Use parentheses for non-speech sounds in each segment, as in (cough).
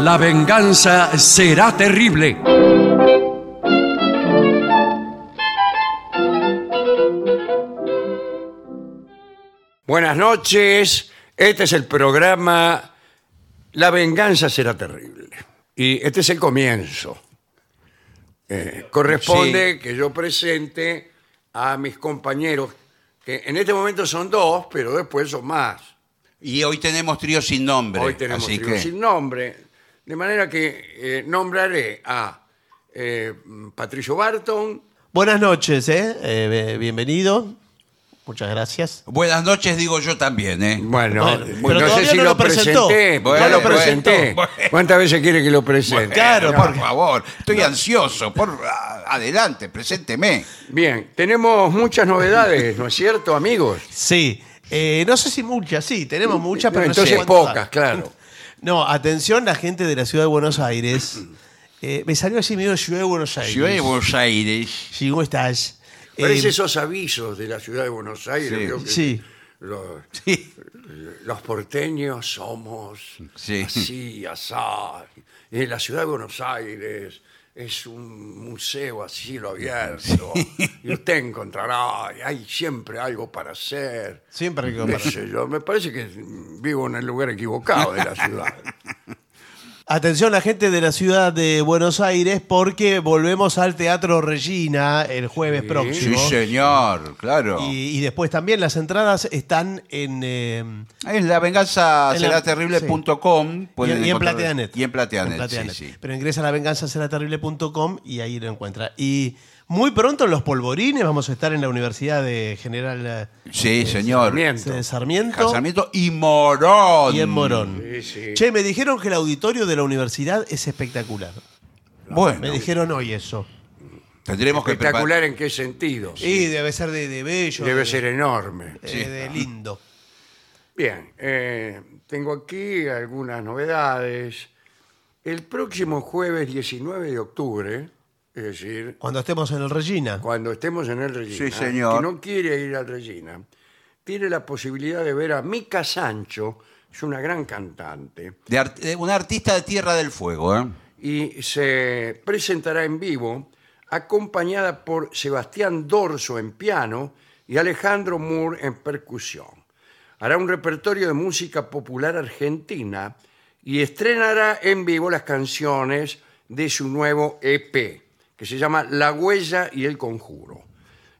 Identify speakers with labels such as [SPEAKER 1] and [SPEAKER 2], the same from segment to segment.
[SPEAKER 1] La venganza será terrible.
[SPEAKER 2] Buenas noches. Este es el programa La venganza será terrible. Y este es el comienzo. Eh, corresponde que yo presente a mis compañeros, que en este momento son dos, pero después son más.
[SPEAKER 3] Y hoy tenemos trío sin nombre.
[SPEAKER 2] Hoy tenemos
[SPEAKER 3] así
[SPEAKER 2] trío
[SPEAKER 3] que-
[SPEAKER 2] sin nombre. De manera que eh, nombraré a eh, Patricio Barton,
[SPEAKER 4] Buenas noches, ¿eh? Eh, be- bienvenido. Muchas gracias.
[SPEAKER 3] Buenas noches, digo yo también, ¿eh?
[SPEAKER 2] Bueno,
[SPEAKER 4] Bueno,
[SPEAKER 2] eh,
[SPEAKER 4] pero
[SPEAKER 2] no sé
[SPEAKER 4] todavía
[SPEAKER 2] si
[SPEAKER 4] no
[SPEAKER 2] lo
[SPEAKER 4] lo presentó.
[SPEAKER 2] presenté.
[SPEAKER 3] Bueno,
[SPEAKER 2] ya lo
[SPEAKER 3] bueno,
[SPEAKER 2] presenté.
[SPEAKER 3] bueno.
[SPEAKER 2] ¿Cuántas veces quiere que lo presente?
[SPEAKER 4] Claro,
[SPEAKER 3] Eh, por favor. Estoy ansioso. Por, a- adelante, presénteme.
[SPEAKER 2] Bien, tenemos muchas novedades, ¿no es cierto, amigos?
[SPEAKER 4] Sí, eh, no sé si muchas, sí, tenemos muchas, pero no sé
[SPEAKER 2] Entonces
[SPEAKER 4] cuántas.
[SPEAKER 2] pocas, claro.
[SPEAKER 4] No, atención la gente de la ciudad de Buenos Aires. Eh, me salió así medio Ciudad de Buenos Aires.
[SPEAKER 3] Ciudad de Buenos Aires.
[SPEAKER 4] Sí, ¿cómo estás? Eh,
[SPEAKER 2] Parece esos avisos de la ciudad de Buenos Aires.
[SPEAKER 3] Sí.
[SPEAKER 2] creo que
[SPEAKER 4] Sí.
[SPEAKER 2] Los,
[SPEAKER 3] Sí.
[SPEAKER 2] los porteños somos
[SPEAKER 3] Sí.
[SPEAKER 2] así, asá. Y la ciudad de Buenos Aires es un museo a cielo abierto. Y usted encontrará, y hay siempre algo para hacer.
[SPEAKER 4] Siempre hay que
[SPEAKER 2] Qué
[SPEAKER 4] comparar.
[SPEAKER 2] sé yo, me parece que vivo en el lugar equivocado de la ciudad.
[SPEAKER 4] Atención la gente de la ciudad de Buenos Aires porque volvemos al Teatro Regina el jueves
[SPEAKER 3] Sí,
[SPEAKER 4] próximo.
[SPEAKER 3] señor, claro.
[SPEAKER 4] Y, y después también las entradas están en... eh,
[SPEAKER 3] En la venganza
[SPEAKER 4] En la-
[SPEAKER 3] será terrible.com.
[SPEAKER 4] Y,
[SPEAKER 3] pueden
[SPEAKER 4] y en
[SPEAKER 3] encontrar-
[SPEAKER 4] Plateanet.
[SPEAKER 3] Y en Plateanet,
[SPEAKER 4] En Plateanet.
[SPEAKER 3] sí, sí.
[SPEAKER 4] Pero ingresa a lavenganzaseraterrible.com y ahí lo encuentra. Y muy pronto en Los Polvorines vamos a estar en la Universidad de General eh,
[SPEAKER 3] Sí, señor.
[SPEAKER 2] Sarmiento.
[SPEAKER 4] de Sarmiento
[SPEAKER 3] Sarmiento y Morón.
[SPEAKER 4] y en Morón.
[SPEAKER 2] Sí, sí.
[SPEAKER 4] Che, me dijeron que el auditorio de la universidad es espectacular.
[SPEAKER 3] Bueno,
[SPEAKER 4] Me dijeron hoy eso.
[SPEAKER 3] tendremos que preparar.
[SPEAKER 2] Espectacular en qué sentido.
[SPEAKER 4] Y debe ser de, de bello.
[SPEAKER 2] Debe
[SPEAKER 4] de-
[SPEAKER 2] ser enorme.
[SPEAKER 4] eh, de lindo.
[SPEAKER 2] Bien, eh, tengo aquí algunas novedades. El próximo jueves 19 de octubre, es decir,
[SPEAKER 4] Cuando estemos en el Regina.
[SPEAKER 2] cuando estemos en el Regina,
[SPEAKER 3] Sí, señor.
[SPEAKER 2] que no quiere ir al Regina, tiene la posibilidad de ver a Mica Sancho, es una gran cantante,
[SPEAKER 3] De art- de un artista de Tierra del Fuego, ¿eh?
[SPEAKER 2] y se presentará en vivo acompañada por Sebastián Dorso en piano y Alejandro Moore en percusión. Hará un repertorio de música popular argentina y estrenará en vivo las canciones de su nuevo EP, que se llama La huella y el conjuro.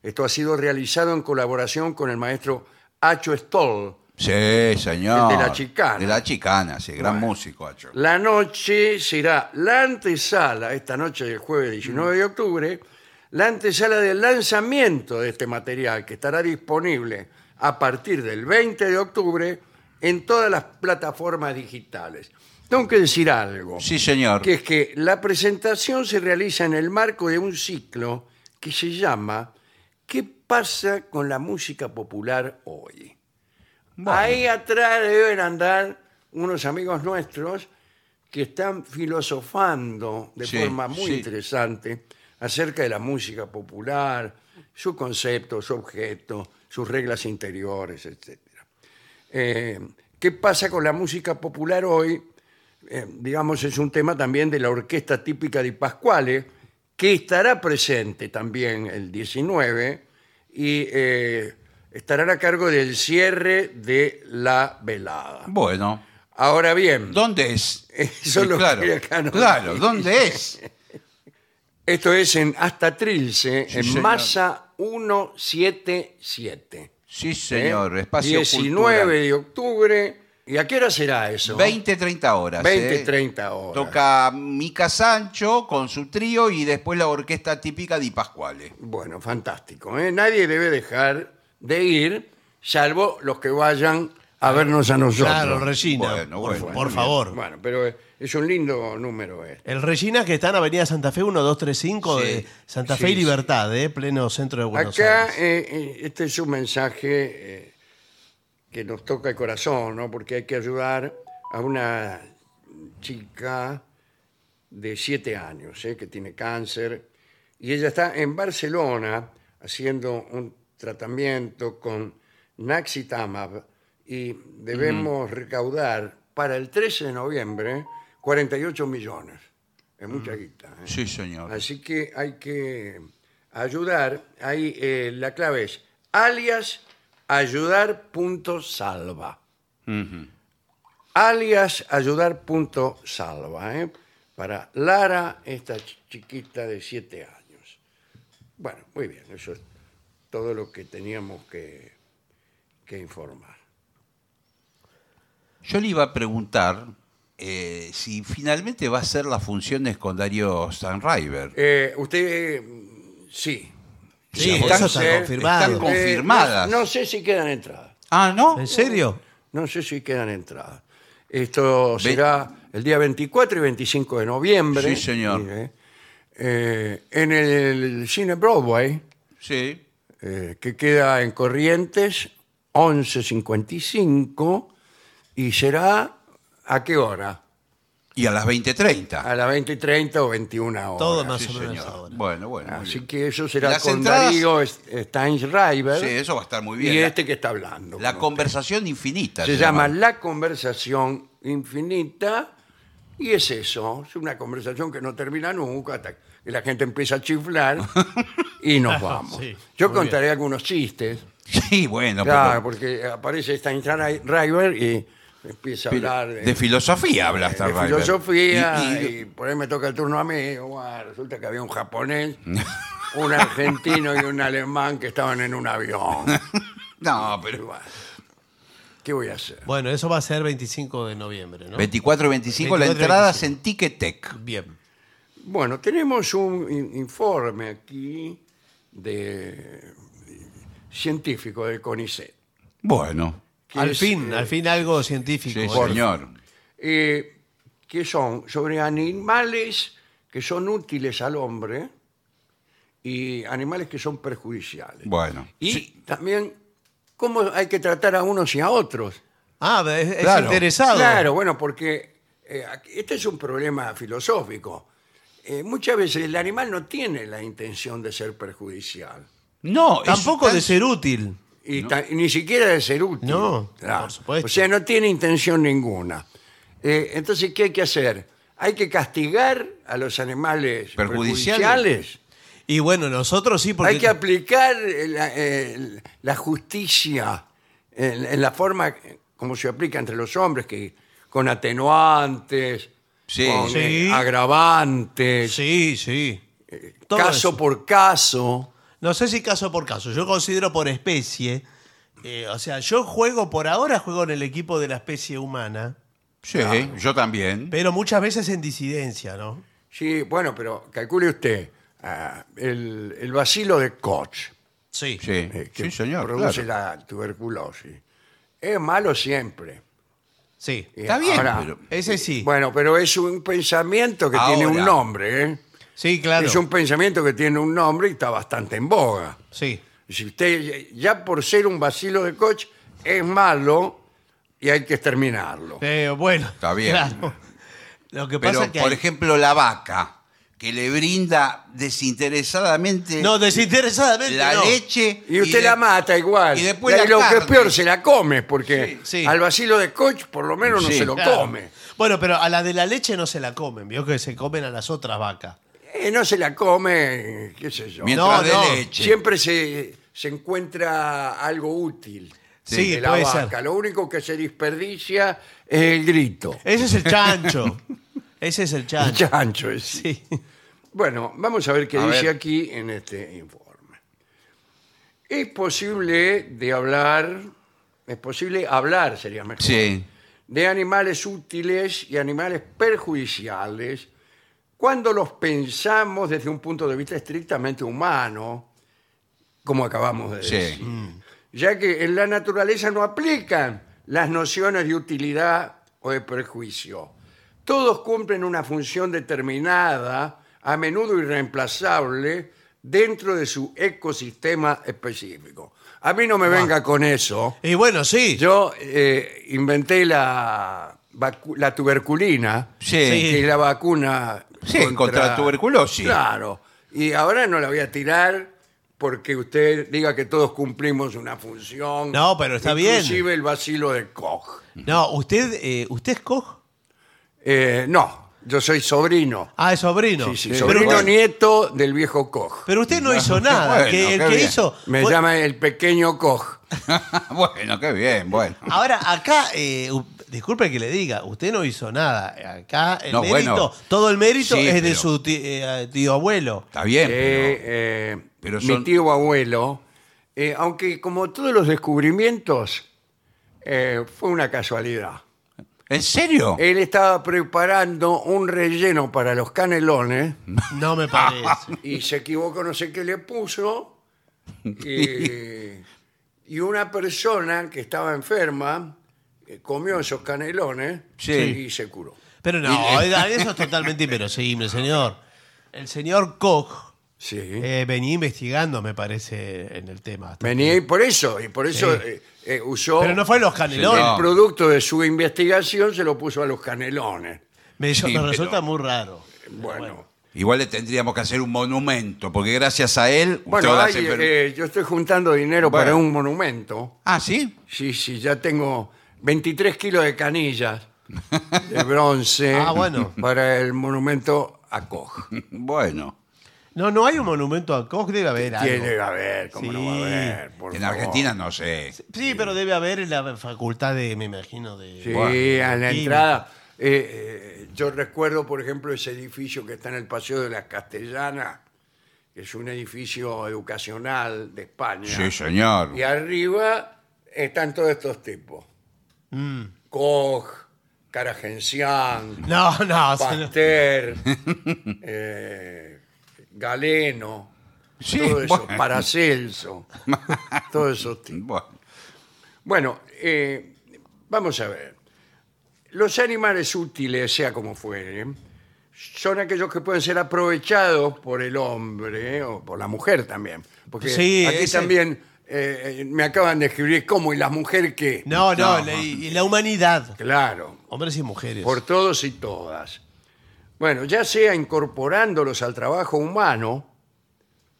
[SPEAKER 2] Esto ha sido realizado en colaboración con el maestro Acho Stoll,
[SPEAKER 3] Sí, señor.
[SPEAKER 2] El de la Chicana.
[SPEAKER 3] De la chicana, sí, gran
[SPEAKER 2] Bueno.
[SPEAKER 3] músico, Acho.
[SPEAKER 2] La noche será la antesala, esta noche del jueves 19 de octubre, la antesala del lanzamiento de este material que estará disponible a partir del 20 de octubre en todas las plataformas digitales. Tengo que decir algo,
[SPEAKER 3] Sí, señor.
[SPEAKER 2] que es que la presentación se realiza en el marco de un ciclo que se llama ¿Qué pasa con la música popular hoy? Ahí atrás deben andar unos amigos nuestros que están filosofando de
[SPEAKER 3] Sí,
[SPEAKER 2] forma muy
[SPEAKER 3] sí.
[SPEAKER 2] interesante acerca de la música popular, su concepto, su objeto, sus reglas interiores, etc. Eh, ¿Qué pasa con la música popular hoy? Eh, digamos, es un tema también de la orquesta típica de Pascuales, que estará presente también el 19 y eh, estarán a cargo del cierre de la velada.
[SPEAKER 3] Bueno,
[SPEAKER 2] Ahora bien,
[SPEAKER 3] ¿dónde es?
[SPEAKER 2] Eso Eh, lo
[SPEAKER 3] claro,
[SPEAKER 2] que acá no
[SPEAKER 3] claro,
[SPEAKER 2] dice. (laughs)
[SPEAKER 3] ¿dónde es?
[SPEAKER 2] esto es en Hasta Trilce, en
[SPEAKER 3] señor.
[SPEAKER 2] Masa 177.
[SPEAKER 3] Sí,
[SPEAKER 2] ¿eh?
[SPEAKER 3] señor, espacio
[SPEAKER 2] 19 de octubre. ¿Y a qué hora será eso?
[SPEAKER 3] 20, 30 horas.
[SPEAKER 2] 20,
[SPEAKER 3] ¿eh?
[SPEAKER 2] 30 horas.
[SPEAKER 3] Toca Mica Sancho con su trío y después la orquesta típica de Pascuale.
[SPEAKER 2] Bueno, fantástico. ¿eh? Nadie debe dejar de ir, salvo los que vayan a vernos a nosotros.
[SPEAKER 4] Claro, Regina.
[SPEAKER 3] Bueno,
[SPEAKER 4] por-
[SPEAKER 3] bueno,
[SPEAKER 4] por,
[SPEAKER 3] bueno.
[SPEAKER 4] favor.
[SPEAKER 2] Bueno, pero eh, es un lindo número este.
[SPEAKER 4] El Regina que está en Avenida Santa Fe 1235
[SPEAKER 3] Sí,
[SPEAKER 4] de Santa
[SPEAKER 2] sí,
[SPEAKER 4] Fe y
[SPEAKER 2] sí.
[SPEAKER 4] Libertad, eh, pleno centro de Buenos
[SPEAKER 2] Acá,
[SPEAKER 4] Aires.
[SPEAKER 2] eh, eh, este es un mensaje eh, que nos toca el corazón, ¿no? Porque hay que ayudar a una chica de 7 años, ¿eh? que tiene cáncer, y ella está en Barcelona haciendo un tratamiento con Naxitamab y debemos recaudar para el 13 de noviembre 48 millones. Es mucha guita. ¿eh?
[SPEAKER 3] Sí, señor.
[SPEAKER 2] Así que hay que ayudar. Ahí eh, la clave es alias ayudar.salva. Alias ayudar.salva. ¿eh? Para Lara, esta ch- chiquita de 7 años. Bueno, muy bien. Eso es todo lo que teníamos que, que informar.
[SPEAKER 3] Yo le iba a preguntar eh, si finalmente va a hacer las funciones con Darío Stanriver.
[SPEAKER 2] Eh, usted, eh, sí.
[SPEAKER 4] Sí,
[SPEAKER 3] Están-
[SPEAKER 4] eso está
[SPEAKER 2] eh,
[SPEAKER 4] confirmado.
[SPEAKER 3] están con-
[SPEAKER 2] Eh,
[SPEAKER 3] Confirmadas.
[SPEAKER 2] no- no sé si quedan entradas.
[SPEAKER 3] Ah, ¿no?
[SPEAKER 4] ¿En serio?
[SPEAKER 2] No sé si quedan entradas. Esto será el día 24 y 25 de noviembre.
[SPEAKER 3] Sí, señor.
[SPEAKER 2] eh, eh, en el cine Broadway,
[SPEAKER 3] Sí.
[SPEAKER 2] eh, que queda en Corrientes, 11.55, y será a qué hora?
[SPEAKER 3] Y a las 20.30.
[SPEAKER 2] A las 20.30 o 21 horas.
[SPEAKER 4] Todo más
[SPEAKER 3] Sí,
[SPEAKER 4] o menos
[SPEAKER 3] señor.
[SPEAKER 4] ahora.
[SPEAKER 3] Bueno, bueno. muy
[SPEAKER 2] Así
[SPEAKER 3] bien.
[SPEAKER 2] que eso será
[SPEAKER 3] Las
[SPEAKER 2] con
[SPEAKER 3] entradas-
[SPEAKER 2] Darío Steinschreiber
[SPEAKER 3] Sí, eso va a estar muy bien.
[SPEAKER 2] y
[SPEAKER 3] La-
[SPEAKER 2] este que está hablando.
[SPEAKER 3] La
[SPEAKER 2] con
[SPEAKER 3] conversación infinita.
[SPEAKER 2] Se llama La conversación infinita y es eso, es una conversación que no termina nunca hasta que la gente empieza a chiflar y nos vamos.
[SPEAKER 4] sí,
[SPEAKER 2] Yo
[SPEAKER 4] muy
[SPEAKER 2] contaré algunos chistes,
[SPEAKER 3] (laughs) Sí, bueno,
[SPEAKER 2] claro,
[SPEAKER 3] pero,
[SPEAKER 2] porque aparece esta River y empieza a
[SPEAKER 3] pero
[SPEAKER 2] hablar
[SPEAKER 3] de filosofía habla
[SPEAKER 2] eh. de
[SPEAKER 3] Stanriver.
[SPEAKER 2] filosofía
[SPEAKER 3] Y-
[SPEAKER 2] y,
[SPEAKER 3] y-
[SPEAKER 2] por ahí me toca el turno a mí, Buah, resulta que había un japonés, un argentino y un alemán que estaban en un avión.
[SPEAKER 3] No,
[SPEAKER 2] Y
[SPEAKER 3] pero
[SPEAKER 2] bueno, ¿Qué voy a hacer?
[SPEAKER 4] Bueno, eso va a ser 25 de noviembre, ¿no?
[SPEAKER 3] 24 y 25, la
[SPEAKER 4] 24 y
[SPEAKER 3] entrada
[SPEAKER 4] 25.
[SPEAKER 3] en Ticketek.
[SPEAKER 4] Bien.
[SPEAKER 2] Bueno, tenemos un in- informe aquí de, de- científico del CONICET.
[SPEAKER 3] Bueno,
[SPEAKER 2] que
[SPEAKER 4] Al
[SPEAKER 2] es,
[SPEAKER 4] fin,
[SPEAKER 2] eh,
[SPEAKER 4] al fin algo científico.
[SPEAKER 3] sí,
[SPEAKER 4] ¿eh?
[SPEAKER 3] señor.
[SPEAKER 2] eh, que son sobre animales que son útiles al hombre y animales que son perjudiciales.
[SPEAKER 3] Bueno.
[SPEAKER 2] Y también cómo hay que tratar a unos y a otros.
[SPEAKER 4] Ah, es, es
[SPEAKER 3] Claro.
[SPEAKER 4] interesado.
[SPEAKER 2] Claro, bueno, porque eh, aquí- este es un problema filosófico. Eh, muchas veces el animal no tiene la intención de ser perjudicial.
[SPEAKER 3] No, es
[SPEAKER 4] Tampoco
[SPEAKER 3] tan-
[SPEAKER 4] de ser útil.
[SPEAKER 2] Y ta- y ni siquiera de ser útil.
[SPEAKER 4] No,
[SPEAKER 2] Claro.
[SPEAKER 4] por supuesto.
[SPEAKER 2] O sea, no tiene intención ninguna. Eh, entonces, ¿qué hay que hacer? ¿Hay que castigar a los animales
[SPEAKER 3] Perjudiciales.
[SPEAKER 2] perjudiciales?
[SPEAKER 4] Y bueno, nosotros sí, porque.
[SPEAKER 2] ¿Hay que aplicar eh, la, eh, la justicia en, en la forma como se aplica entre los hombres, que con atenuantes,
[SPEAKER 3] Sí.
[SPEAKER 2] con
[SPEAKER 4] Sí.
[SPEAKER 2] eh, agravantes,
[SPEAKER 4] Sí, sí. Todo
[SPEAKER 2] Eh, caso
[SPEAKER 4] eso.
[SPEAKER 2] por caso?
[SPEAKER 4] No sé si caso por caso, yo considero por especie. eh, o sea, yo juego por ahora, juego en el equipo de la especie humana,
[SPEAKER 3] Sí, yo también.
[SPEAKER 4] pero muchas veces en disidencia, ¿no?
[SPEAKER 2] Sí, bueno, pero calcule usted, ah, el, el vacilo de Koch.
[SPEAKER 4] Sí.
[SPEAKER 3] Sí,
[SPEAKER 2] eh, que
[SPEAKER 3] sí señor.
[SPEAKER 2] produce
[SPEAKER 3] claro.
[SPEAKER 2] la tuberculosis. Es malo siempre.
[SPEAKER 4] Sí.
[SPEAKER 2] Eh,
[SPEAKER 3] Está bien,
[SPEAKER 2] ahora-
[SPEAKER 3] pero-
[SPEAKER 4] Ese sí.
[SPEAKER 2] Bueno, pero es un pensamiento que
[SPEAKER 3] Ahora.
[SPEAKER 2] tiene un nombre. ¿eh?
[SPEAKER 4] sí, claro.
[SPEAKER 2] Es un pensamiento que tiene un nombre y está bastante en boga.
[SPEAKER 4] Sí.
[SPEAKER 2] Si usted ya por ser un vacilo de coach es malo y hay que exterminarlo.
[SPEAKER 4] Pero Eh, bueno.
[SPEAKER 3] Está bien.
[SPEAKER 4] claro. Lo que pasa
[SPEAKER 3] Pero,
[SPEAKER 4] es que.
[SPEAKER 3] por
[SPEAKER 4] hay-
[SPEAKER 3] ejemplo, la vaca, que le brinda desinteresadamente
[SPEAKER 4] no, desinteresadamente.
[SPEAKER 3] la
[SPEAKER 4] no.
[SPEAKER 3] leche.
[SPEAKER 2] Y usted
[SPEAKER 3] de-
[SPEAKER 2] la mata igual.
[SPEAKER 3] y después la
[SPEAKER 2] lo que
[SPEAKER 3] carne.
[SPEAKER 2] es peor, se la come, porque
[SPEAKER 4] Sí, sí.
[SPEAKER 2] al vacilo de coach por lo menos no
[SPEAKER 3] Sí.
[SPEAKER 2] se lo
[SPEAKER 4] Claro.
[SPEAKER 2] come.
[SPEAKER 4] Bueno, pero a la de la leche no se la comen, vio que se comen a las otras vacas.
[SPEAKER 2] Eh, no se la come, qué sé yo.
[SPEAKER 3] Mientras
[SPEAKER 4] No,
[SPEAKER 3] de
[SPEAKER 4] no.
[SPEAKER 3] leche.
[SPEAKER 2] Siempre se, se encuentra algo útil
[SPEAKER 4] Sí,
[SPEAKER 2] de la
[SPEAKER 4] puede
[SPEAKER 2] vaca.
[SPEAKER 4] ser.
[SPEAKER 2] Lo único que se desperdicia es el grito.
[SPEAKER 4] Ese es el chancho. Ese es el
[SPEAKER 2] El
[SPEAKER 4] chancho.
[SPEAKER 2] (laughs) chancho es.
[SPEAKER 4] Sí.
[SPEAKER 2] Bueno, vamos a ver qué
[SPEAKER 3] A
[SPEAKER 2] dice
[SPEAKER 3] ver.
[SPEAKER 2] aquí en este informe. Es posible de hablar, es posible hablar, sería mejor,
[SPEAKER 3] Sí. (laughs)
[SPEAKER 2] de animales útiles y animales perjudiciales cuando los pensamos desde un punto de vista estrictamente humano, como acabamos de
[SPEAKER 3] Sí.
[SPEAKER 2] decir, ya que en la naturaleza no aplican las nociones de utilidad o de perjuicio. Todos cumplen una función determinada, a menudo irreemplazable, dentro de su ecosistema específico. A mí no me venga con eso.
[SPEAKER 4] Y bueno, sí.
[SPEAKER 2] (laughs) Yo eh, inventé la, vacu- la tuberculina,
[SPEAKER 3] Sí.
[SPEAKER 2] que es la vacuna
[SPEAKER 3] Sí, contra la tuberculosis.
[SPEAKER 2] Claro. Y ahora no la voy a tirar porque usted diga que todos cumplimos una función.
[SPEAKER 4] No, pero está bien.
[SPEAKER 2] Inclusive el vacilo de Koch.
[SPEAKER 4] No, usted, eh, usted es Koch.
[SPEAKER 2] Eh, no, yo soy sobrino.
[SPEAKER 4] Ah, es sobrino.
[SPEAKER 2] Sí, sí,
[SPEAKER 4] Pero
[SPEAKER 2] sobrino
[SPEAKER 4] usted-
[SPEAKER 2] nieto del viejo Koch.
[SPEAKER 4] Pero usted no hizo nada.
[SPEAKER 3] Bueno,
[SPEAKER 4] que el
[SPEAKER 3] qué
[SPEAKER 4] que
[SPEAKER 3] bien.
[SPEAKER 4] hizo.
[SPEAKER 2] Me
[SPEAKER 4] fue-
[SPEAKER 2] llama el pequeño Koch.
[SPEAKER 3] bueno, qué bien, bueno.
[SPEAKER 4] Ahora, acá, eh, u- disculpe que le diga, usted no hizo nada. Acá el
[SPEAKER 3] No,
[SPEAKER 4] mérito,
[SPEAKER 3] bueno.
[SPEAKER 4] todo el mérito
[SPEAKER 3] Sí,
[SPEAKER 4] es de
[SPEAKER 3] pero-
[SPEAKER 4] su ti- eh, tío abuelo.
[SPEAKER 3] Está bien.
[SPEAKER 2] Eh, eh,
[SPEAKER 3] pero
[SPEAKER 2] mi
[SPEAKER 3] son-
[SPEAKER 2] tío abuelo, eh, aunque como todos los descubrimientos, eh, fue una casualidad.
[SPEAKER 3] pero- ¿En serio?
[SPEAKER 2] Él estaba preparando un relleno para los canelones
[SPEAKER 4] No me parece.
[SPEAKER 2] (laughs)
[SPEAKER 3] Mm.
[SPEAKER 2] y se equivocó, no sé qué le
[SPEAKER 3] (laughs)
[SPEAKER 2] puso. Y, y una persona que estaba enferma eh, comió esos canelones
[SPEAKER 3] Sí.
[SPEAKER 2] y se curó.
[SPEAKER 4] Pero no, eso es totalmente inverosímil, señor. El señor Koch
[SPEAKER 2] Sí.
[SPEAKER 4] eh, venía investigando, me parece, en el tema.
[SPEAKER 2] Venía y por eso, y por eso
[SPEAKER 4] Sí.
[SPEAKER 2] eh, eh, usó
[SPEAKER 4] Pero no fue los canelones.
[SPEAKER 3] Señor.
[SPEAKER 2] el producto de su investigación, se lo puso a los canelones.
[SPEAKER 4] Me,
[SPEAKER 3] Sí,
[SPEAKER 4] me
[SPEAKER 3] pero-
[SPEAKER 4] resulta muy raro.
[SPEAKER 2] Bueno,
[SPEAKER 3] Igual le tendríamos que hacer un monumento, porque gracias a él. usted
[SPEAKER 2] bueno
[SPEAKER 3] ahora
[SPEAKER 2] hay,
[SPEAKER 3] se enfer-
[SPEAKER 2] eh, yo estoy juntando dinero
[SPEAKER 3] Bueno.
[SPEAKER 2] para un monumento.
[SPEAKER 3] ah, sí. (laughs)
[SPEAKER 2] Sí, sí, ya tengo 23 kilos de canillas de bronce
[SPEAKER 4] Ah, bueno.
[SPEAKER 2] para el monumento a Koch.
[SPEAKER 3] Bueno.
[SPEAKER 4] No, no hay un monumento a Koch, debe haber algo.
[SPEAKER 2] Tiene que haber, cómo no va a
[SPEAKER 4] Sí.
[SPEAKER 2] haber. por
[SPEAKER 3] en
[SPEAKER 2] favor.
[SPEAKER 3] Argentina no sé.
[SPEAKER 4] Sí, pero debe haber en la facultad de, me imagino, de...
[SPEAKER 2] Sí,
[SPEAKER 3] Bueno,
[SPEAKER 2] en la
[SPEAKER 4] Argentina.
[SPEAKER 2] entrada. eh, eh, yo recuerdo, por ejemplo, ese edificio que está en el Paseo de las Castellanas, que es un edificio educacional de España.
[SPEAKER 3] Sí, señor.
[SPEAKER 2] Y arriba están todos estos tipos.
[SPEAKER 3] Mm.
[SPEAKER 2] Koch,
[SPEAKER 3] (laughs)
[SPEAKER 2] Caragencián,
[SPEAKER 4] No, no,
[SPEAKER 3] Ah,
[SPEAKER 4] señor.
[SPEAKER 2] Pasteur, eh, Galeno,
[SPEAKER 3] Sí,
[SPEAKER 2] todo eso,
[SPEAKER 3] bueno.
[SPEAKER 2] Paracelso, todos esos tipos.
[SPEAKER 3] (laughs) Bueno.
[SPEAKER 2] Bueno, eh, vamos a ver. Los animales útiles, sea como fueren, son aquellos que pueden ser aprovechados por el hombre eh, o por la mujer también. Porque
[SPEAKER 4] Sí,
[SPEAKER 2] aquí
[SPEAKER 4] ese-
[SPEAKER 2] también eh, eh, me acaban de escribir cómo y las mujeres que.
[SPEAKER 4] No, no,
[SPEAKER 3] No.
[SPEAKER 4] la- y la humanidad.
[SPEAKER 2] Claro,
[SPEAKER 4] Hombres y mujeres.
[SPEAKER 2] por todos y todas. Bueno, ya sea incorporándolos al trabajo humano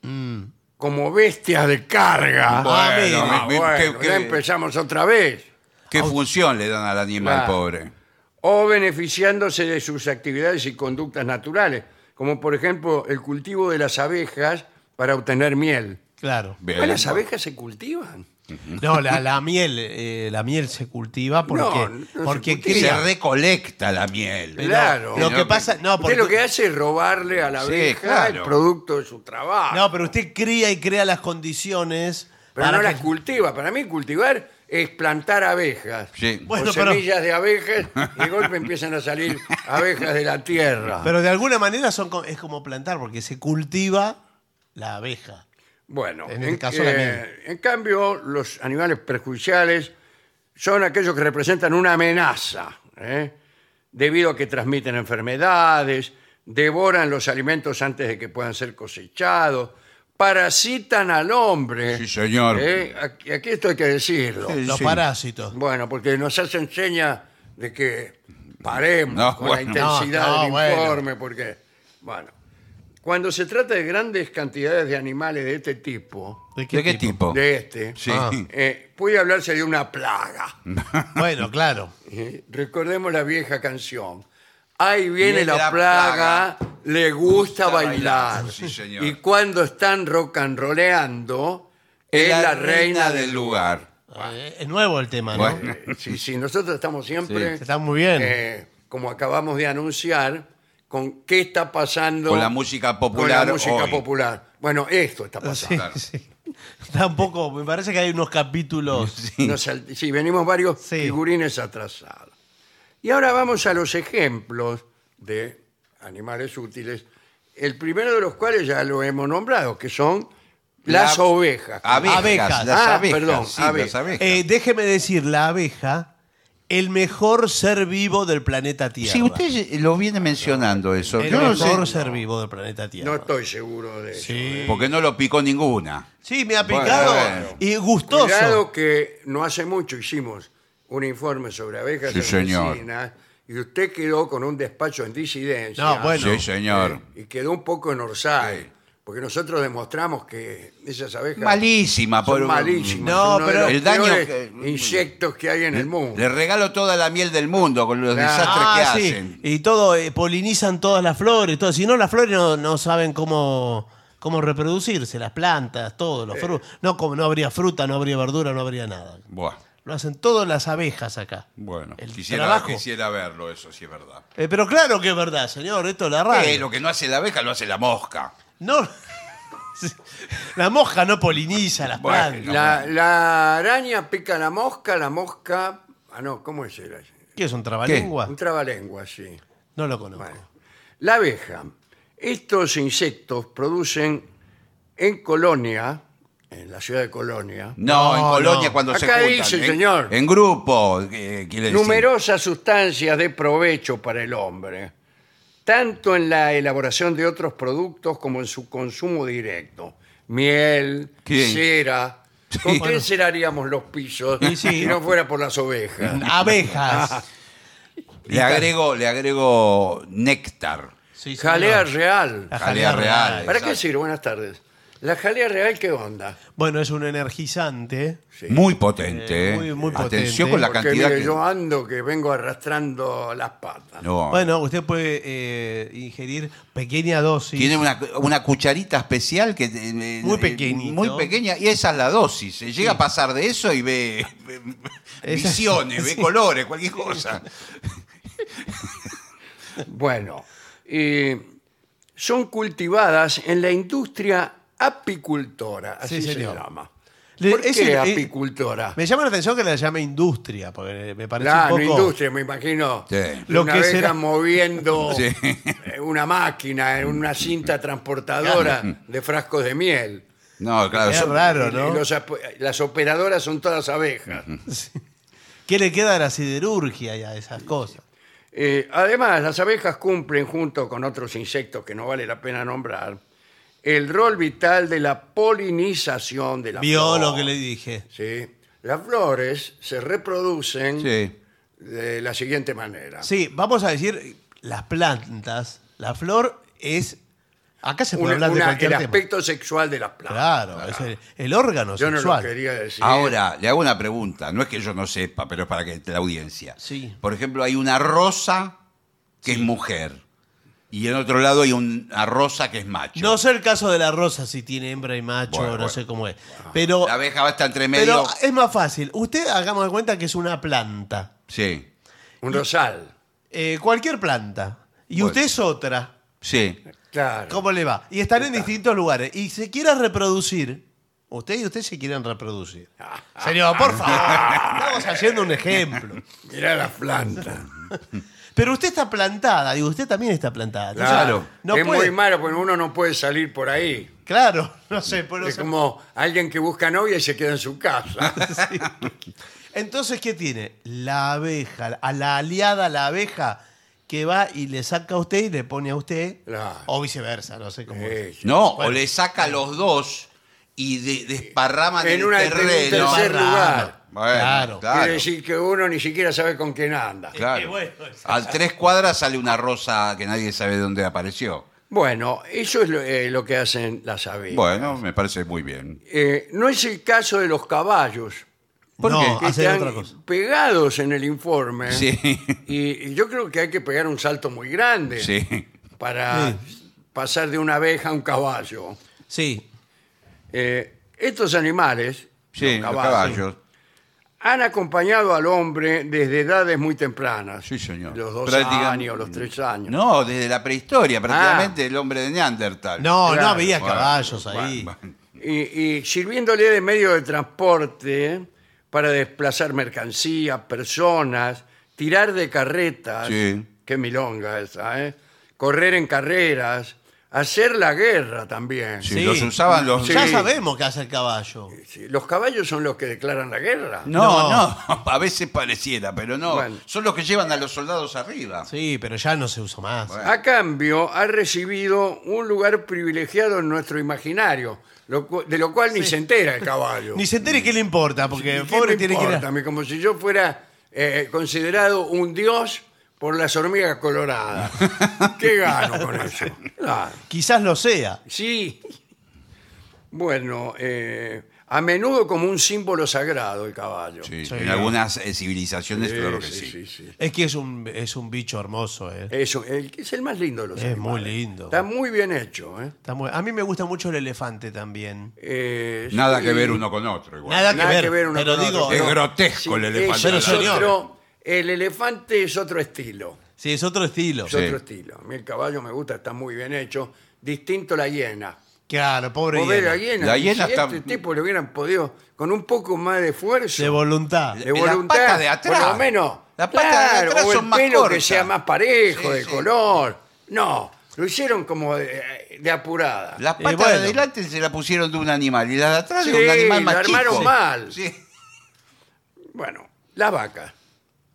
[SPEAKER 4] Mm.
[SPEAKER 2] como bestias de carga.
[SPEAKER 4] Ah, mire.
[SPEAKER 3] mi-
[SPEAKER 2] Ah,
[SPEAKER 3] mi-
[SPEAKER 2] bueno,
[SPEAKER 3] qué-
[SPEAKER 2] ya
[SPEAKER 3] qué-
[SPEAKER 2] empezamos otra vez.
[SPEAKER 3] ¿Qué función le dan al animal
[SPEAKER 2] Claro.
[SPEAKER 3] pobre?
[SPEAKER 2] o beneficiándose de sus actividades y conductas naturales, como por ejemplo el cultivo de las abejas para obtener miel.
[SPEAKER 4] Claro.
[SPEAKER 3] Bien.
[SPEAKER 2] Ah, ¿Las abejas se cultivan?
[SPEAKER 4] No, la, la miel, eh, la miel se cultiva porque,
[SPEAKER 2] No, no se
[SPEAKER 4] porque
[SPEAKER 2] cultiva.
[SPEAKER 3] Se
[SPEAKER 4] cría.
[SPEAKER 3] recolecta la miel.
[SPEAKER 4] Pero
[SPEAKER 2] claro.
[SPEAKER 4] Lo que pasa, no,
[SPEAKER 2] Usted
[SPEAKER 4] porque,
[SPEAKER 2] lo que hace es robarle a la
[SPEAKER 3] Sí,
[SPEAKER 2] abeja
[SPEAKER 3] claro.
[SPEAKER 2] el producto de su trabajo.
[SPEAKER 4] no, pero usted cría y crea las condiciones
[SPEAKER 2] pero
[SPEAKER 4] para
[SPEAKER 2] no
[SPEAKER 4] que-
[SPEAKER 2] las cultiva. Para mí cultivar es plantar abejas.
[SPEAKER 3] Sí.
[SPEAKER 4] Bueno,
[SPEAKER 2] o
[SPEAKER 4] pero-
[SPEAKER 2] semillas de abejas y de golpe empiezan a salir abejas de la tierra.
[SPEAKER 4] Pero de alguna manera son co- es como plantar porque se cultiva la abeja.
[SPEAKER 2] Bueno, eh,
[SPEAKER 4] En este caso, la miel.
[SPEAKER 2] en cambio, los animales perjudiciales son aquellos que representan una amenaza, ¿eh? debido a que transmiten enfermedades, devoran los alimentos antes de que puedan ser cosechados, parasitan al hombre.
[SPEAKER 3] Sí, señor.
[SPEAKER 2] ¿eh? Aquí, aquí esto hay que decirlo.
[SPEAKER 3] Sí,
[SPEAKER 4] Los
[SPEAKER 3] sí.
[SPEAKER 4] parásitos.
[SPEAKER 2] Bueno, porque nos hacen señas de que paremos
[SPEAKER 3] No,
[SPEAKER 2] con la
[SPEAKER 3] bueno.
[SPEAKER 2] intensidad
[SPEAKER 4] No, no,
[SPEAKER 2] del
[SPEAKER 4] bueno.
[SPEAKER 2] informe, porque, bueno, cuando se trata de grandes cantidades de animales de este tipo,
[SPEAKER 3] ¿De qué tipo?
[SPEAKER 2] de este,
[SPEAKER 3] Oh. Sí.
[SPEAKER 4] Ah.
[SPEAKER 2] eh, puede hablarse de una plaga.
[SPEAKER 4] Bueno, claro.
[SPEAKER 2] Eh, Recordemos la vieja canción. Ahí viene
[SPEAKER 3] Viene
[SPEAKER 2] la,
[SPEAKER 3] la
[SPEAKER 2] plaga, le gusta,
[SPEAKER 3] Gusta
[SPEAKER 2] bailar.
[SPEAKER 3] bailar, sí, señor.
[SPEAKER 2] Y cuando están rock and roleando, es la, reina del lugar.
[SPEAKER 4] Eh, es nuevo el tema, ¿no?
[SPEAKER 3] Bueno.
[SPEAKER 2] Eh, Sí, sí, nosotros estamos siempre,
[SPEAKER 4] Está muy bien.
[SPEAKER 2] eh, como acabamos de anunciar, con qué está pasando
[SPEAKER 3] Con la música
[SPEAKER 2] con
[SPEAKER 3] popular.
[SPEAKER 2] la música
[SPEAKER 3] hoy. Ah,
[SPEAKER 2] popular. Bueno, esto está pasando.
[SPEAKER 4] (laughs) Sí, sí. Está un poco, me parece que hay unos capítulos.
[SPEAKER 2] Nos sal- sí, venimos varios
[SPEAKER 4] Sí.
[SPEAKER 2] figurines atrasados. Y ahora vamos a los ejemplos de animales útiles, el primero de los cuales ya lo hemos nombrado, que son las
[SPEAKER 3] La-
[SPEAKER 2] ovejas.
[SPEAKER 3] Abejas.
[SPEAKER 4] Abejas.
[SPEAKER 3] Las
[SPEAKER 2] Ah,
[SPEAKER 3] abejas.
[SPEAKER 2] perdón,
[SPEAKER 3] sí,
[SPEAKER 2] abejas.
[SPEAKER 3] las abejas.
[SPEAKER 4] Eh, déjeme decir, la abeja, el mejor ser vivo del planeta Tierra.
[SPEAKER 3] sí, usted lo viene mencionando eso.
[SPEAKER 4] El
[SPEAKER 3] Yo no
[SPEAKER 4] mejor
[SPEAKER 3] sé,
[SPEAKER 4] ser vivo del planeta Tierra.
[SPEAKER 2] No estoy seguro de eso.
[SPEAKER 4] sí.
[SPEAKER 3] Porque no lo picó ninguna.
[SPEAKER 4] Sí, me ha picado
[SPEAKER 3] Bueno.
[SPEAKER 4] y gustoso.
[SPEAKER 2] Cuidado que no hace mucho hicimos un informe sobre abejas
[SPEAKER 3] Sí, señor.
[SPEAKER 2] asesinas y usted quedó con un despacho en disidencia.
[SPEAKER 4] No, bueno.
[SPEAKER 2] eh,
[SPEAKER 3] Sí, señor.
[SPEAKER 2] Y quedó un poco en orsay.
[SPEAKER 3] Sí.
[SPEAKER 2] Porque nosotros demostramos que esas abejas
[SPEAKER 3] Malísima,
[SPEAKER 2] son
[SPEAKER 3] por-
[SPEAKER 2] malísimas.
[SPEAKER 4] No,
[SPEAKER 2] son uno de
[SPEAKER 4] pero-
[SPEAKER 2] los
[SPEAKER 3] El daño
[SPEAKER 2] peores
[SPEAKER 3] que-
[SPEAKER 2] insectos que hay en el mundo.
[SPEAKER 3] Le regalo toda la miel del mundo con los
[SPEAKER 2] Claro.
[SPEAKER 3] desastres que
[SPEAKER 4] Ah, sí.
[SPEAKER 3] hacen.
[SPEAKER 4] Y todo, eh, polinizan todas las flores, todo. Si no, las flores no, no saben cómo, cómo reproducirse, las plantas, todo, los fru- No, como no habría fruta, no habría verdura, no habría nada.
[SPEAKER 3] Buah,
[SPEAKER 4] Lo hacen todas las abejas acá.
[SPEAKER 3] bueno,
[SPEAKER 4] El
[SPEAKER 3] quisiera,
[SPEAKER 4] trabajo.
[SPEAKER 3] quisiera verlo, eso sí es verdad.
[SPEAKER 4] Eh, pero claro que es verdad, señor, esto es la radio.
[SPEAKER 3] Eh, lo que no hace la abeja lo hace la mosca.
[SPEAKER 4] No. (laughs) La mosca no poliniza las
[SPEAKER 3] Bueno,
[SPEAKER 4] plantas.
[SPEAKER 2] La, la araña pica la mosca, la mosca... Ah, no, ¿cómo es el?
[SPEAKER 4] ¿Qué es un trabalengua?
[SPEAKER 2] Un trabalengua, sí.
[SPEAKER 4] No lo conozco.
[SPEAKER 2] Bueno. La abeja. Estos insectos producen en Colonia, en la ciudad de Colonia,
[SPEAKER 3] No, en
[SPEAKER 4] No,
[SPEAKER 3] Colonia
[SPEAKER 4] no.
[SPEAKER 3] cuando se
[SPEAKER 2] Acá
[SPEAKER 3] juntan.
[SPEAKER 2] dice,
[SPEAKER 3] en,
[SPEAKER 2] señor.
[SPEAKER 3] En grupo, eh, quiere decir.
[SPEAKER 2] numerosas sustancias de provecho para el hombre, tanto en la elaboración de otros productos como en su consumo directo. Miel,
[SPEAKER 3] ¿Quién?
[SPEAKER 2] cera. ¿Con
[SPEAKER 3] Sí.
[SPEAKER 2] qué ceraríamos los pisos
[SPEAKER 4] Y sí.
[SPEAKER 2] si no fuera por las ovejas?
[SPEAKER 4] Abejas.
[SPEAKER 3] Le agrego, le agrego néctar.
[SPEAKER 4] (laughs) Sí, señor.
[SPEAKER 2] Jalea real.
[SPEAKER 4] La
[SPEAKER 3] jalea real.
[SPEAKER 2] ¿Para qué
[SPEAKER 3] exacto.
[SPEAKER 2] sirve? Buenas tardes. ¿La jalea real qué onda?
[SPEAKER 4] Bueno, es un energizante.
[SPEAKER 2] Sí.
[SPEAKER 3] Muy potente.
[SPEAKER 4] Eh,
[SPEAKER 3] eh.
[SPEAKER 4] muy, muy
[SPEAKER 3] Atención
[SPEAKER 4] potente.
[SPEAKER 3] con la
[SPEAKER 2] Porque
[SPEAKER 3] cantidad
[SPEAKER 2] mire,
[SPEAKER 3] que...
[SPEAKER 2] yo ando que vengo arrastrando las patas.
[SPEAKER 3] No.
[SPEAKER 4] Bueno, usted puede eh, ingerir pequeña dosis.
[SPEAKER 3] Tiene una, una cucharita especial que... eh,
[SPEAKER 4] Muy
[SPEAKER 3] eh,
[SPEAKER 4] pequeñito.
[SPEAKER 3] Muy pequeña y esa es la dosis. Se llega a pasar de eso y ve ve-
[SPEAKER 4] Esa-
[SPEAKER 3] visiones, ve colores, cualquier
[SPEAKER 4] (laughs)
[SPEAKER 3] cosa.
[SPEAKER 2] Bueno, eh, son cultivadas en la industria apicultora, así
[SPEAKER 4] Sí,
[SPEAKER 2] se
[SPEAKER 4] señor.
[SPEAKER 2] llama.
[SPEAKER 4] Le-
[SPEAKER 2] ¿Por
[SPEAKER 4] ese-
[SPEAKER 2] qué
[SPEAKER 4] eh,
[SPEAKER 2] apicultora?
[SPEAKER 4] Me llama la atención que la llame industria, porque me parece
[SPEAKER 2] Claro,
[SPEAKER 4] un poco...
[SPEAKER 2] industria, me imagino.
[SPEAKER 3] Sí.
[SPEAKER 4] Lo
[SPEAKER 2] una
[SPEAKER 4] que
[SPEAKER 2] abeja
[SPEAKER 4] será- (laughs)
[SPEAKER 2] moviendo
[SPEAKER 3] Sí.
[SPEAKER 2] eh, (laughs) una máquina en una cinta transportadora de frascos de miel.
[SPEAKER 3] No, claro.
[SPEAKER 4] Es
[SPEAKER 3] son-
[SPEAKER 4] raro,
[SPEAKER 2] Y-
[SPEAKER 4] ¿no?
[SPEAKER 2] y los ap- las operadoras son todas abejas.
[SPEAKER 4] ¿Qué le queda a la siderurgia y a esas cosas?
[SPEAKER 2] Eh, además, las abejas cumplen, junto con otros insectos que no vale la pena nombrar, el rol vital de la polinización de la
[SPEAKER 4] Vio
[SPEAKER 2] flor.
[SPEAKER 4] lo que le dije.
[SPEAKER 2] Sí. Las flores se reproducen
[SPEAKER 3] Sí.
[SPEAKER 2] de la siguiente manera.
[SPEAKER 4] Sí, vamos a decir las plantas. La flor es... Acá se
[SPEAKER 2] Una-
[SPEAKER 4] puede hablar de
[SPEAKER 2] una-
[SPEAKER 4] cualquier
[SPEAKER 2] el
[SPEAKER 4] tema.
[SPEAKER 2] aspecto sexual de las plantas.
[SPEAKER 4] Claro, es el, el órgano
[SPEAKER 2] Yo no
[SPEAKER 4] sexual.
[SPEAKER 2] lo quería decir.
[SPEAKER 3] Ahora, le hago una pregunta. No es que yo no sepa, pero es para que la audiencia.
[SPEAKER 4] Sí.
[SPEAKER 3] Por ejemplo, hay una rosa que es mujer. Y en otro lado hay una rosa que es macho.
[SPEAKER 4] No sé el caso de la rosa, si tiene hembra y macho,
[SPEAKER 3] Bueno,
[SPEAKER 4] no
[SPEAKER 3] bueno.
[SPEAKER 4] sé cómo es.
[SPEAKER 2] Ah,
[SPEAKER 4] Pero,
[SPEAKER 3] La abeja va a estar entre medio.
[SPEAKER 4] pero eh, es más fácil. Usted hagamos de cuenta que es una planta.
[SPEAKER 3] Sí,
[SPEAKER 2] Un rosal.
[SPEAKER 4] Eh, cualquier planta. Y
[SPEAKER 3] Bueno.
[SPEAKER 4] usted es otra.
[SPEAKER 3] sí.
[SPEAKER 2] Claro.
[SPEAKER 4] ¿Cómo le va? Y están en distintos lugares. Y se quiera reproducir. Usted y usted se quieren reproducir.
[SPEAKER 2] Ah.
[SPEAKER 4] Señor, por favor. Estamos haciendo un ejemplo.
[SPEAKER 2] Mirá las plantas.
[SPEAKER 4] Pero usted está plantada y usted también está plantada. Entonces,
[SPEAKER 3] Claro.
[SPEAKER 4] No
[SPEAKER 2] es
[SPEAKER 4] puede-
[SPEAKER 2] muy malo porque uno no puede salir por ahí.
[SPEAKER 4] Claro, (laughs) no sé. pero
[SPEAKER 2] es
[SPEAKER 4] se-
[SPEAKER 2] como alguien que busca novia y se queda en su casa.
[SPEAKER 4] (laughs) Entonces, ¿qué tiene? La abeja, a la aliada, la abeja, que va y le saca a usted y le pone a usted.
[SPEAKER 2] Claro.
[SPEAKER 4] O viceversa, no sé cómo. es.
[SPEAKER 2] Sí.
[SPEAKER 3] No,
[SPEAKER 4] Bueno.
[SPEAKER 3] o le saca a los dos y de- desparraman
[SPEAKER 2] En
[SPEAKER 3] el
[SPEAKER 2] una- en un
[SPEAKER 3] terreno.
[SPEAKER 2] tercer
[SPEAKER 4] Barra,
[SPEAKER 2] lugar.
[SPEAKER 3] Bueno,
[SPEAKER 4] claro.
[SPEAKER 3] claro.
[SPEAKER 2] Quiere decir que uno ni siquiera sabe con quién anda.
[SPEAKER 3] Claro.
[SPEAKER 4] Eh, bueno, es-
[SPEAKER 3] A tres cuadras sale una rosa que nadie sabe dónde apareció.
[SPEAKER 2] Bueno, eso es lo, eh, lo que hacen las abejas.
[SPEAKER 3] Bueno, me parece muy bien.
[SPEAKER 2] Eh, no es el caso de los caballos,
[SPEAKER 3] ¿Por
[SPEAKER 4] no,
[SPEAKER 3] qué?
[SPEAKER 2] que
[SPEAKER 4] hacer
[SPEAKER 2] están
[SPEAKER 4] otra cosa.
[SPEAKER 2] pegados en el
[SPEAKER 4] Eh.
[SPEAKER 2] informe.
[SPEAKER 3] Sí. (laughs)
[SPEAKER 2] Y, y yo creo que hay que pegar un salto muy grande
[SPEAKER 3] Sí.
[SPEAKER 2] para pasar de una abeja a un caballo.
[SPEAKER 4] Sí.
[SPEAKER 2] Eh, estos animales,
[SPEAKER 3] Sí,
[SPEAKER 2] los
[SPEAKER 3] los
[SPEAKER 2] caballos,
[SPEAKER 3] caballos.
[SPEAKER 2] han acompañado al hombre desde edades muy tempranas.
[SPEAKER 3] Sí, señor.
[SPEAKER 2] Los dos
[SPEAKER 3] Prácticamente-
[SPEAKER 2] años, los tres años.
[SPEAKER 3] No, desde la prehistoria, prácticamente el hombre de Neandertal.
[SPEAKER 4] Ah. No,
[SPEAKER 2] Claro,
[SPEAKER 4] no había
[SPEAKER 3] bueno,
[SPEAKER 4] caballos ahí.
[SPEAKER 2] y, y sirviéndole de medio de transporte para desplazar mercancías, personas, tirar de carretas,
[SPEAKER 3] Sí.
[SPEAKER 2] qué milonga esa, ¿eh? correr en carreras, hacer la guerra también.
[SPEAKER 3] Sí,
[SPEAKER 4] Sí.
[SPEAKER 3] los usaban los.
[SPEAKER 2] Sí.
[SPEAKER 4] Ya sabemos qué hace el caballo.
[SPEAKER 2] Sí, Los caballos son los que declaran la guerra.
[SPEAKER 3] No, no, (laughs) a veces pareciera, pero no.
[SPEAKER 2] Bueno.
[SPEAKER 3] Son los que llevan a los soldados arriba.
[SPEAKER 4] Sí, pero ya no se usa más.
[SPEAKER 3] Bueno.
[SPEAKER 2] A cambio, ha recibido un lugar privilegiado en nuestro imaginario, lo cu- de lo cual ni se entera el caballo.
[SPEAKER 4] Ni se entere qué le importa, porque
[SPEAKER 2] ¿Y
[SPEAKER 4] el
[SPEAKER 2] qué
[SPEAKER 4] pobre
[SPEAKER 2] me
[SPEAKER 4] tiene que ir.
[SPEAKER 2] importa?
[SPEAKER 4] a-
[SPEAKER 2] A mí Como si yo fuera eh, considerado un dios por las hormigas
[SPEAKER 3] (laughs)
[SPEAKER 2] coloradas. ¿Qué gano con eso? Claro.
[SPEAKER 4] Quizás lo sea.
[SPEAKER 2] Sí. Bueno, eh, a menudo como un símbolo sagrado el caballo.
[SPEAKER 3] Sí,
[SPEAKER 4] Sí.
[SPEAKER 3] En algunas eh, civilizaciones, claro que sí.
[SPEAKER 2] sí, sí.
[SPEAKER 4] Es que es un, es un bicho hermoso. eh.
[SPEAKER 2] Eso, el, que es el más lindo de los
[SPEAKER 4] Es
[SPEAKER 2] animales.
[SPEAKER 4] muy lindo.
[SPEAKER 2] Está muy bien hecho. ¿eh?
[SPEAKER 4] Está muy- a mí me gusta mucho el elefante también.
[SPEAKER 2] Eh,
[SPEAKER 3] Nada
[SPEAKER 2] sí.
[SPEAKER 3] que ver uno con otro. igual.
[SPEAKER 4] Nada que
[SPEAKER 2] Nada
[SPEAKER 4] ver,
[SPEAKER 2] que ver uno
[SPEAKER 4] pero
[SPEAKER 2] con
[SPEAKER 4] digo,
[SPEAKER 2] otro,
[SPEAKER 3] Es
[SPEAKER 2] pero-
[SPEAKER 3] grotesco
[SPEAKER 2] Sí,
[SPEAKER 3] el elefante.
[SPEAKER 2] ese
[SPEAKER 4] Pero
[SPEAKER 2] es
[SPEAKER 4] señor.
[SPEAKER 2] otro- el elefante es otro estilo.
[SPEAKER 4] sí, es otro estilo.
[SPEAKER 2] Es
[SPEAKER 3] Sí.
[SPEAKER 2] otro estilo. A mí el caballo me gusta, está muy bien hecho. Distinto la hiena.
[SPEAKER 4] Claro, pobre
[SPEAKER 2] Pobre
[SPEAKER 4] hiena.
[SPEAKER 2] la hiena.
[SPEAKER 3] La
[SPEAKER 2] y
[SPEAKER 3] hiena
[SPEAKER 2] si
[SPEAKER 3] está-
[SPEAKER 2] este tipo lo hubieran podido, con un poco más de esfuerzo,
[SPEAKER 4] De voluntad.
[SPEAKER 2] de
[SPEAKER 3] La
[SPEAKER 2] voluntad,
[SPEAKER 3] pata de atrás.
[SPEAKER 2] por lo menos,
[SPEAKER 3] La pata de
[SPEAKER 2] claro,
[SPEAKER 3] atrás
[SPEAKER 2] o
[SPEAKER 3] son
[SPEAKER 2] el
[SPEAKER 3] más
[SPEAKER 2] pelo que
[SPEAKER 3] cortas.
[SPEAKER 2] sea más parejo,
[SPEAKER 3] Sí,
[SPEAKER 2] de
[SPEAKER 3] sí.
[SPEAKER 2] color. No, lo hicieron como de, de apurada.
[SPEAKER 3] Las
[SPEAKER 4] Eh,
[SPEAKER 3] patas
[SPEAKER 4] bueno.
[SPEAKER 3] de adelante se la pusieron de un animal y las de atrás de
[SPEAKER 2] Sí,
[SPEAKER 3] un animal más
[SPEAKER 2] la armaron
[SPEAKER 3] chico.
[SPEAKER 2] mal.
[SPEAKER 3] Sí.
[SPEAKER 2] Bueno, la vaca.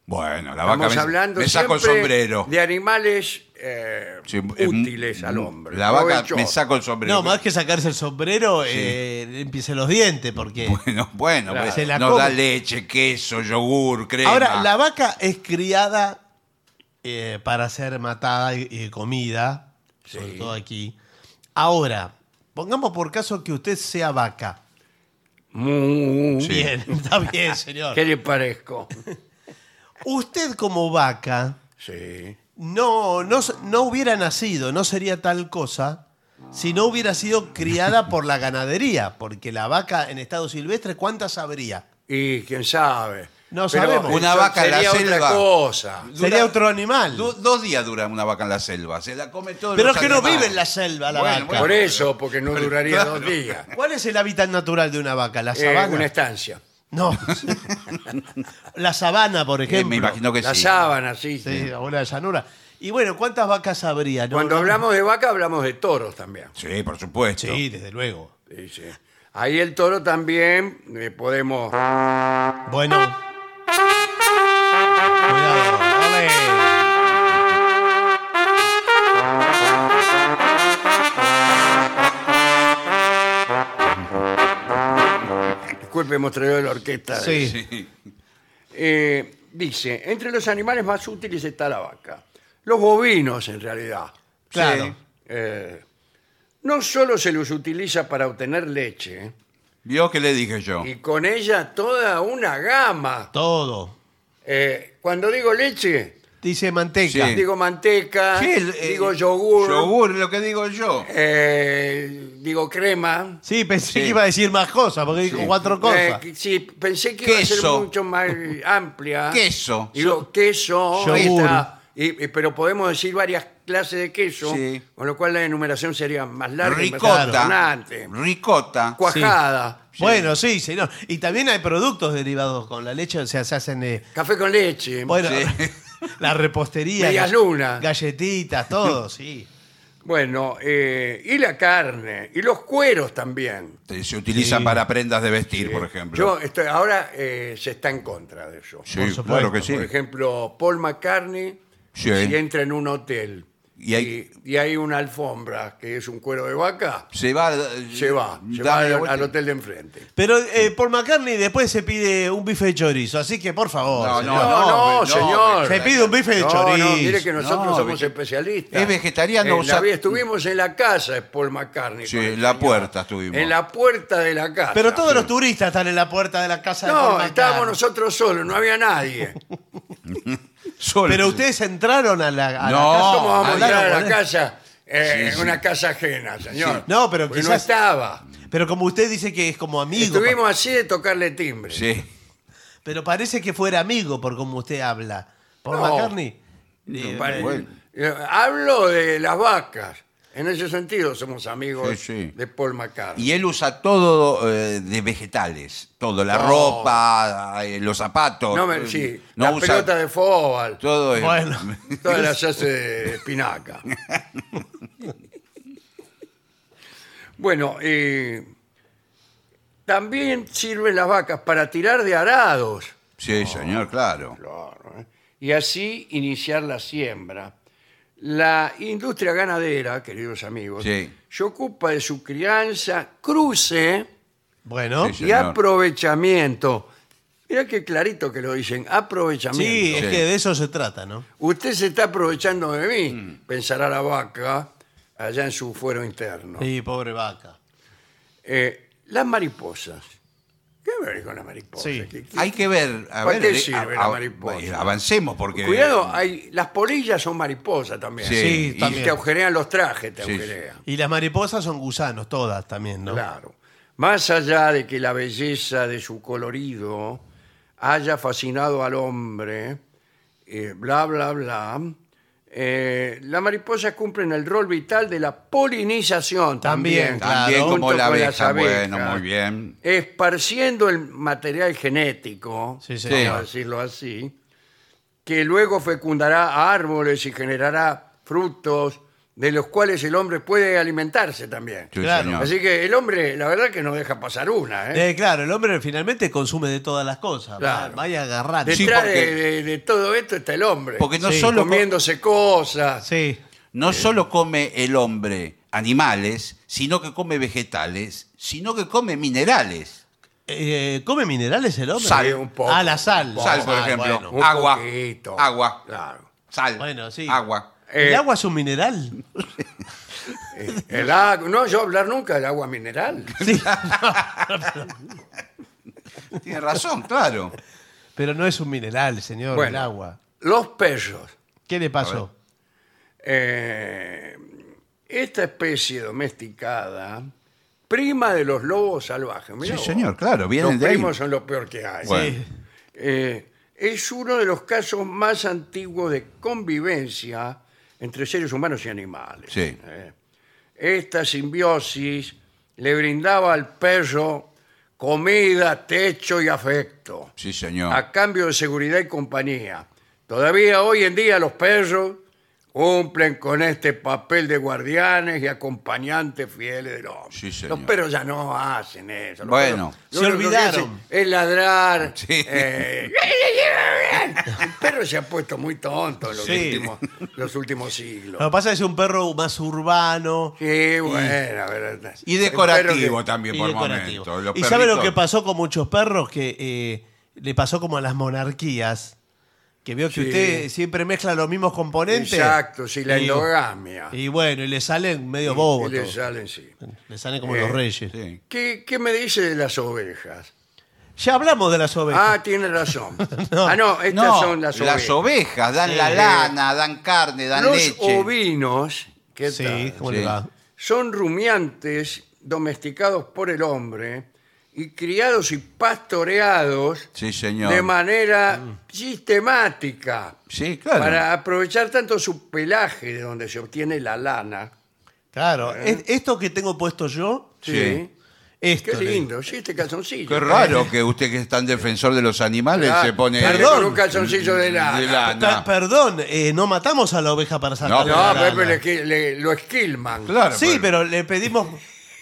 [SPEAKER 3] Bueno, la vaca
[SPEAKER 2] Estamos
[SPEAKER 3] me,
[SPEAKER 2] hablando
[SPEAKER 3] me saco el
[SPEAKER 2] siempre
[SPEAKER 3] sombrero.
[SPEAKER 2] de animales eh,
[SPEAKER 3] Sí, es mu-
[SPEAKER 2] útiles al hombre.
[SPEAKER 3] La vaca
[SPEAKER 2] provechosos.
[SPEAKER 3] me saco el sombrero.
[SPEAKER 4] No, más que sacarse el sombrero, eh, limpiece los dientes, porque.
[SPEAKER 3] (laughs) Bueno, bueno,
[SPEAKER 2] Claro.
[SPEAKER 3] pues,
[SPEAKER 4] Se la
[SPEAKER 3] nos da
[SPEAKER 4] come.
[SPEAKER 3] leche, queso, yogur, crema.
[SPEAKER 4] Ahora, la vaca es criada eh, para ser matada y, y comida, sobre todo aquí. Ahora, pongamos por caso que usted sea vaca.
[SPEAKER 2] Mu.
[SPEAKER 3] Sí.
[SPEAKER 4] Bien, (laughs) está
[SPEAKER 3] (laughs)
[SPEAKER 4] bien, señor.
[SPEAKER 2] ¿Qué le parezco? (laughs)
[SPEAKER 4] Usted como vaca
[SPEAKER 2] Sí.
[SPEAKER 4] no, no, s- no hubiera nacido, no sería tal cosa, si no hubiera
[SPEAKER 3] (laughs)
[SPEAKER 4] sido criada por la ganadería, porque la vaca en estado silvestre, ¿cuántas habría?
[SPEAKER 2] Y quién sabe.
[SPEAKER 4] No sabemos.
[SPEAKER 2] eso
[SPEAKER 3] Una vaca en la
[SPEAKER 2] sería otra
[SPEAKER 3] selva.
[SPEAKER 2] cosa.
[SPEAKER 3] Dura-
[SPEAKER 4] sería otro animal.
[SPEAKER 3] Do- dos días dura una vaca en la selva. Se la come todo
[SPEAKER 4] Pero es que no vive en la selva la
[SPEAKER 3] Bueno,
[SPEAKER 4] vaca.
[SPEAKER 2] Por eso, porque no duraría dos días.
[SPEAKER 4] ¿Cuál es el hábitat natural de una vaca? ¿La
[SPEAKER 2] Eh,
[SPEAKER 4] sabana?
[SPEAKER 2] una estancia.
[SPEAKER 3] (laughs)
[SPEAKER 4] No. la sabana, por ejemplo.
[SPEAKER 3] Eh, me imagino que
[SPEAKER 2] La
[SPEAKER 3] sí.
[SPEAKER 2] sábana, sí.
[SPEAKER 4] Sí, o una llanura. Y bueno, ¿cuántas vacas habría? No,
[SPEAKER 2] Cuando
[SPEAKER 4] no-
[SPEAKER 2] hablamos de vaca, hablamos de toros también.
[SPEAKER 3] Sí, por supuesto.
[SPEAKER 4] Sí, desde luego.
[SPEAKER 2] Sí, sí. Ahí el toro también eh, podemos.
[SPEAKER 4] Bueno. Cuidado. Ole.
[SPEAKER 2] Disculpe, hemos traído la orquesta. de-
[SPEAKER 4] Sí.
[SPEAKER 3] Sí.
[SPEAKER 2] Eh, dice, entre los animales más útiles está la vaca. Los bovinos, en realidad.
[SPEAKER 4] Claro.
[SPEAKER 3] Sí.
[SPEAKER 2] Eh, no solo se los utiliza para obtener leche,
[SPEAKER 3] Vio que le dije yo.
[SPEAKER 2] y con ella toda una gama.
[SPEAKER 4] Todo.
[SPEAKER 2] Eh, cuando digo leche,
[SPEAKER 4] Dice manteca.
[SPEAKER 3] Sí.
[SPEAKER 2] digo manteca,
[SPEAKER 3] Sí, el- eh,
[SPEAKER 2] digo yogur,
[SPEAKER 3] Yogur, lo que digo yo.
[SPEAKER 2] eh, digo crema.
[SPEAKER 4] Sí, pensé
[SPEAKER 3] Sí.
[SPEAKER 4] que iba a decir más cosas, porque dijo cuatro
[SPEAKER 2] Eh,
[SPEAKER 4] cosas.
[SPEAKER 2] que- sí, pensé que iba a ser
[SPEAKER 3] Queso.
[SPEAKER 2] mucho más amplia.
[SPEAKER 3] (laughs) Queso.
[SPEAKER 2] Ah. Digo, queso.
[SPEAKER 4] Yogur.
[SPEAKER 2] ahí está. Y- y- pero podemos decir varias clases de queso,
[SPEAKER 3] Sí.
[SPEAKER 2] con lo cual la enumeración sería más larga. y más
[SPEAKER 3] Ricota.
[SPEAKER 2] desordenante.
[SPEAKER 3] Ricota.
[SPEAKER 2] Cuajada.
[SPEAKER 4] Bueno, sí, señor. Y también hay productos derivados con la leche, o sea, se hacen... eh,
[SPEAKER 2] Café con leche.
[SPEAKER 4] bueno,
[SPEAKER 3] Sí.
[SPEAKER 4] (laughs) la repostería.
[SPEAKER 2] Medias
[SPEAKER 4] gall-
[SPEAKER 2] lunas. (laughs)
[SPEAKER 4] Galletitas, todo, sí.
[SPEAKER 2] Bueno, eh, y la carne. Y los cueros también.
[SPEAKER 3] Se utiliza
[SPEAKER 4] Sí.
[SPEAKER 3] para prendas de vestir, por ejemplo.
[SPEAKER 2] Yo estoy, ahora eh, se está en contra de eso.
[SPEAKER 3] sí,
[SPEAKER 4] Por supuesto,
[SPEAKER 3] claro que sí.
[SPEAKER 2] Por ejemplo, Paul McCartney
[SPEAKER 3] Sí.
[SPEAKER 2] si entra en un hotel y
[SPEAKER 3] Y
[SPEAKER 2] hay,
[SPEAKER 3] hay-
[SPEAKER 2] y hay una alfombra que es un cuero de vaca,
[SPEAKER 3] Se va. eh,
[SPEAKER 2] se va, se va al, al hotel de enfrente.
[SPEAKER 4] Pero eh, por McCartney después se pide un bife de chorizo, así que por favor.
[SPEAKER 3] No,
[SPEAKER 4] señor.
[SPEAKER 2] No,
[SPEAKER 3] no,
[SPEAKER 2] no,
[SPEAKER 3] no,
[SPEAKER 2] señor.
[SPEAKER 4] Se pide un bife de
[SPEAKER 2] no,
[SPEAKER 4] chorizo.
[SPEAKER 2] No, mire que nosotros
[SPEAKER 3] No,
[SPEAKER 2] somos
[SPEAKER 3] vege-
[SPEAKER 2] especialistas.
[SPEAKER 3] es vegetariano,
[SPEAKER 2] En
[SPEAKER 3] o
[SPEAKER 2] la
[SPEAKER 3] sea-
[SPEAKER 2] vida- estuvimos en la casa de Paul McCartney.
[SPEAKER 3] Sí,
[SPEAKER 2] con el
[SPEAKER 3] en la
[SPEAKER 2] señor.
[SPEAKER 3] puerta estuvimos.
[SPEAKER 2] En la puerta de la casa.
[SPEAKER 4] Pero todos los turistas están en la puerta de la casa de Paul
[SPEAKER 2] No,
[SPEAKER 4] McCartney.
[SPEAKER 2] estábamos nosotros solos, no había
[SPEAKER 3] (laughs)
[SPEAKER 2] nadie.
[SPEAKER 3] Solo.
[SPEAKER 4] Pero ustedes entraron a la, a la
[SPEAKER 3] No,
[SPEAKER 4] casa.
[SPEAKER 2] ¿Cómo vamos a
[SPEAKER 4] Hablaron
[SPEAKER 2] entrar a la
[SPEAKER 4] con él.
[SPEAKER 2] casa? eh,
[SPEAKER 3] Sí, sí.
[SPEAKER 2] Una casa ajena, señor.
[SPEAKER 4] Sí. No, pero
[SPEAKER 2] Porque no
[SPEAKER 4] quizás-
[SPEAKER 2] estaba.
[SPEAKER 4] Pero como usted dice que es como amigo,
[SPEAKER 2] Estuvimos así de tocarle timbre.
[SPEAKER 3] Sí.
[SPEAKER 4] pa- pero parece que fuera amigo por como usted habla. Por
[SPEAKER 2] No.
[SPEAKER 4] McCartney.
[SPEAKER 2] Eh,
[SPEAKER 4] eh,
[SPEAKER 2] pare-
[SPEAKER 3] bueno.
[SPEAKER 2] eh, Hablo de las vacas. En ese sentido somos amigos
[SPEAKER 3] Sí, sí.
[SPEAKER 2] de Paul McCartney.
[SPEAKER 3] Y él usa todo eh, de vegetales. Todo, la
[SPEAKER 2] No.
[SPEAKER 3] ropa, eh, los zapatos.
[SPEAKER 2] No, me- sí,
[SPEAKER 3] No
[SPEAKER 2] la
[SPEAKER 3] usa
[SPEAKER 2] pelota de
[SPEAKER 3] (laughs)
[SPEAKER 2] fútbol,
[SPEAKER 3] todo. eh,
[SPEAKER 4] Bueno,
[SPEAKER 2] todas las hace de espinaca. (laughs) bueno, eh, también sirven las vacas para tirar de arados.
[SPEAKER 3] Sí, señor, claro.
[SPEAKER 2] Claro, ¿eh? Y así iniciar la siembra. La industria ganadera, queridos amigos,
[SPEAKER 3] Sí.
[SPEAKER 2] se ocupa de su crianza, cruce
[SPEAKER 4] bueno.
[SPEAKER 3] Sí, sí.
[SPEAKER 2] y
[SPEAKER 3] Señor.
[SPEAKER 2] aprovechamiento. Mira qué clarito que lo dicen, aprovechamiento.
[SPEAKER 4] Sí, es
[SPEAKER 3] Sí.
[SPEAKER 4] que de eso se trata, ¿no?
[SPEAKER 2] Usted se está aprovechando de mí,
[SPEAKER 3] Mm.
[SPEAKER 2] pensará la vaca allá en su fuero interno.
[SPEAKER 4] Sí, pobre vaca.
[SPEAKER 2] Eh, las mariposas. ¿Qué ver con las mariposas?
[SPEAKER 4] Sí.
[SPEAKER 2] ¿Qué- qué-
[SPEAKER 3] Hay que ver. A
[SPEAKER 2] ¿Para
[SPEAKER 3] ver,
[SPEAKER 2] qué
[SPEAKER 3] eh,
[SPEAKER 2] sirve
[SPEAKER 3] a-
[SPEAKER 2] la
[SPEAKER 3] a-
[SPEAKER 2] mariposa?
[SPEAKER 3] Avancemos porque.
[SPEAKER 2] Cuidado, hay, las polillas son mariposas también.
[SPEAKER 3] Sí,
[SPEAKER 4] Sí,
[SPEAKER 3] y-
[SPEAKER 2] Y
[SPEAKER 4] también.
[SPEAKER 2] te agujerean los trajes, te
[SPEAKER 3] Sí, sí.
[SPEAKER 2] agujerean.
[SPEAKER 4] Y las mariposas son gusanos, todas también, ¿no?
[SPEAKER 2] Claro. Más allá de que la belleza de su colorido haya fascinado al hombre, eh, bla, bla, bla, eh, las mariposas cumplen el rol vital de la polinización también.
[SPEAKER 4] También,
[SPEAKER 3] También
[SPEAKER 4] Claro.
[SPEAKER 3] como
[SPEAKER 2] junto
[SPEAKER 3] la
[SPEAKER 2] con
[SPEAKER 3] abeja.
[SPEAKER 2] las abejas,
[SPEAKER 3] Bueno, muy bien.
[SPEAKER 2] Esparciendo el material genético,
[SPEAKER 4] Sí,
[SPEAKER 2] vamos
[SPEAKER 4] señor.
[SPEAKER 2] a decirlo así, que luego fecundará árboles y generará frutos de los cuales el hombre puede alimentarse también.
[SPEAKER 3] Sí,
[SPEAKER 4] Claro.
[SPEAKER 3] señor.
[SPEAKER 2] Así que el hombre, la verdad que no deja pasar una, ¿eh?
[SPEAKER 4] Eh, claro, el hombre finalmente consume de todas las cosas.
[SPEAKER 2] Claro.
[SPEAKER 4] Vaya agarrando.
[SPEAKER 3] Sí,
[SPEAKER 2] Detrás
[SPEAKER 3] porque-
[SPEAKER 2] de, de- de todo esto está el hombre.
[SPEAKER 3] Porque no
[SPEAKER 4] Sí,
[SPEAKER 3] solo.
[SPEAKER 2] comiéndose cosas.
[SPEAKER 4] Sí.
[SPEAKER 3] No solo come el hombre animales, sino que come vegetales, sino que come minerales.
[SPEAKER 4] Eh, ¿Come minerales el hombre?
[SPEAKER 3] Sal.
[SPEAKER 2] Un poco.
[SPEAKER 4] Ah, la sal.
[SPEAKER 3] Sal, por
[SPEAKER 4] Ah,
[SPEAKER 3] ejemplo.
[SPEAKER 4] bueno.
[SPEAKER 2] Un
[SPEAKER 3] agua.
[SPEAKER 2] poquito.
[SPEAKER 3] Agua.
[SPEAKER 2] Claro.
[SPEAKER 3] Sal.
[SPEAKER 4] Bueno, sí.
[SPEAKER 3] Agua.
[SPEAKER 2] Eh,
[SPEAKER 4] ¿El agua es un mineral?
[SPEAKER 2] El agua. No, yo hablar nunca del agua mineral.
[SPEAKER 4] Sí.
[SPEAKER 3] Tiene razón, claro.
[SPEAKER 4] Pero no es un mineral, señor,
[SPEAKER 2] Bueno.
[SPEAKER 4] el agua.
[SPEAKER 2] Los perros.
[SPEAKER 4] ¿Qué le pasó?
[SPEAKER 2] Eh, esta especie domesticada, prima de los lobos salvajes. Mirá
[SPEAKER 3] Sí,
[SPEAKER 2] vos.
[SPEAKER 3] señor, claro. Vienen
[SPEAKER 2] Los
[SPEAKER 3] de ahí.
[SPEAKER 2] primos son lo peor que hay.
[SPEAKER 3] Bueno.
[SPEAKER 4] Sí.
[SPEAKER 2] Eh, es uno de los casos más antiguos de convivencia entre seres humanos y animales.
[SPEAKER 3] Sí.
[SPEAKER 2] Eh, esta simbiosis le brindaba al perro comida, techo y afecto,
[SPEAKER 3] Sí, señor.
[SPEAKER 2] a cambio de seguridad y compañía. Todavía hoy en día los perros cumplen con este papel de guardianes y acompañantes fieles del hombre.
[SPEAKER 3] Sí, señor.
[SPEAKER 2] Los perros ya no hacen eso. Los
[SPEAKER 3] Bueno.
[SPEAKER 2] perros-
[SPEAKER 4] Se
[SPEAKER 2] lo único que
[SPEAKER 4] olvidaron.
[SPEAKER 2] hacen Es ladrar.
[SPEAKER 3] (laughs) Sí.
[SPEAKER 2] eh, (laughs) el perro se ha puesto muy tonto en los,
[SPEAKER 4] Sí. Ah,
[SPEAKER 2] últimos, los últimos siglos.
[SPEAKER 4] Lo que pasa es un perro más urbano
[SPEAKER 2] Sí, bueno, a ver,
[SPEAKER 3] Y
[SPEAKER 2] el
[SPEAKER 3] decorativo
[SPEAKER 2] perro
[SPEAKER 3] también
[SPEAKER 4] y
[SPEAKER 3] por
[SPEAKER 4] decorativo.
[SPEAKER 3] momentos. Los
[SPEAKER 4] ¿Y sabe lo
[SPEAKER 3] perritos-
[SPEAKER 4] que pasó con muchos perros? Que eh, le pasó como a las monarquías. Que veo que
[SPEAKER 2] Sí.
[SPEAKER 4] usted siempre mezcla los mismos
[SPEAKER 2] que-
[SPEAKER 4] componentes.
[SPEAKER 2] Exacto, sí, la
[SPEAKER 4] Y-
[SPEAKER 2] endogamia.
[SPEAKER 4] Y bueno, y le salen medio bobos.
[SPEAKER 2] Y le
[SPEAKER 4] todos.
[SPEAKER 2] salen, sí.
[SPEAKER 4] Le salen como
[SPEAKER 2] Eh,
[SPEAKER 4] los reyes.
[SPEAKER 3] Sí.
[SPEAKER 2] ¿Qué, qué me dice de las ovejas?
[SPEAKER 4] Ya hablamos de las ovejas.
[SPEAKER 2] Ah, tiene razón.
[SPEAKER 4] (laughs) No.
[SPEAKER 2] Ah, no, estas
[SPEAKER 3] No,
[SPEAKER 2] son las ovejas.
[SPEAKER 3] ovejas dan
[SPEAKER 4] Sí.
[SPEAKER 3] la lana, dan carne, dan
[SPEAKER 2] Los
[SPEAKER 3] leche.
[SPEAKER 2] ovinos, ¿qué
[SPEAKER 4] sí,
[SPEAKER 2] tal?
[SPEAKER 4] ¿cómo
[SPEAKER 3] Sí.
[SPEAKER 4] le va?
[SPEAKER 2] son rumiantes domesticados por el hombre y criados y pastoreados
[SPEAKER 3] Sí, señor.
[SPEAKER 2] de manera
[SPEAKER 4] Mm.
[SPEAKER 2] sistemática
[SPEAKER 3] Sí, claro.
[SPEAKER 2] para aprovechar tanto su pelaje de donde se obtiene la lana.
[SPEAKER 4] Claro,
[SPEAKER 2] Eh.
[SPEAKER 4] es- esto que tengo puesto yo,
[SPEAKER 2] Sí.
[SPEAKER 3] Sí.
[SPEAKER 4] esto.
[SPEAKER 2] Qué
[SPEAKER 4] le-
[SPEAKER 2] lindo, sí, este calzoncillo.
[SPEAKER 3] Qué raro que usted que es tan defensor de los animales
[SPEAKER 2] Ah,
[SPEAKER 3] se pone
[SPEAKER 2] Perdón.
[SPEAKER 4] Perdón.
[SPEAKER 2] un calzoncillo de lana.
[SPEAKER 3] de lana.
[SPEAKER 4] Ta- Perdón, eh, no matamos a la oveja para sacar
[SPEAKER 3] No,
[SPEAKER 2] No,
[SPEAKER 4] la lana.
[SPEAKER 2] Pepe, le esqui- le- lo esquilman.
[SPEAKER 3] Claro,
[SPEAKER 4] Sí,
[SPEAKER 3] pero-
[SPEAKER 4] pero
[SPEAKER 3] (laughs)
[SPEAKER 4] le pedimos.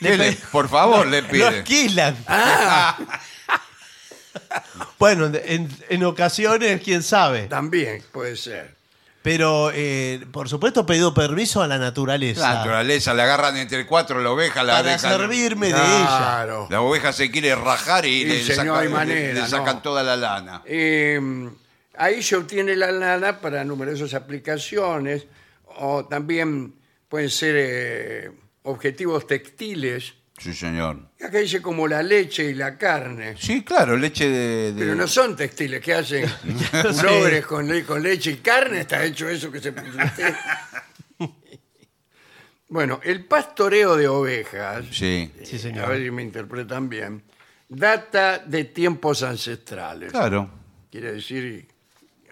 [SPEAKER 3] ¿Qué le- por favor, le
[SPEAKER 4] (laughs) Lo
[SPEAKER 3] pide.
[SPEAKER 4] esquilan.
[SPEAKER 2] Ah.
[SPEAKER 4] (laughs) bueno, en, en ocasiones, quién sabe.
[SPEAKER 2] También puede ser.
[SPEAKER 4] Pero, eh, por supuesto, he pedido permiso a la naturaleza.
[SPEAKER 3] La naturaleza, la agarran entre cuatro la oveja, la
[SPEAKER 4] para
[SPEAKER 3] dejan-
[SPEAKER 4] servirme de ella.
[SPEAKER 2] Claro.
[SPEAKER 3] La oveja se quiere rajar y,
[SPEAKER 2] Sí,
[SPEAKER 3] le,
[SPEAKER 2] señor,
[SPEAKER 3] saca-
[SPEAKER 2] hay
[SPEAKER 3] le-
[SPEAKER 2] manera,
[SPEAKER 3] le sacan
[SPEAKER 2] no.
[SPEAKER 3] toda la lana.
[SPEAKER 2] Eh, ahí se obtiene la lana para numerosas aplicaciones o también pueden ser eh, objetivos textiles.
[SPEAKER 3] Sí, señor.
[SPEAKER 2] Acá dice como la leche y la carne,
[SPEAKER 3] Sí, claro, leche de. de-
[SPEAKER 2] pero no son textiles. ¿Qué
[SPEAKER 3] (laughs)
[SPEAKER 2] hacen? (laughs) Logres con, le- con leche y carne. Está hecho eso que se puso
[SPEAKER 3] (laughs)
[SPEAKER 2] usted. Bueno, el pastoreo de ovejas,
[SPEAKER 3] Sí,
[SPEAKER 2] Este,
[SPEAKER 4] Sí,
[SPEAKER 2] a
[SPEAKER 4] señor.
[SPEAKER 2] ver si me interpretan bien, data de tiempos ancestrales.
[SPEAKER 3] claro.
[SPEAKER 2] quiere decir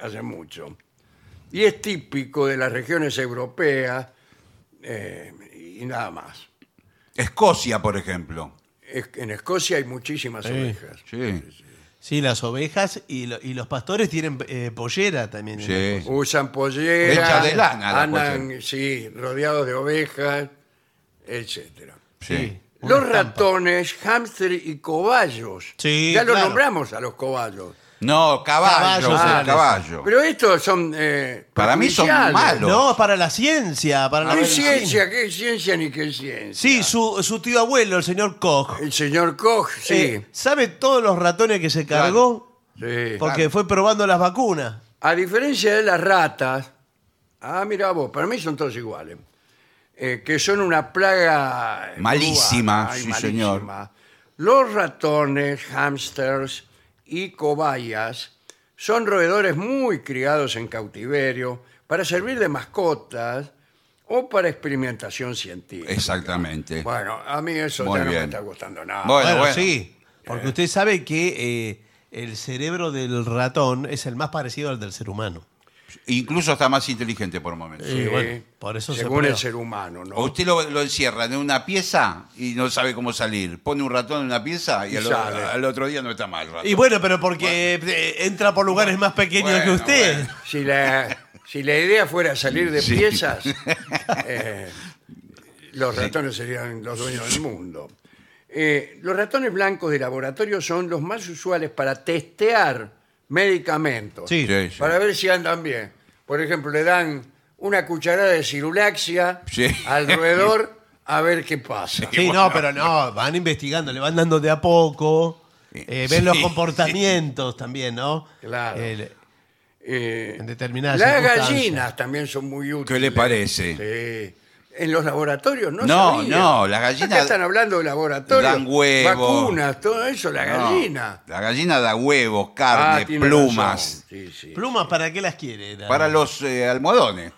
[SPEAKER 2] hace mucho. Y es típico de las regiones europeas eh, y nada más.
[SPEAKER 3] Escocia, por ejemplo.
[SPEAKER 2] Es- En Escocia hay muchísimas
[SPEAKER 4] Sí.
[SPEAKER 2] ovejas.
[SPEAKER 3] Sí.
[SPEAKER 4] Sí, las ovejas y, lo- y los pastores tienen eh, pollera también.
[SPEAKER 3] Sí.
[SPEAKER 2] Usan
[SPEAKER 3] Hecha
[SPEAKER 2] polleras,
[SPEAKER 3] de lana la
[SPEAKER 2] andan sí, rodeados de ovejas, etcétera.
[SPEAKER 3] Sí.
[SPEAKER 4] Una
[SPEAKER 2] Los
[SPEAKER 4] estampa.
[SPEAKER 2] ratones, hámster y cobayos.
[SPEAKER 4] Sí,
[SPEAKER 2] ya los
[SPEAKER 4] claro.
[SPEAKER 2] nombramos a los cobayos.
[SPEAKER 3] No, caballo,
[SPEAKER 4] Caballos,
[SPEAKER 3] ah,
[SPEAKER 4] sí.
[SPEAKER 3] caballo.
[SPEAKER 2] Pero estos son eh,
[SPEAKER 3] Para mí son
[SPEAKER 2] perjudiciales.
[SPEAKER 3] malos.
[SPEAKER 4] No, es para la ciencia. Para la
[SPEAKER 2] ¿Qué
[SPEAKER 4] medicina.
[SPEAKER 2] ciencia? ¿Qué ciencia ni qué ciencia?
[SPEAKER 4] Sí, su, su tío abuelo, el señor Koch.
[SPEAKER 2] El señor Koch, sí.
[SPEAKER 4] eh, ¿Sabe todos los ratones que se cargó?
[SPEAKER 2] Sí.
[SPEAKER 4] Porque fue probando las vacunas.
[SPEAKER 2] A diferencia de las ratas, ah, mira vos, para mí son todos iguales, eh, que son una plaga eh,
[SPEAKER 3] Malísima,
[SPEAKER 2] cubana, ay,
[SPEAKER 3] sí, señor.
[SPEAKER 2] Los ratones, hamsters y cobayas son roedores muy criados en cautiverio para servir de mascotas o para experimentación científica.
[SPEAKER 3] Exactamente.
[SPEAKER 2] Bueno, a mí eso ya
[SPEAKER 3] Muy
[SPEAKER 2] no me
[SPEAKER 3] bien.
[SPEAKER 2] está gustando nada.
[SPEAKER 3] Bueno,
[SPEAKER 4] Bueno,
[SPEAKER 3] bueno.
[SPEAKER 4] sí. Porque usted sabe que eh, el cerebro del ratón es el más parecido al del ser humano.
[SPEAKER 3] Incluso está más inteligente por momentos.
[SPEAKER 4] Sí, bueno, por eso se
[SPEAKER 2] según
[SPEAKER 4] prueba.
[SPEAKER 2] el ser humano, ¿no?
[SPEAKER 3] O usted lo, lo encierra en una pieza y no sabe cómo salir. Pone un ratón en una pieza y,
[SPEAKER 2] Y
[SPEAKER 3] al, o-
[SPEAKER 2] sale.
[SPEAKER 3] al otro día no está mal. el ratón.
[SPEAKER 4] Y bueno, pero porque eh, entra por lugares más pequeños que
[SPEAKER 3] Bueno,
[SPEAKER 4] usted.
[SPEAKER 3] bueno.
[SPEAKER 2] Si la, si la idea fuera salir de
[SPEAKER 3] Sí.
[SPEAKER 4] (laughs)
[SPEAKER 2] piezas, eh, los ratones serían los dueños del mundo. Eh, los ratones blancos de laboratorio son los más usuales para testear medicamentos,
[SPEAKER 4] Sí.
[SPEAKER 3] Sí, sí.
[SPEAKER 2] para ver si andan bien. Por ejemplo, le dan una cucharada de cirulaxia
[SPEAKER 3] Sí.
[SPEAKER 2] al roedor a ver qué pasa.
[SPEAKER 4] Sí, no, pero no, van investigando, le van dando de a poco. eh, ven
[SPEAKER 3] Sí,
[SPEAKER 4] los
[SPEAKER 3] sí.
[SPEAKER 4] comportamientos también, ¿no?
[SPEAKER 2] Claro.
[SPEAKER 4] El-
[SPEAKER 2] Eh,
[SPEAKER 4] en determinadas
[SPEAKER 2] las
[SPEAKER 4] circunstancias.
[SPEAKER 2] gallinas también son muy útiles.
[SPEAKER 3] ¿Qué le parece?
[SPEAKER 2] Sí. En los laboratorios no
[SPEAKER 3] No,
[SPEAKER 2] sabía.
[SPEAKER 3] no, las
[SPEAKER 2] Acá
[SPEAKER 3] gallinas
[SPEAKER 2] están hablando de laboratorios.
[SPEAKER 3] dan huevo.
[SPEAKER 2] Vacunas, todo eso, la
[SPEAKER 3] No,
[SPEAKER 2] gallina.
[SPEAKER 3] La gallina da huevos, carne,
[SPEAKER 2] Ah, tiene
[SPEAKER 3] plumas.
[SPEAKER 2] razón. Sí, sí.
[SPEAKER 4] ¿Plumas para qué las quiere? La-
[SPEAKER 3] Para los eh, almohadones.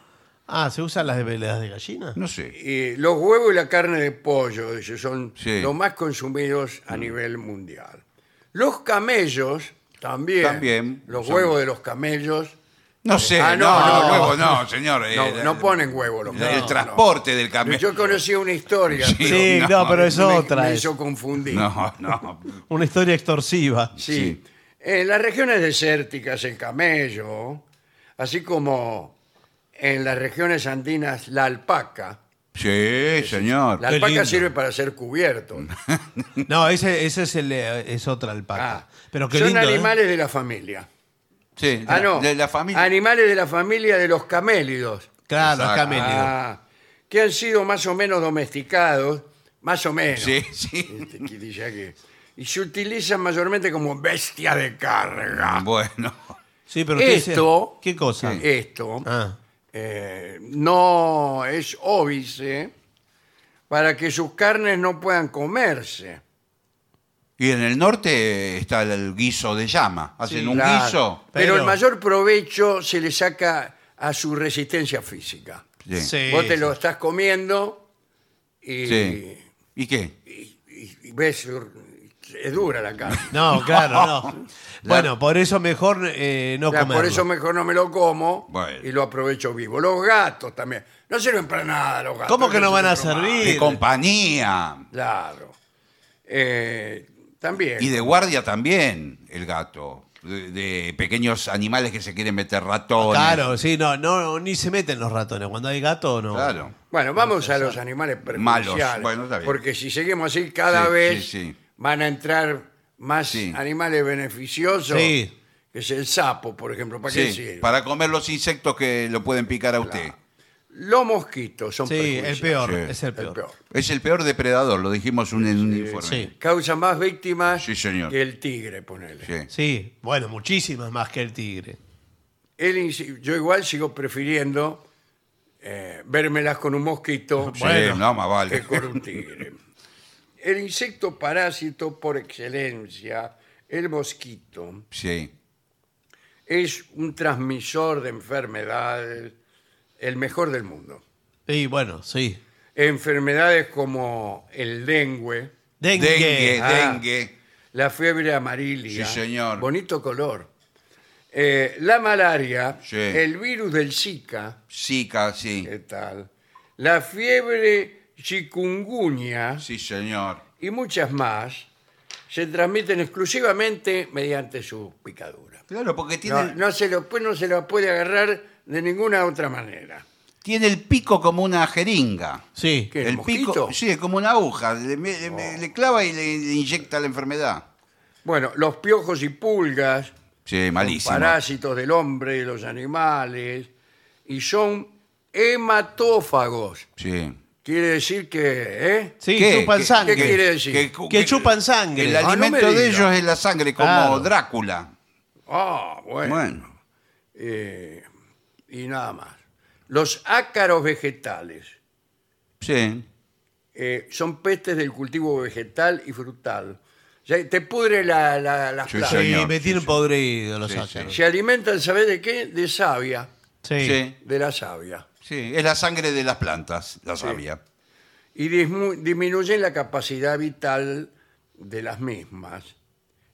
[SPEAKER 4] Ah, ¿se usan las de, las de gallina?
[SPEAKER 3] No sé.
[SPEAKER 2] Y los huevos y la carne de pollo, dice, son
[SPEAKER 3] Sí. Mm.
[SPEAKER 2] los más consumidos a nivel mundial. Los camellos, también.
[SPEAKER 3] También,
[SPEAKER 2] Los
[SPEAKER 3] son-
[SPEAKER 2] huevos de los camellos.
[SPEAKER 3] No sé.
[SPEAKER 2] Ah, no,
[SPEAKER 3] no, no,
[SPEAKER 2] no.
[SPEAKER 3] huevos no, señor. eh,
[SPEAKER 2] No,
[SPEAKER 3] la-
[SPEAKER 2] no ponen huevos los
[SPEAKER 3] la-
[SPEAKER 2] camellos.
[SPEAKER 3] El
[SPEAKER 2] no.
[SPEAKER 3] transporte del camión.
[SPEAKER 2] Yo conocía una historia.
[SPEAKER 3] Sí,
[SPEAKER 2] pero
[SPEAKER 4] Sí,
[SPEAKER 3] no,
[SPEAKER 4] no, pero es
[SPEAKER 2] me,
[SPEAKER 4] otra.
[SPEAKER 2] me
[SPEAKER 4] es
[SPEAKER 2] hizo confundir.
[SPEAKER 3] No, no.
[SPEAKER 4] Una historia extorsiva.
[SPEAKER 2] Sí.
[SPEAKER 3] Sí.
[SPEAKER 2] En las regiones desérticas, el camello, así como en las regiones andinas, la alpaca.
[SPEAKER 3] Sí, señor.
[SPEAKER 2] La
[SPEAKER 4] Qué
[SPEAKER 2] alpaca
[SPEAKER 4] lindo.
[SPEAKER 2] sirve para hacer cubiertos.
[SPEAKER 4] No, ese, ese es, el, eh, es otra
[SPEAKER 2] Ah,
[SPEAKER 4] alpaca. pero qué
[SPEAKER 2] son
[SPEAKER 4] lindo, ¿eh?
[SPEAKER 2] animales de la familia.
[SPEAKER 3] Sí, de,
[SPEAKER 2] Ah, no.
[SPEAKER 3] de la familia.
[SPEAKER 2] Animales de la familia de los camélidos.
[SPEAKER 4] Claro,
[SPEAKER 3] Exacto.
[SPEAKER 4] acá me
[SPEAKER 2] Ah, que han sido más o menos domesticados, más o menos.
[SPEAKER 3] Sí, sí.
[SPEAKER 2] Este, que dice aquí. Y se utilizan mayormente como bestia de carga.
[SPEAKER 3] Bueno.
[SPEAKER 4] Sí, pero usted dice-
[SPEAKER 2] Esto-
[SPEAKER 4] ¿Qué cosa?
[SPEAKER 2] Esto.
[SPEAKER 4] Ah,
[SPEAKER 2] eh, no es óbice para que sus carnes no puedan comerse.
[SPEAKER 3] Y en el norte está el guiso de llama. Hacen un
[SPEAKER 2] Claro.
[SPEAKER 3] guiso.
[SPEAKER 2] Pero el
[SPEAKER 4] Pero-
[SPEAKER 2] mayor provecho se le saca a su resistencia física.
[SPEAKER 3] Sí.
[SPEAKER 4] sí,
[SPEAKER 2] Vos te
[SPEAKER 4] sí.
[SPEAKER 2] lo estás comiendo y,
[SPEAKER 3] Sí. ¿Y qué?
[SPEAKER 2] y- y ves, su- es dura la carne.
[SPEAKER 4] No,
[SPEAKER 2] (laughs)
[SPEAKER 4] claro, no. Bueno, por eso mejor eh, (laughs) no
[SPEAKER 2] O sea,
[SPEAKER 4] comerlo.
[SPEAKER 2] por eso mejor no me lo como
[SPEAKER 3] Bueno.
[SPEAKER 2] y lo aprovecho vivo. Los gatos también. No sirven para nada los gatos.
[SPEAKER 4] ¿Cómo que no van a
[SPEAKER 2] sirven para
[SPEAKER 4] servir?
[SPEAKER 3] De compañía.
[SPEAKER 2] nada. Claro. Eh, también.
[SPEAKER 3] Y de guardia también, el gato. De, de pequeños animales que se quieren meter ratones.
[SPEAKER 4] Claro, sí, no, no, ni se meten los ratones. Cuando hay gato, no.
[SPEAKER 3] Claro.
[SPEAKER 2] Bueno, vamos a los animales
[SPEAKER 3] Malos.
[SPEAKER 2] perjudiciales.
[SPEAKER 3] Bueno, está bien.
[SPEAKER 2] Porque si seguimos así, cada
[SPEAKER 3] Sí,
[SPEAKER 2] vez
[SPEAKER 3] sí, sí.
[SPEAKER 2] van a entrar más
[SPEAKER 3] Sí.
[SPEAKER 2] animales beneficiosos.
[SPEAKER 4] Sí.
[SPEAKER 2] Que es el sapo, por ejemplo. ¿Para qué
[SPEAKER 3] Sí,
[SPEAKER 2] sirve?
[SPEAKER 3] para comer los insectos que lo pueden picar a usted.
[SPEAKER 2] Los mosquitos son
[SPEAKER 4] Sí, el
[SPEAKER 2] perjudiciales,
[SPEAKER 4] peor,
[SPEAKER 3] Sí.
[SPEAKER 4] es el
[SPEAKER 2] el
[SPEAKER 4] peor.
[SPEAKER 2] peor.
[SPEAKER 3] Es el peor depredador, lo dijimos un- en un informe.
[SPEAKER 4] Sí.
[SPEAKER 2] Causa más víctimas
[SPEAKER 3] Sí, señor.
[SPEAKER 2] que el tigre, ponele.
[SPEAKER 3] Sí.
[SPEAKER 4] Sí, bueno, muchísimas más que el tigre.
[SPEAKER 2] El insi- yo igual sigo prefiriendo eh, vérmelas con un
[SPEAKER 4] (laughs)
[SPEAKER 2] mosquito
[SPEAKER 3] Sí, no, más
[SPEAKER 2] que
[SPEAKER 3] vale.
[SPEAKER 2] con un tigre. El insecto parásito por excelencia, el mosquito,
[SPEAKER 3] Sí.
[SPEAKER 2] es un transmisor de enfermedades, el mejor del mundo.
[SPEAKER 4] Sí, bueno, sí.
[SPEAKER 2] Enfermedades como el dengue,
[SPEAKER 4] Dengue.
[SPEAKER 3] Dengue,
[SPEAKER 2] Ah.
[SPEAKER 3] dengue.
[SPEAKER 2] la fiebre amarilla,
[SPEAKER 3] Sí, señor.
[SPEAKER 2] bonito color, eh, la malaria,
[SPEAKER 3] Sí.
[SPEAKER 2] el virus del Zika,
[SPEAKER 3] Zika, sí.
[SPEAKER 2] ¿Qué tal? La fiebre chikungunya
[SPEAKER 3] Sí, señor.
[SPEAKER 2] y muchas más se transmiten exclusivamente mediante su picadura.
[SPEAKER 3] Claro, porque tiene,
[SPEAKER 2] No, no se lo, pues no se lo puede agarrar de ninguna otra manera.
[SPEAKER 3] tiene el pico como una jeringa.
[SPEAKER 4] Sí.
[SPEAKER 2] ¿Qué? ¿El
[SPEAKER 3] el
[SPEAKER 2] mosquito? Oh.
[SPEAKER 3] pico, sí, es como una aguja. Le, le- le- le clava y le, le inyecta la enfermedad.
[SPEAKER 2] Bueno, los piojos y pulgas,
[SPEAKER 3] Sí, malísimo.
[SPEAKER 2] parásitos del hombre, de los animales, y son hematófagos.
[SPEAKER 3] Sí.
[SPEAKER 2] Quiere decir que, ¿eh?
[SPEAKER 4] Sí,
[SPEAKER 3] ¿Qué?
[SPEAKER 4] chupan
[SPEAKER 3] ¿Qué-
[SPEAKER 4] sangre.
[SPEAKER 2] qué quiere decir?
[SPEAKER 4] Que chupan sangre.
[SPEAKER 3] El
[SPEAKER 2] Ah, no
[SPEAKER 3] alimento
[SPEAKER 2] me
[SPEAKER 3] de
[SPEAKER 2] diga.
[SPEAKER 3] ellos es la sangre, como
[SPEAKER 4] Claro.
[SPEAKER 3] Drácula.
[SPEAKER 2] Ah, bueno.
[SPEAKER 3] Bueno,
[SPEAKER 2] Eh, y nada más. Los ácaros vegetales
[SPEAKER 3] sí.
[SPEAKER 2] eh, son pestes del cultivo vegetal y frutal. Ya te pudre la, la- las
[SPEAKER 3] Sí,
[SPEAKER 2] plantas.
[SPEAKER 3] señor.
[SPEAKER 4] Sí, me
[SPEAKER 3] sí,
[SPEAKER 4] tienen
[SPEAKER 3] sí.
[SPEAKER 4] podrido los
[SPEAKER 3] Sí,
[SPEAKER 4] ácaros.
[SPEAKER 2] Se alimentan, ¿sabes de qué? De savia.
[SPEAKER 4] Sí.
[SPEAKER 3] Sí,
[SPEAKER 2] De la savia.
[SPEAKER 3] sí. Es la sangre de las plantas, la savia.
[SPEAKER 2] y dismu- disminuyen la capacidad vital de las mismas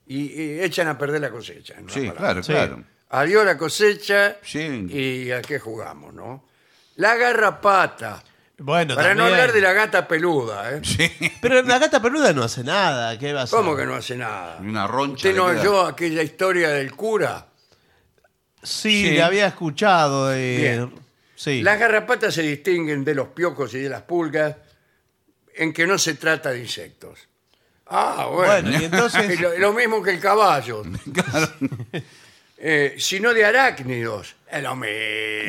[SPEAKER 2] y, y echan a perder la cosecha. en una
[SPEAKER 3] Sí,
[SPEAKER 2] palabra.
[SPEAKER 3] claro,
[SPEAKER 4] Sí.
[SPEAKER 3] claro.
[SPEAKER 2] Adiós la cosecha
[SPEAKER 3] Sí.
[SPEAKER 2] y a qué jugamos, ¿no? La garrapata.
[SPEAKER 4] Bueno,
[SPEAKER 2] Para no
[SPEAKER 4] también-
[SPEAKER 2] hablar de la gata peluda, ¿eh?
[SPEAKER 3] Sí. (laughs)
[SPEAKER 4] Pero la gata peluda no hace nada. ¿Qué va a hacer?
[SPEAKER 2] ¿Cómo que no hace nada?
[SPEAKER 3] Una roncha.
[SPEAKER 2] ¿Usted no
[SPEAKER 3] le queda.
[SPEAKER 2] oyó aquella historia del cura?
[SPEAKER 4] Sí,
[SPEAKER 3] Sí.
[SPEAKER 4] le había escuchado de.
[SPEAKER 2] Bien.
[SPEAKER 4] Sí.
[SPEAKER 2] Las garrapatas se distinguen de los piojos y de las pulgas en que no se trata de insectos. Ah, bueno.
[SPEAKER 4] Bueno,
[SPEAKER 2] (laughs)
[SPEAKER 4] y entonces-
[SPEAKER 2] Es lo, lo mismo que el
[SPEAKER 4] (laughs)
[SPEAKER 2] caballo. (laughs) Eh, sino de arácnidos. Es lo mismo.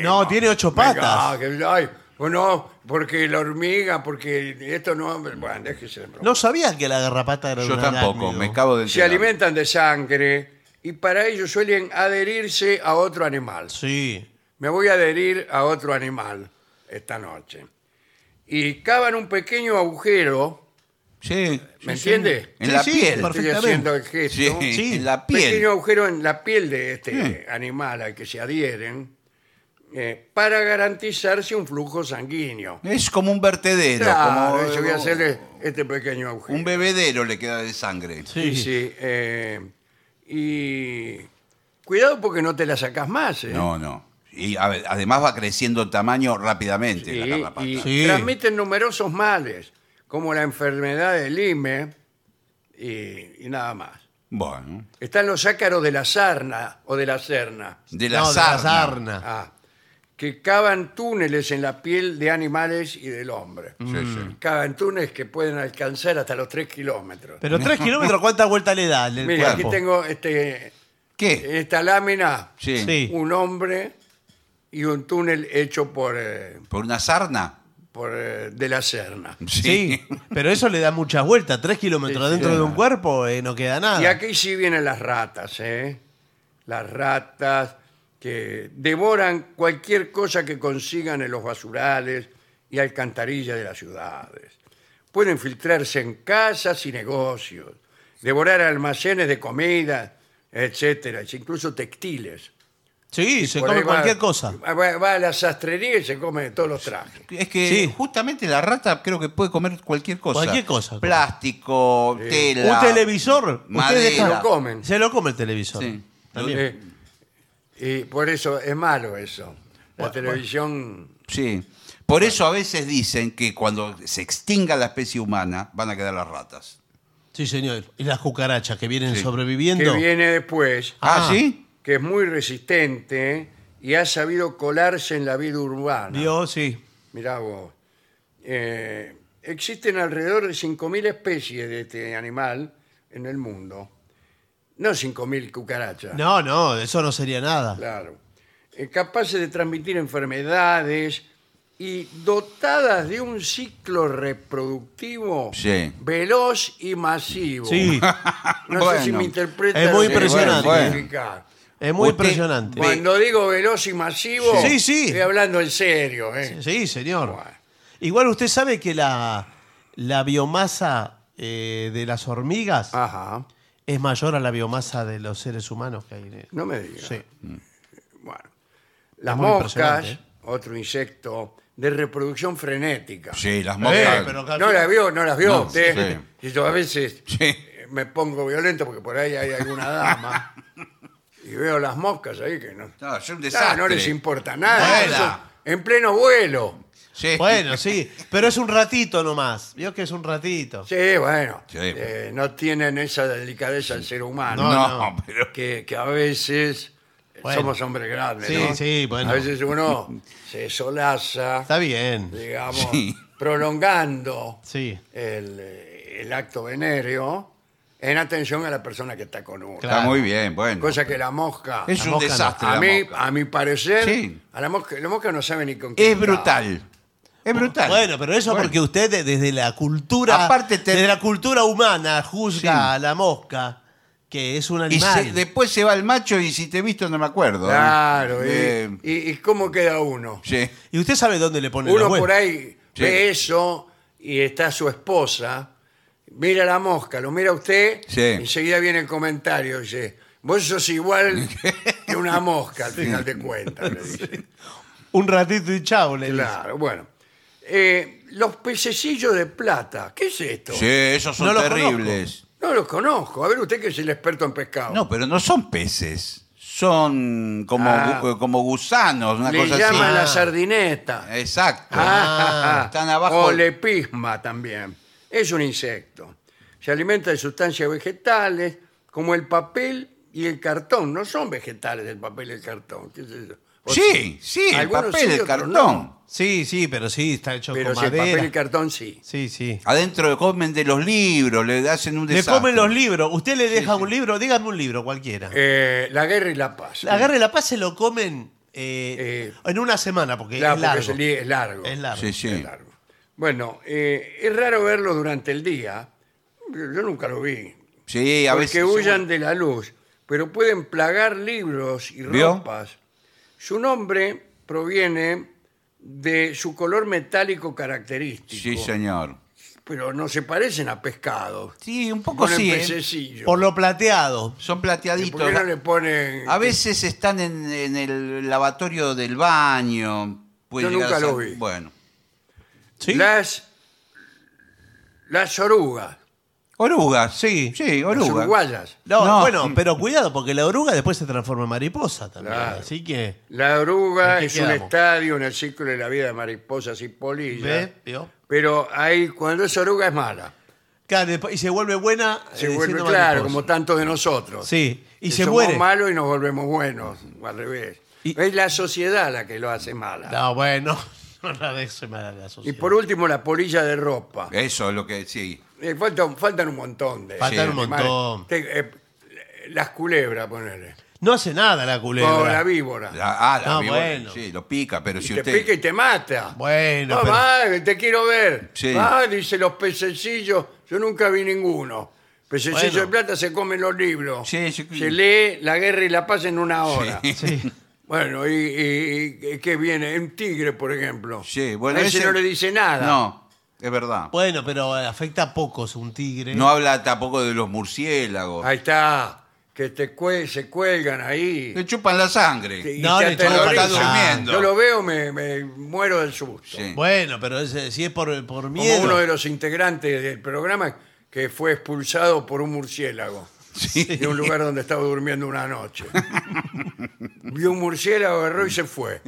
[SPEAKER 4] No, tiene ocho patas.
[SPEAKER 2] Venga, que- ay, bueno, porque la hormiga, porque esto no... Bueno, déjese de broma.
[SPEAKER 4] No sabía que la garrapata era
[SPEAKER 3] Yo
[SPEAKER 4] un
[SPEAKER 3] tampoco,
[SPEAKER 4] arácnido.
[SPEAKER 3] me acabo de
[SPEAKER 2] Se
[SPEAKER 3] enterar.
[SPEAKER 2] alimentan de sangre y para ello suelen adherirse a otro animal.
[SPEAKER 4] Sí.
[SPEAKER 2] me voy a adherir a otro animal esta noche. Y cavan un pequeño agujero,
[SPEAKER 3] Sí.
[SPEAKER 2] ¿me
[SPEAKER 3] sí, sí.
[SPEAKER 2] entiende?
[SPEAKER 3] En
[SPEAKER 4] Sí,
[SPEAKER 3] la
[SPEAKER 4] sí,
[SPEAKER 3] piel.
[SPEAKER 4] perfecto.
[SPEAKER 2] Estoy haciendo el gesto.
[SPEAKER 3] Sí,
[SPEAKER 4] Sí.
[SPEAKER 3] en la piel.
[SPEAKER 2] Pequeño agujero en la piel de este animal al que se adhieren eh, para garantizarse un flujo sanguíneo.
[SPEAKER 3] Es como un vertedero.
[SPEAKER 2] Claro,
[SPEAKER 3] como, eh,
[SPEAKER 2] yo voy a hacerle este pequeño agujero.
[SPEAKER 3] Un bebedero le queda de sangre.
[SPEAKER 2] Sí, sí, eh, y cuidado porque no te la sacas más. ¿eh?
[SPEAKER 3] No, no. Y a ver, además va creciendo en tamaño rápidamente la
[SPEAKER 2] Sí,
[SPEAKER 3] garrapata.
[SPEAKER 2] y
[SPEAKER 4] Sí.
[SPEAKER 2] transmiten numerosos males, como la enfermedad del Lyme y, y nada más.
[SPEAKER 3] Bueno.
[SPEAKER 2] Están los ácaros de la sarna o de la cerna,
[SPEAKER 3] De la,
[SPEAKER 4] No, de
[SPEAKER 3] sarna.
[SPEAKER 2] ah, que cavan túneles en la piel de animales y del hombre. Mm.
[SPEAKER 3] Sí, sí.
[SPEAKER 2] Cavan túneles que pueden alcanzar hasta los 3 kilómetros.
[SPEAKER 3] (laughs)
[SPEAKER 4] Pero tres kilómetros, ¿cuántas vueltas le da? El
[SPEAKER 2] Mira, aquí
[SPEAKER 4] cuerpo?
[SPEAKER 2] tengo este,
[SPEAKER 3] ¿Qué?
[SPEAKER 2] esta lámina,
[SPEAKER 3] Sí.
[SPEAKER 4] Sí.
[SPEAKER 2] un hombre y un túnel hecho por, eh,
[SPEAKER 3] ¿Por una sarna?
[SPEAKER 2] por, eh, de la cerna.
[SPEAKER 4] Sí, pero eso le da muchas vueltas. Tres kilómetros
[SPEAKER 2] Sí,
[SPEAKER 4] dentro
[SPEAKER 2] sí.
[SPEAKER 4] de un cuerpo eh, no queda nada.
[SPEAKER 2] Y aquí sí vienen las ratas, ¿eh? Las ratas que devoran cualquier cosa que consigan en los basurales y alcantarillas de las ciudades. Pueden filtrarse en casas y negocios, devorar almacenes de comida, etcétera, incluso textiles.
[SPEAKER 4] sí, se
[SPEAKER 2] Por ahí
[SPEAKER 4] come
[SPEAKER 2] va-
[SPEAKER 4] cualquier cosa.
[SPEAKER 2] Va, va a la sastrería y se come todos los trajes.
[SPEAKER 3] Es que
[SPEAKER 4] Sí.
[SPEAKER 3] justamente la rata creo que puede comer cualquier cosa.
[SPEAKER 4] Cualquier cosa.
[SPEAKER 3] Plástico, tela.
[SPEAKER 4] Un televisor.
[SPEAKER 3] madera.
[SPEAKER 4] Usted deja-
[SPEAKER 2] Se lo comen.
[SPEAKER 4] Se lo come el televisor.
[SPEAKER 3] Sí.
[SPEAKER 4] También.
[SPEAKER 2] Eh, y por eso es malo eso. La televisión...
[SPEAKER 3] Sí. Por eso a veces dicen que cuando se extinga la especie humana van a quedar las ratas.
[SPEAKER 4] Sí, señor. Y las cucarachas que vienen
[SPEAKER 3] Sí.
[SPEAKER 4] sobreviviendo.
[SPEAKER 2] que viene después,
[SPEAKER 3] Ah,
[SPEAKER 4] Ah. (laughs)
[SPEAKER 3] ¿sí?
[SPEAKER 2] que es muy resistente y ha sabido colarse en la vida urbana.
[SPEAKER 4] Vio, sí.
[SPEAKER 2] Mirá vos. Eh, existen alrededor de 5.000 especies de este animal en el mundo. No 5.000 cucarachas.
[SPEAKER 4] No, no, eso no sería nada.
[SPEAKER 2] Claro. Eh, capaces de transmitir enfermedades y dotadas de un ciclo reproductivo
[SPEAKER 3] Sí.
[SPEAKER 2] veloz y masivo.
[SPEAKER 3] (laughs)
[SPEAKER 4] Sí,
[SPEAKER 2] No sé si
[SPEAKER 3] Bueno. ¿eh?
[SPEAKER 2] me interpreta.
[SPEAKER 4] Es
[SPEAKER 2] lo
[SPEAKER 4] muy
[SPEAKER 2] que quiero
[SPEAKER 4] impresionante.
[SPEAKER 3] Bueno.
[SPEAKER 2] significar.
[SPEAKER 4] es muy
[SPEAKER 3] Usted-
[SPEAKER 4] impresionante.
[SPEAKER 2] Cuando digo veloz y masivo,
[SPEAKER 4] Sí, sí.
[SPEAKER 2] estoy hablando en serio. ¿eh?
[SPEAKER 4] Sí, señor.
[SPEAKER 2] Bueno.
[SPEAKER 4] Igual usted sabe que la, la biomasa eh, de las hormigas
[SPEAKER 2] Ajá,
[SPEAKER 4] es mayor a la biomasa de los seres humanos que hay. en el-
[SPEAKER 2] no me digas.
[SPEAKER 4] Sí.
[SPEAKER 2] Bueno. Las
[SPEAKER 4] muy
[SPEAKER 2] moscas,
[SPEAKER 4] impresionante, ¿eh?
[SPEAKER 2] otro insecto de reproducción frenética.
[SPEAKER 3] Sí, las
[SPEAKER 4] Eh,
[SPEAKER 3] moscas.
[SPEAKER 4] pero ca-
[SPEAKER 2] No las vio, no las vio
[SPEAKER 3] No,
[SPEAKER 2] usted. Y yo a veces
[SPEAKER 3] Sí.
[SPEAKER 2] eh, me pongo violento porque por ahí hay alguna dama y veo las moscas ahí que no,
[SPEAKER 3] No, es un
[SPEAKER 2] Ah,
[SPEAKER 3] desastre.
[SPEAKER 2] no les importa nada.
[SPEAKER 3] Vuela.
[SPEAKER 2] Eso, en pleno vuelo.
[SPEAKER 3] Sí.
[SPEAKER 4] Bueno, sí, pero es un ratito nomás. Vio que es un ratito.
[SPEAKER 2] Sí, bueno.
[SPEAKER 3] Sí.
[SPEAKER 2] eh, no tienen esa delicadeza del ser humano.
[SPEAKER 3] No,
[SPEAKER 4] no.
[SPEAKER 3] (laughs) pero...
[SPEAKER 2] que, que a veces
[SPEAKER 4] Bueno.
[SPEAKER 2] somos hombres grandes,
[SPEAKER 4] Sí,
[SPEAKER 2] ¿no?
[SPEAKER 4] sí, bueno.
[SPEAKER 2] A veces uno se solaza,
[SPEAKER 4] Está bien.
[SPEAKER 2] digamos,
[SPEAKER 3] Sí.
[SPEAKER 2] prolongando
[SPEAKER 4] Sí.
[SPEAKER 2] el, eh, el acto venéreo en atención a la persona que está con uno.
[SPEAKER 4] Claro. Pues,
[SPEAKER 3] Está muy bien, bueno.
[SPEAKER 2] Cosa que la mosca,
[SPEAKER 3] es
[SPEAKER 4] la
[SPEAKER 3] un
[SPEAKER 4] mosca no.
[SPEAKER 3] desastre.
[SPEAKER 2] a,
[SPEAKER 3] la
[SPEAKER 2] mí,
[SPEAKER 3] mosca.
[SPEAKER 2] a mi parecer,
[SPEAKER 3] Sí.
[SPEAKER 2] a la mosca, la mosca no sabe ni con quién
[SPEAKER 3] Es
[SPEAKER 2] está.
[SPEAKER 3] brutal. Es brutal.
[SPEAKER 4] Bueno, pero eso
[SPEAKER 3] Bueno.
[SPEAKER 4] porque usted de- desde la cultura
[SPEAKER 3] Aparte te-
[SPEAKER 4] desde la cultura humana juzga
[SPEAKER 3] Sí.
[SPEAKER 4] a la mosca que es un
[SPEAKER 3] Y
[SPEAKER 4] animal.
[SPEAKER 3] se- después se va el macho y si te he visto no me acuerdo. ¿eh?
[SPEAKER 2] Claro, y-
[SPEAKER 3] Eh,
[SPEAKER 2] y, y cómo queda uno?
[SPEAKER 3] sí.
[SPEAKER 4] Y usted sabe dónde le ponen
[SPEAKER 2] Uno
[SPEAKER 4] los huevos.
[SPEAKER 2] por ahí
[SPEAKER 3] Sí.
[SPEAKER 2] ve eso y está su esposa, mira la mosca, lo mira usted,
[SPEAKER 3] Sí.
[SPEAKER 2] enseguida viene el comentario, dice, vos sos
[SPEAKER 3] (laughs)
[SPEAKER 2] igual que una mosca al final de cuentas. le dice.
[SPEAKER 4] Un ratito y chao, le dice.
[SPEAKER 2] Claro, bueno. Eh, los pececillos de plata, ¿qué es esto?
[SPEAKER 3] Sí, esos son
[SPEAKER 4] No los
[SPEAKER 3] terribles.
[SPEAKER 2] No los conozco. A ver usted que es el experto en pescado.
[SPEAKER 3] No, pero no son peces. Son como,
[SPEAKER 2] Ah.
[SPEAKER 3] gu- como gusanos, una
[SPEAKER 2] Le
[SPEAKER 3] cosa
[SPEAKER 2] llaman
[SPEAKER 3] así.
[SPEAKER 2] la sardineta.
[SPEAKER 3] Exacto.
[SPEAKER 2] Ah,
[SPEAKER 3] Están abajo.
[SPEAKER 2] O lepisma también. Es un insecto. Se alimenta de sustancias vegetales, como el papel y el cartón. No son vegetales el papel y el cartón. ¿Qué es eso? O
[SPEAKER 3] Sí, sí, el
[SPEAKER 2] algunos
[SPEAKER 3] papel,
[SPEAKER 2] sí,
[SPEAKER 3] el
[SPEAKER 2] otros
[SPEAKER 3] cartón.
[SPEAKER 2] no.
[SPEAKER 4] Sí, sí, pero sí, está hecho
[SPEAKER 2] Pero
[SPEAKER 4] con
[SPEAKER 2] si el
[SPEAKER 4] madera.
[SPEAKER 2] papel y el cartón sí.
[SPEAKER 4] Sí, sí.
[SPEAKER 3] Adentro comen de los libros, le hacen un
[SPEAKER 4] Le
[SPEAKER 3] desastre.
[SPEAKER 4] comen los libros. Usted le deja un libro, dígame un libro cualquiera.
[SPEAKER 2] Eh, la guerra y la paz.
[SPEAKER 4] Agarre la paz, se lo comen eh,
[SPEAKER 2] Eh,
[SPEAKER 4] en una semana, porque
[SPEAKER 2] Claro,
[SPEAKER 4] es
[SPEAKER 2] porque
[SPEAKER 4] largo.
[SPEAKER 2] es li- es largo.
[SPEAKER 4] Es largo.
[SPEAKER 3] Sí, sí.
[SPEAKER 2] Es largo. Bueno, eh, es raro verlos durante el día. Yo nunca lo vi.
[SPEAKER 3] Sí, a
[SPEAKER 2] porque
[SPEAKER 3] veces.
[SPEAKER 2] huyan de la luz, pero pueden plagar libros y
[SPEAKER 3] ¿Vio?
[SPEAKER 2] ropas. Su nombre proviene de su color metálico característico,
[SPEAKER 3] Sí, señor.
[SPEAKER 2] pero no se parecen a pescados.
[SPEAKER 3] Sí, un poco
[SPEAKER 2] Ponen
[SPEAKER 3] sí. ¿eh?
[SPEAKER 2] pececillos.
[SPEAKER 4] Por lo plateado.
[SPEAKER 3] Son
[SPEAKER 2] ¿Y
[SPEAKER 3] plateaditos.
[SPEAKER 2] ¿Por qué no le ponen?
[SPEAKER 3] A veces están en, en el lavatorio del baño. Puede
[SPEAKER 2] Yo
[SPEAKER 3] llegar
[SPEAKER 2] nunca
[SPEAKER 3] a
[SPEAKER 2] lo
[SPEAKER 3] ser-
[SPEAKER 2] vi.
[SPEAKER 3] Bueno.
[SPEAKER 4] ¿Sí?
[SPEAKER 2] las las orugas,
[SPEAKER 3] Orugas,
[SPEAKER 4] Sí.
[SPEAKER 3] sí. Sí,
[SPEAKER 2] las
[SPEAKER 3] orugas.
[SPEAKER 2] uruguayas.
[SPEAKER 4] No,
[SPEAKER 3] No.
[SPEAKER 4] bueno, pero cuidado, porque la oruga después se transforma en mariposa también.
[SPEAKER 2] Claro.
[SPEAKER 4] Así que.
[SPEAKER 2] La oruga
[SPEAKER 4] ¿En qué
[SPEAKER 2] es un
[SPEAKER 4] quedamos?
[SPEAKER 2] estadio en el ciclo de la vida de mariposas y polillas.
[SPEAKER 4] ¿Ve? ¿Vio?
[SPEAKER 2] Pero ahí cuando es oruga es mala.
[SPEAKER 4] Claro, después- y se vuelve buena.
[SPEAKER 2] Se
[SPEAKER 4] eh,
[SPEAKER 2] vuelve
[SPEAKER 4] siendo
[SPEAKER 2] claro,
[SPEAKER 4] mariposa.
[SPEAKER 2] como tanto de nosotros.
[SPEAKER 4] Sí, y
[SPEAKER 2] Que
[SPEAKER 4] se
[SPEAKER 2] somos
[SPEAKER 4] muere.
[SPEAKER 2] malos y nos volvemos buenos, o al revés.
[SPEAKER 4] Y-
[SPEAKER 2] Es la sociedad la que lo hace mala.
[SPEAKER 4] No, bueno, (laughs) no la deje mal la
[SPEAKER 2] y
[SPEAKER 4] sociedad.
[SPEAKER 2] por último, la polilla de ropa.
[SPEAKER 3] Eso es lo que. Sí.
[SPEAKER 2] Eh, faltan, faltan un montón de.
[SPEAKER 4] Faltan
[SPEAKER 2] de
[SPEAKER 4] un
[SPEAKER 2] animales.
[SPEAKER 4] montón.
[SPEAKER 2] Te- eh, las culebras, ponele.
[SPEAKER 4] No hace nada la
[SPEAKER 2] O
[SPEAKER 4] culebra.
[SPEAKER 2] la víbora.
[SPEAKER 3] La- ah, la
[SPEAKER 4] Ah,
[SPEAKER 3] víbora,
[SPEAKER 4] bueno.
[SPEAKER 3] Sí, lo pica, pero
[SPEAKER 2] Y
[SPEAKER 3] si
[SPEAKER 2] te
[SPEAKER 3] usted. (laughs)
[SPEAKER 2] pica y te mata.
[SPEAKER 4] Bueno,
[SPEAKER 2] No,
[SPEAKER 4] pero-
[SPEAKER 2] madre, te quiero ver.
[SPEAKER 3] Sí.
[SPEAKER 2] Ah, dice los pececillos. Yo nunca vi ninguno. Pececillos
[SPEAKER 4] Bueno.
[SPEAKER 2] de plata se comen los libros.
[SPEAKER 3] Sí, sí.
[SPEAKER 2] Se lee La guerra y la paz en una hora.
[SPEAKER 4] Sí.
[SPEAKER 2] Bueno, y, y- y qué viene, un tigre, por ejemplo.
[SPEAKER 3] Sí, bueno,
[SPEAKER 2] a ese,
[SPEAKER 3] ese-
[SPEAKER 2] no le dice nada.
[SPEAKER 3] No, es verdad.
[SPEAKER 4] Bueno, pero eh, afecta a pocos un tigre.
[SPEAKER 3] No habla tampoco de los murciélagos.
[SPEAKER 2] Ahí está, que te cue- se cuelgan ahí.
[SPEAKER 3] Le chupan la sangre.
[SPEAKER 2] y
[SPEAKER 4] No,
[SPEAKER 2] te
[SPEAKER 4] le chupan la
[SPEAKER 2] aterrorizan.
[SPEAKER 4] sangre. Está
[SPEAKER 3] durmiendo.
[SPEAKER 2] Yo lo veo, me, me muero del susto.
[SPEAKER 3] Sí.
[SPEAKER 4] Bueno, pero es- si es por, por
[SPEAKER 2] Como
[SPEAKER 4] miedo.
[SPEAKER 2] uno de los integrantes del programa que fue expulsado por un murciélago de un lugar donde estaba durmiendo una noche. Vio un murciélago, agarró y se fue.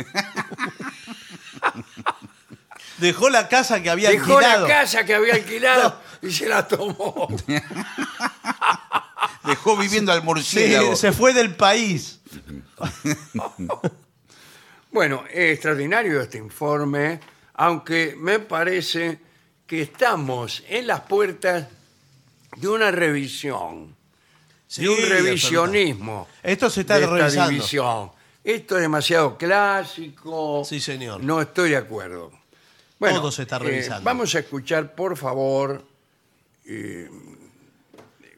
[SPEAKER 4] Dejó la casa que había
[SPEAKER 2] Dejó
[SPEAKER 4] alquilado.
[SPEAKER 2] la casa que había alquilado y se la tomó.
[SPEAKER 3] Dejó viviendo al
[SPEAKER 4] Sí,
[SPEAKER 3] murciélago.
[SPEAKER 4] se fue del país.
[SPEAKER 2] Bueno, es extraordinario este informe, aunque me parece que estamos en las puertas de una revisión,
[SPEAKER 4] Sí,
[SPEAKER 2] de un revisionismo.
[SPEAKER 4] Esto se está
[SPEAKER 2] de esta
[SPEAKER 4] revisando.
[SPEAKER 2] división. Esto es demasiado clásico.
[SPEAKER 4] Sí, señor.
[SPEAKER 2] No estoy de acuerdo.
[SPEAKER 4] Todo se está
[SPEAKER 2] eh,
[SPEAKER 4] revisando.
[SPEAKER 2] vamos a escuchar, por favor, eh,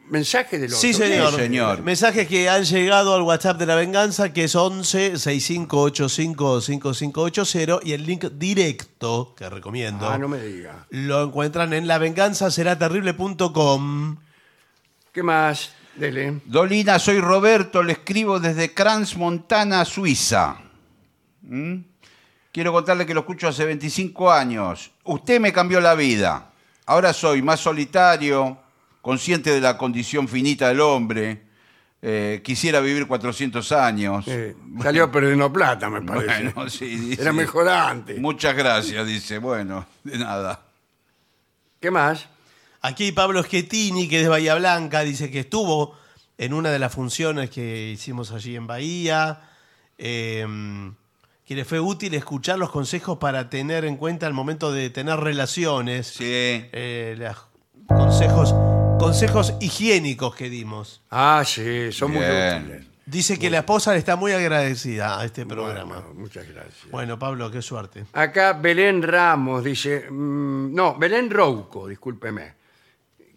[SPEAKER 2] mensaje de los
[SPEAKER 4] Sí, señor.
[SPEAKER 3] Sí, señor.
[SPEAKER 4] Mensajes que han llegado al WhatsApp de la venganza, que es 11 6585 5580 y el link directo que recomiendo.
[SPEAKER 2] Ah, no me diga.
[SPEAKER 4] Lo encuentran en lavenganzaseraterrible.com.
[SPEAKER 2] ¿Qué más? Dele.
[SPEAKER 3] Dolina, soy Roberto, le escribo desde Crans, Montana, Suiza. ¿Mm? Quiero contarle que lo escucho hace 25 años. Usted me cambió la vida. Ahora soy más solitario, consciente de la condición finita del hombre. Eh, quisiera vivir 400 años.
[SPEAKER 2] Eh, salió perdiendo plata, me parece.
[SPEAKER 3] Bueno, (laughs) sí, dice.
[SPEAKER 2] Era mejor antes.
[SPEAKER 3] Muchas gracias, dice. Bueno, de nada.
[SPEAKER 2] ¿Qué más?
[SPEAKER 4] Aquí Pablo Schettini, que es de Bahía Blanca, dice que estuvo en una de las funciones que hicimos allí en Bahía, eh, que le fue útil escuchar los consejos para tener en cuenta al momento de tener relaciones,
[SPEAKER 3] Sí.
[SPEAKER 4] eh, las- consejos, consejos higiénicos que dimos.
[SPEAKER 2] Ah, sí, son
[SPEAKER 3] Bien.
[SPEAKER 2] muy útiles.
[SPEAKER 4] Dice que la esposa le está muy agradecida a este programa.
[SPEAKER 2] Bueno,
[SPEAKER 4] Bueno,
[SPEAKER 2] muchas gracias.
[SPEAKER 4] Pablo, qué suerte.
[SPEAKER 2] Acá Belén Ramos dice, mm, no, Belén Rouco, discúlpeme.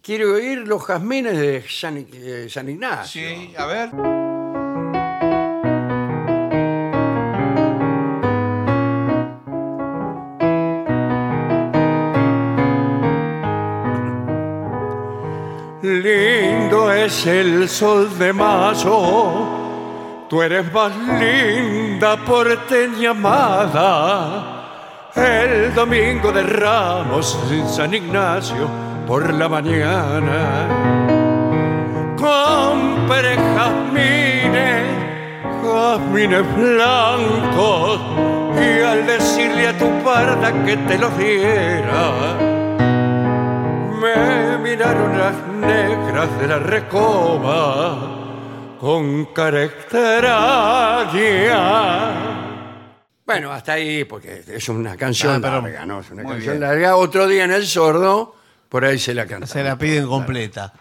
[SPEAKER 2] Quiero oír los jazmines de San, eh, San Ignacio.
[SPEAKER 3] Sí, a ver.
[SPEAKER 2] Lindo es el sol de mayo, tú eres más linda porteña amada. El domingo de Ramos en San Ignacio por la mañana. Compre jazmines, jazmines blancos, y al decirle a tu parda que te los diera, me miraron las negras de la recoba con caractería. Bueno, hasta ahí, porque es una canción
[SPEAKER 4] Ah, pero-
[SPEAKER 2] larga, ¿no? Es una
[SPEAKER 3] Muy
[SPEAKER 2] canción
[SPEAKER 3] bien.
[SPEAKER 2] larga. Otro día en el sordo, por ahí se la canta.
[SPEAKER 4] Se la piden completa.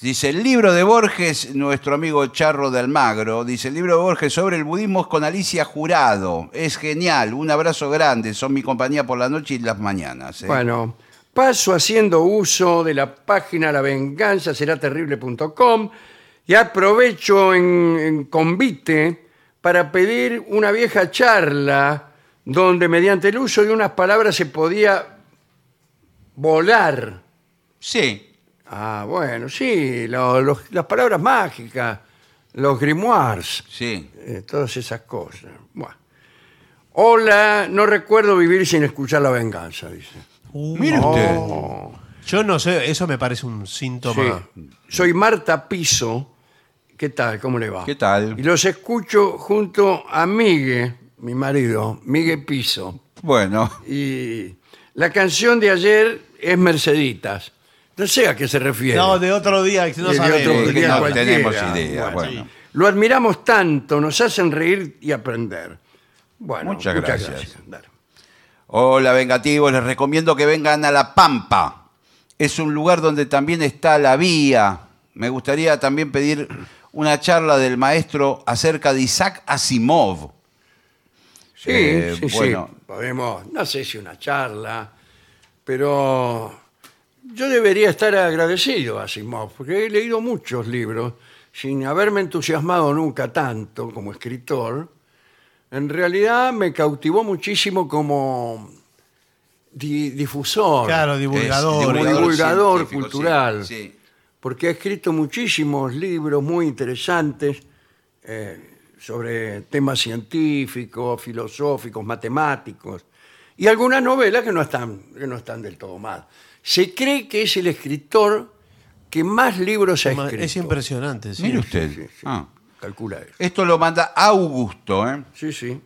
[SPEAKER 3] Dice, el libro de Borges, nuestro amigo Charro de Almagro, dice, el libro de Borges sobre el budismo es con Alicia Jurado. Es genial, un abrazo grande, son mi compañía por la noche y las mañanas. ¿eh?
[SPEAKER 2] Bueno, paso haciendo uso de la página lavenganzaseraterrible.com y aprovecho en, en convite para pedir una vieja charla donde mediante el uso de unas palabras se podía volar.
[SPEAKER 3] Sí,
[SPEAKER 2] Ah, bueno, sí, lo- los- las palabras mágicas, los grimoires.
[SPEAKER 3] sí.
[SPEAKER 2] eh, todas esas cosas. Buah. Hola, no recuerdo vivir sin escuchar la venganza, dice. Oh.
[SPEAKER 4] Uh,
[SPEAKER 3] Mire usted.
[SPEAKER 4] Yo no sé, eso me parece un síntoma.
[SPEAKER 2] Sí. Soy Marta Piso. ¿Qué tal? ¿Cómo le va?
[SPEAKER 3] ¿Qué tal?
[SPEAKER 2] Y los escucho junto a Migue, mi marido, Migue Piso.
[SPEAKER 3] Bueno,
[SPEAKER 2] Y la canción de ayer es Merceditas. No sé a qué se refiere.
[SPEAKER 4] No, de otro día, que no
[SPEAKER 2] Y de
[SPEAKER 4] sabemos.
[SPEAKER 2] otro
[SPEAKER 3] eh, que
[SPEAKER 2] día
[SPEAKER 3] no
[SPEAKER 2] cualquiera.
[SPEAKER 3] tenemos idea.
[SPEAKER 2] Bueno,
[SPEAKER 3] Bueno,
[SPEAKER 2] Lo admiramos tanto, nos hacen reír y aprender. Bueno,
[SPEAKER 3] Muchas
[SPEAKER 2] muchas,
[SPEAKER 3] gracias.
[SPEAKER 2] gracias. Dale.
[SPEAKER 3] Hola, vengativos, les recomiendo que vengan a La Pampa. Es un lugar donde también está la vía. Me gustaría también pedir una charla del maestro acerca de Isaac Asimov.
[SPEAKER 2] Sí,
[SPEAKER 3] Eh,
[SPEAKER 2] sí, sí.
[SPEAKER 3] bueno.
[SPEAKER 2] Podemos, no sé si una charla, pero yo debería estar agradecido a Simov, porque he leído muchos libros sin haberme entusiasmado nunca tanto como escritor. En realidad me cautivó muchísimo como di- difusor.
[SPEAKER 4] Claro,
[SPEAKER 3] Es
[SPEAKER 4] divulgador.
[SPEAKER 2] divulgador.
[SPEAKER 3] científico,
[SPEAKER 2] cultural.
[SPEAKER 3] sí, sí.
[SPEAKER 2] porque ha escrito muchísimos libros muy interesantes eh, sobre temas científicos, filosóficos, matemáticos, y algunas novelas que no, están, que no están del todo mal. Se cree que es el escritor que más libros ha escrito.
[SPEAKER 4] Es impresionante, sí.
[SPEAKER 3] Mire usted. Ah,
[SPEAKER 2] Calcula eso.
[SPEAKER 3] esto lo manda Augusto, ¿eh?
[SPEAKER 2] Sí, sí.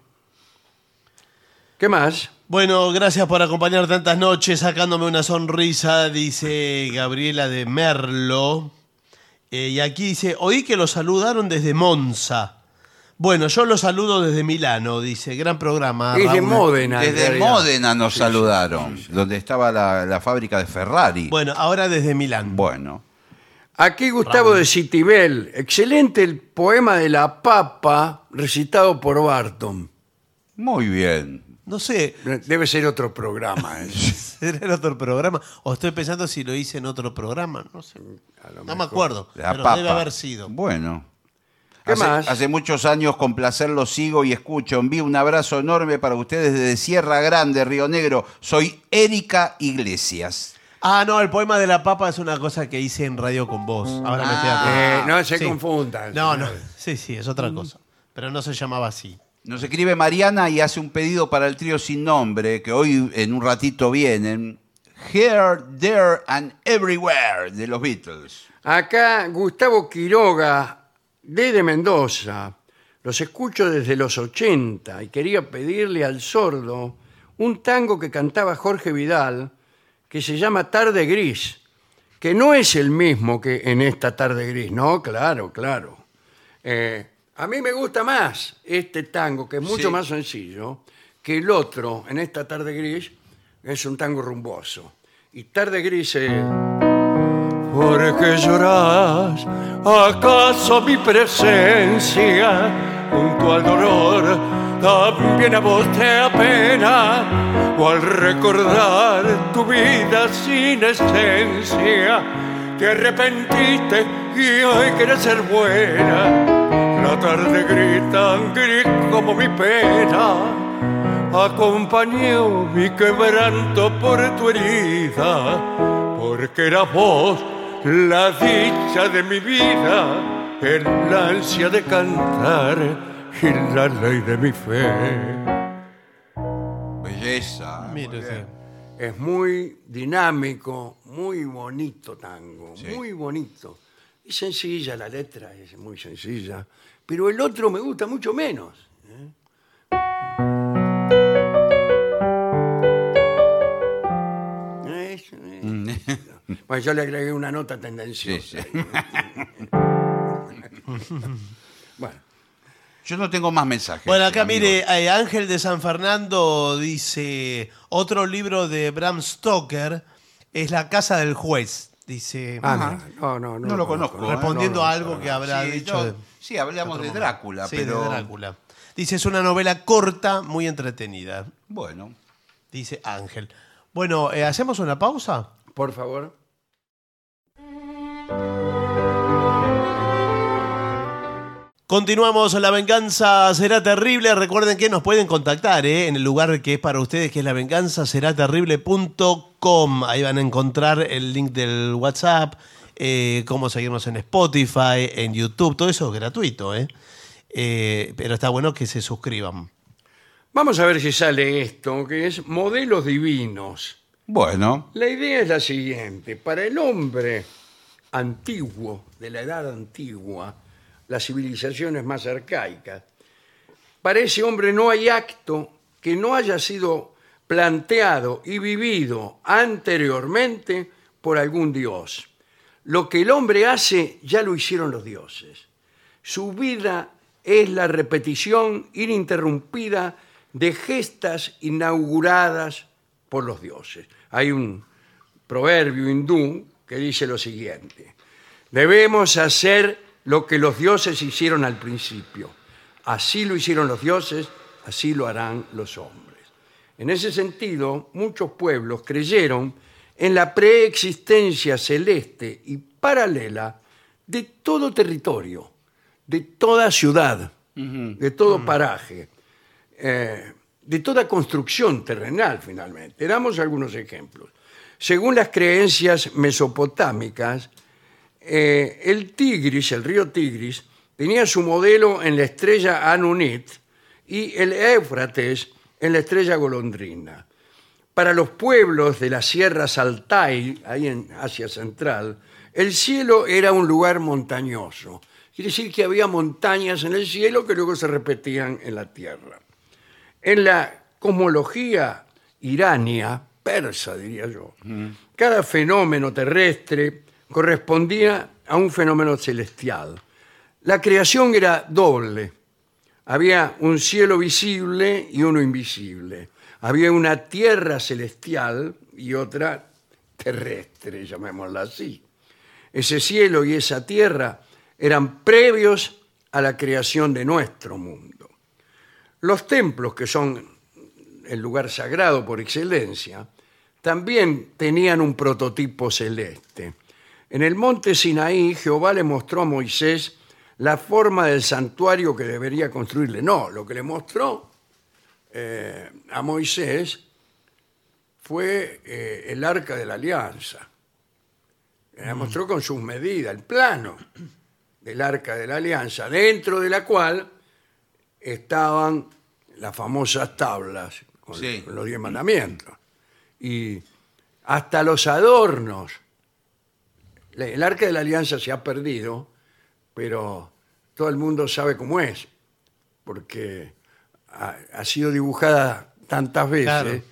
[SPEAKER 2] ¿Qué más?
[SPEAKER 4] Bueno, gracias por acompañar tantas noches, sacándome una sonrisa, dice Gabriela de Merlo. Eh, y aquí dice, oí que lo saludaron desde Monza. Bueno, yo lo saludo desde Milano, dice, gran programa.
[SPEAKER 2] es de
[SPEAKER 4] Ah, Raúl".
[SPEAKER 2] Módena. en
[SPEAKER 3] Desde
[SPEAKER 2] realidad.
[SPEAKER 3] Módena nos saludaron, donde estaba la, la fábrica de Ferrari.
[SPEAKER 4] Bueno, ahora desde Milán.
[SPEAKER 3] Bueno,
[SPEAKER 2] Aquí Gustavo de Citibel. Excelente el poema de la papa recitado por Barton.
[SPEAKER 3] muy bien.
[SPEAKER 4] No sé, (laughs)
[SPEAKER 2] Debe ser otro programa. ¿eh?
[SPEAKER 4] será en otro programa. O estoy pensando si lo hice en otro programa, no sé. No me acuerdo,
[SPEAKER 3] La
[SPEAKER 4] pero
[SPEAKER 3] papa.
[SPEAKER 4] debe haber sido.
[SPEAKER 3] Bueno.
[SPEAKER 2] ¿Qué
[SPEAKER 3] hace,
[SPEAKER 2] más?
[SPEAKER 3] hace muchos años con placer los sigo y escucho. Envío un abrazo enorme para ustedes desde Sierra Grande, Río Negro. Soy Erika Iglesias.
[SPEAKER 4] Ah, no, el poema de la papa es una cosa que hice en radio con vos. Ahora me estoy acordando.
[SPEAKER 2] Eh, no se
[SPEAKER 4] Sí.
[SPEAKER 2] confundan.
[SPEAKER 4] No, no.
[SPEAKER 2] señores.
[SPEAKER 4] Sí, sí, es otra cosa. Pero no se llamaba así.
[SPEAKER 3] Nos escribe Mariana y hace un pedido para el trío sin nombre, que hoy en un ratito vienen. Here, There and Everywhere de los Beatles.
[SPEAKER 2] Acá Gustavo Quiroga, desde Mendoza. Los escucho desde los 80 y quería pedirle al sordo un tango que cantaba Jorge Vidal que se llama Tarde Gris, que no es el mismo que en esta Tarde Gris, ¿no? Claro, claro. Eh, a mí me gusta más este tango, que es mucho
[SPEAKER 3] Sí.
[SPEAKER 2] más sencillo, que el otro, en esta Tarde Gris, es un tango rumboso. Y Tarde Gris eh, es... ¿Por qué lloras? ¿Acaso mi presencia junto al dolor también a vos te apena? ¿O al recordar tu vida sin esencia Te arrepentiste y hoy quieres ser buena. La tarde grita, grita como mi pena. Acompañó mi quebranto por tu herida, porque eras vos la dicha de mi vida, el ansia de cantar y la ley de mi fe. Ah,
[SPEAKER 3] Belleza.
[SPEAKER 4] Mire usted.
[SPEAKER 2] Es muy dinámico, muy bonito tango,
[SPEAKER 3] Sí.
[SPEAKER 2] muy bonito. Es sencilla la letra, es muy sencilla, pero el otro me gusta mucho menos. ¿eh? Es- es- Bueno, yo le agregué una nota tendenciosa. (laughs) bueno,
[SPEAKER 3] Yo no tengo más mensajes.
[SPEAKER 4] Bueno, acá
[SPEAKER 3] amigos.
[SPEAKER 4] mire, eh, Ángel de San Fernando dice, otro libro de Bram Stoker es La Casa del Juez, dice,
[SPEAKER 2] ah, mira, no, no, no,
[SPEAKER 3] No lo conozco, ¿eh?
[SPEAKER 4] respondiendo
[SPEAKER 2] no,
[SPEAKER 4] a
[SPEAKER 2] no,
[SPEAKER 4] algo
[SPEAKER 2] no.
[SPEAKER 4] que habrá
[SPEAKER 3] Sí,
[SPEAKER 4] dicho.
[SPEAKER 3] yo-
[SPEAKER 4] de-
[SPEAKER 3] sí, hablamos de Drácula,
[SPEAKER 4] Sí, de
[SPEAKER 3] pero.
[SPEAKER 4] Drácula. Dice, es una novela corta, muy entretenida,
[SPEAKER 3] Bueno.
[SPEAKER 4] dice Ángel. Bueno, eh, ¿hacemos una pausa?
[SPEAKER 2] Por favor.
[SPEAKER 4] Continuamos, la venganza será terrible. Recuerden que nos pueden contactar ¿eh? en el lugar que es para ustedes, que es lavenganzaseraterrible.com. Ahí van a encontrar el link del WhatsApp, eh, cómo seguirnos en Spotify, en YouTube, todo eso es gratuito. ¿eh? Eh, pero está bueno que se suscriban.
[SPEAKER 2] Vamos a ver si sale esto, que es modelos divinos.
[SPEAKER 3] Bueno.
[SPEAKER 2] La idea es la siguiente. Para el hombre antiguo, de la edad antigua, las civilizaciones más arcaicas, para ese hombre no hay acto que no haya sido planteado y vivido anteriormente por algún dios. Lo que el hombre hace ya lo hicieron los dioses. Su vida es la repetición ininterrumpida de gestas inauguradas por los dioses. Hay un proverbio hindú que dice lo siguiente, debemos hacer lo que los dioses hicieron al principio. Así lo hicieron los dioses, así lo harán los hombres. En ese sentido, muchos pueblos creyeron en la preexistencia celeste y paralela de todo territorio, de toda ciudad, de todo paraje, eh, de toda construcción terrenal finalmente. Damos algunos ejemplos. Según las creencias mesopotámicas, eh, el Tigris, el río Tigris, tenía su modelo en la estrella Anunit y el Éufrates en la estrella golondrina. Para los pueblos de las sierras Altai, ahí en Asia Central, el cielo era un lugar montañoso. Quiere decir que había montañas en el cielo que luego se repetían en la tierra. En la cosmología irania, persa diría yo, cada fenómeno terrestre correspondía a un fenómeno celestial. La creación era doble. Había un cielo visible y uno invisible. Había una tierra celestial y otra terrestre, llamémosla así. Ese cielo y esa tierra eran previos a la creación de nuestro mundo. Los templos, que son el lugar sagrado por excelencia, también tenían un prototipo celeste. En el monte Sinaí, Jehová le mostró a Moisés la forma del santuario que debería construirle. No, lo que le mostró eh, a Moisés fue eh, el arca de la alianza. Le mostró con sus medidas, el plano del arca de la alianza, dentro de la cual estaban las famosas tablas con,
[SPEAKER 3] Sí.
[SPEAKER 2] con los diez mandamientos. Y hasta los adornos. Le- El arca de la alianza se ha perdido, pero todo el mundo sabe cómo es, porque ha, ha sido dibujada tantas veces
[SPEAKER 4] Claro.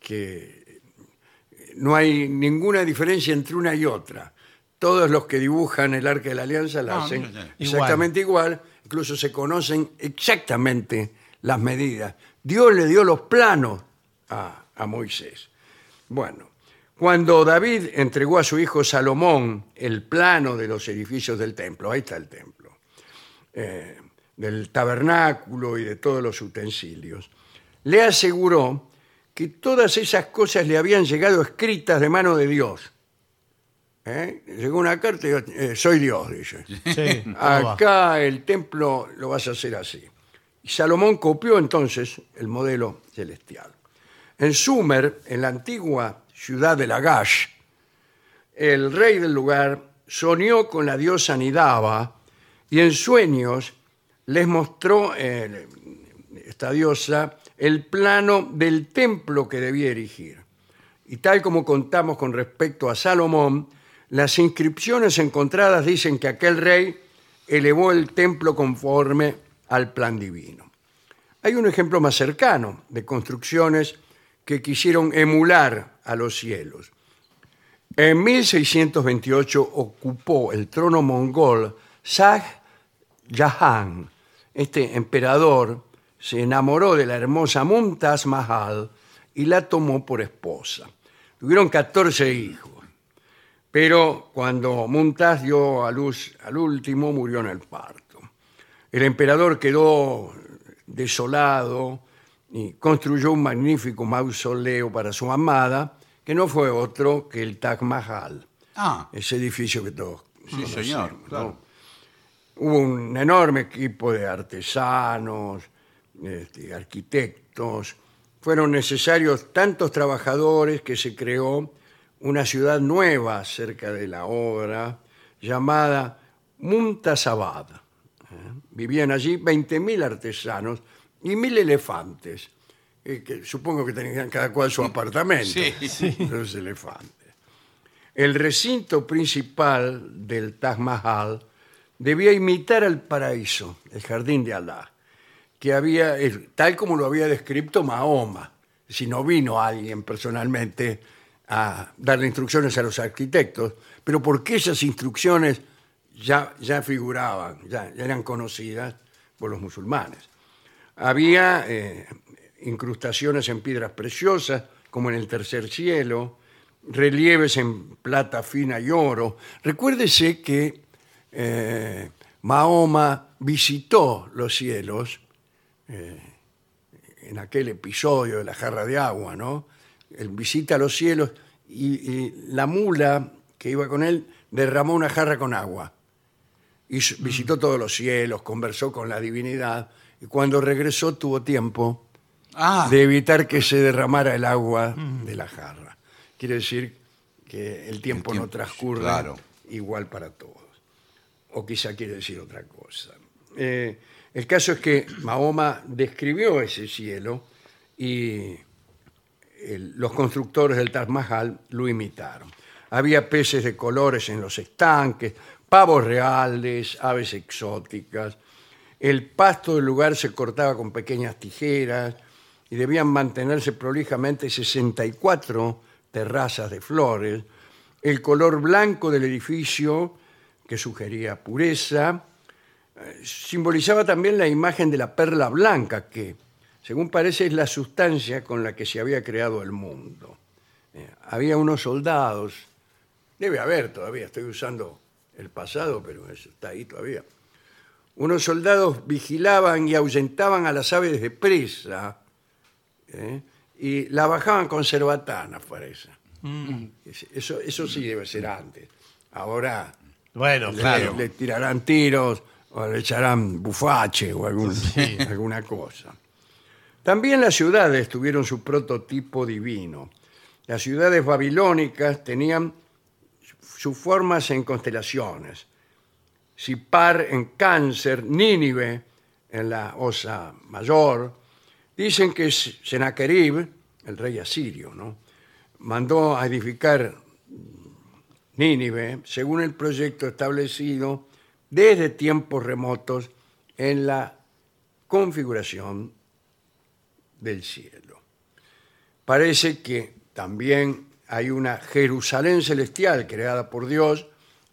[SPEAKER 2] que no hay ninguna diferencia entre una y otra. Todos los que dibujan el arca de la alianza la
[SPEAKER 3] No,
[SPEAKER 2] hacen
[SPEAKER 3] no, no.
[SPEAKER 2] exactamente igual, incluso se conocen exactamente las medidas. Dios le dio los planos a, a Moisés. Bueno, cuando David entregó a su hijo Salomón el plano de los edificios del templo, ahí está el templo, eh, del tabernáculo y de todos los utensilios, le aseguró que todas esas cosas le habían llegado escritas de mano de Dios ¿eh? Llegó una carta y yo, eh, soy Dios, dice.
[SPEAKER 4] Sí, ¿cómo
[SPEAKER 2] (laughs)
[SPEAKER 4] va?
[SPEAKER 2] Acá el templo lo vas a hacer así. Y Salomón copió entonces el modelo celestial. En Sumer, en la antigua ciudad de Lagash, el rey del lugar soñó con la diosa Nidaba y en sueños les mostró eh, esta diosa el plano del templo que debía erigir. Y tal como contamos con respecto a Salomón, las inscripciones encontradas dicen que aquel rey elevó el templo conforme al plan divino. Hay un ejemplo más cercano de construcciones que quisieron emular a los cielos. En 1628 ocupó el trono mongol Shah Jahan. Este emperador se enamoró de la hermosa Mumtaz Mahal y la tomó por esposa. Tuvieron 14 hijos, pero cuando Mumtaz dio a luz al último, murió en el parto. El emperador quedó desolado y construyó un magnífico mausoleo para su amada, que no fue otro que el Taj Mahal,
[SPEAKER 3] Ah,
[SPEAKER 2] ese edificio que todos
[SPEAKER 3] sí, señor.
[SPEAKER 2] ¿no?
[SPEAKER 3] claro.
[SPEAKER 2] Hubo un enorme equipo de artesanos, este, arquitectos. Fueron necesarios tantos trabajadores que se creó una ciudad nueva cerca de la obra llamada Mumtazabad. ¿eh? Vivían allí 20.000 artesanos y 1.000 elefantes. eh, que supongo que tenían cada cual su apartamento.
[SPEAKER 3] Sí,
[SPEAKER 2] (laughs) Los elefantes. El recinto principal del Taj Mahal debía imitar al paraíso, el jardín de Alá, que había, eh, tal como lo había descrito Mahoma, si no vino alguien personalmente a darle instrucciones a los arquitectos, pero porque esas instrucciones ya, ya figuraban, ya, ya eran conocidas por los musulmanes. Había eh, incrustaciones en piedras preciosas, como en el tercer cielo, relieves en plata fina y oro. Recuérdese que eh, Mahoma visitó los cielos eh, en aquel episodio de la jarra de agua, ¿no? Él visita los cielos y, y la mula que iba con él derramó una jarra con agua. Y s- visitó todos los cielos, conversó con la divinidad y cuando regresó tuvo tiempo
[SPEAKER 3] Ah,
[SPEAKER 2] de evitar que se derramara el agua de la jarra. Quiere decir que el tiempo,
[SPEAKER 3] El tiempo,
[SPEAKER 2] no transcurre
[SPEAKER 3] claro.
[SPEAKER 2] igual para todos. O quizá quiere decir otra cosa. Eh, el caso es que Mahoma describió ese cielo y el- los constructores del Taj Mahal lo imitaron. Había peces de colores en los estanques, pavos reales, aves exóticas. El pasto del lugar se cortaba con pequeñas tijeras y debían mantenerse prolijamente 64 terrazas de flores. El color blanco del edificio, que sugería pureza, eh, simbolizaba también la imagen de la perla blanca, que, según parece, es la sustancia con la que se había creado el mundo. Eh, había unos soldados, debe haber todavía, estoy usando el pasado, pero eso está ahí todavía. Unos soldados vigilaban y ahuyentaban a las aves de presa ¿eh? y la bajaban con cerbatanas, parece. Eso, eso sí debe ser antes. Ahora
[SPEAKER 4] Bueno,
[SPEAKER 2] le,
[SPEAKER 4] claro.
[SPEAKER 2] le tirarán tiros o le echarán bufache o algún- (laughs) alguna cosa. También las ciudades tuvieron su prototipo divino. Las ciudades babilónicas tenían sus formas en constelaciones. Sipar en Cáncer, Nínive en la Osa Mayor. Dicen que Senaquerib, el rey asirio, ¿no? mandó a edificar Nínive según el proyecto establecido desde tiempos remotos en la configuración del cielo. Parece que también hay una Jerusalén celestial creada por Dios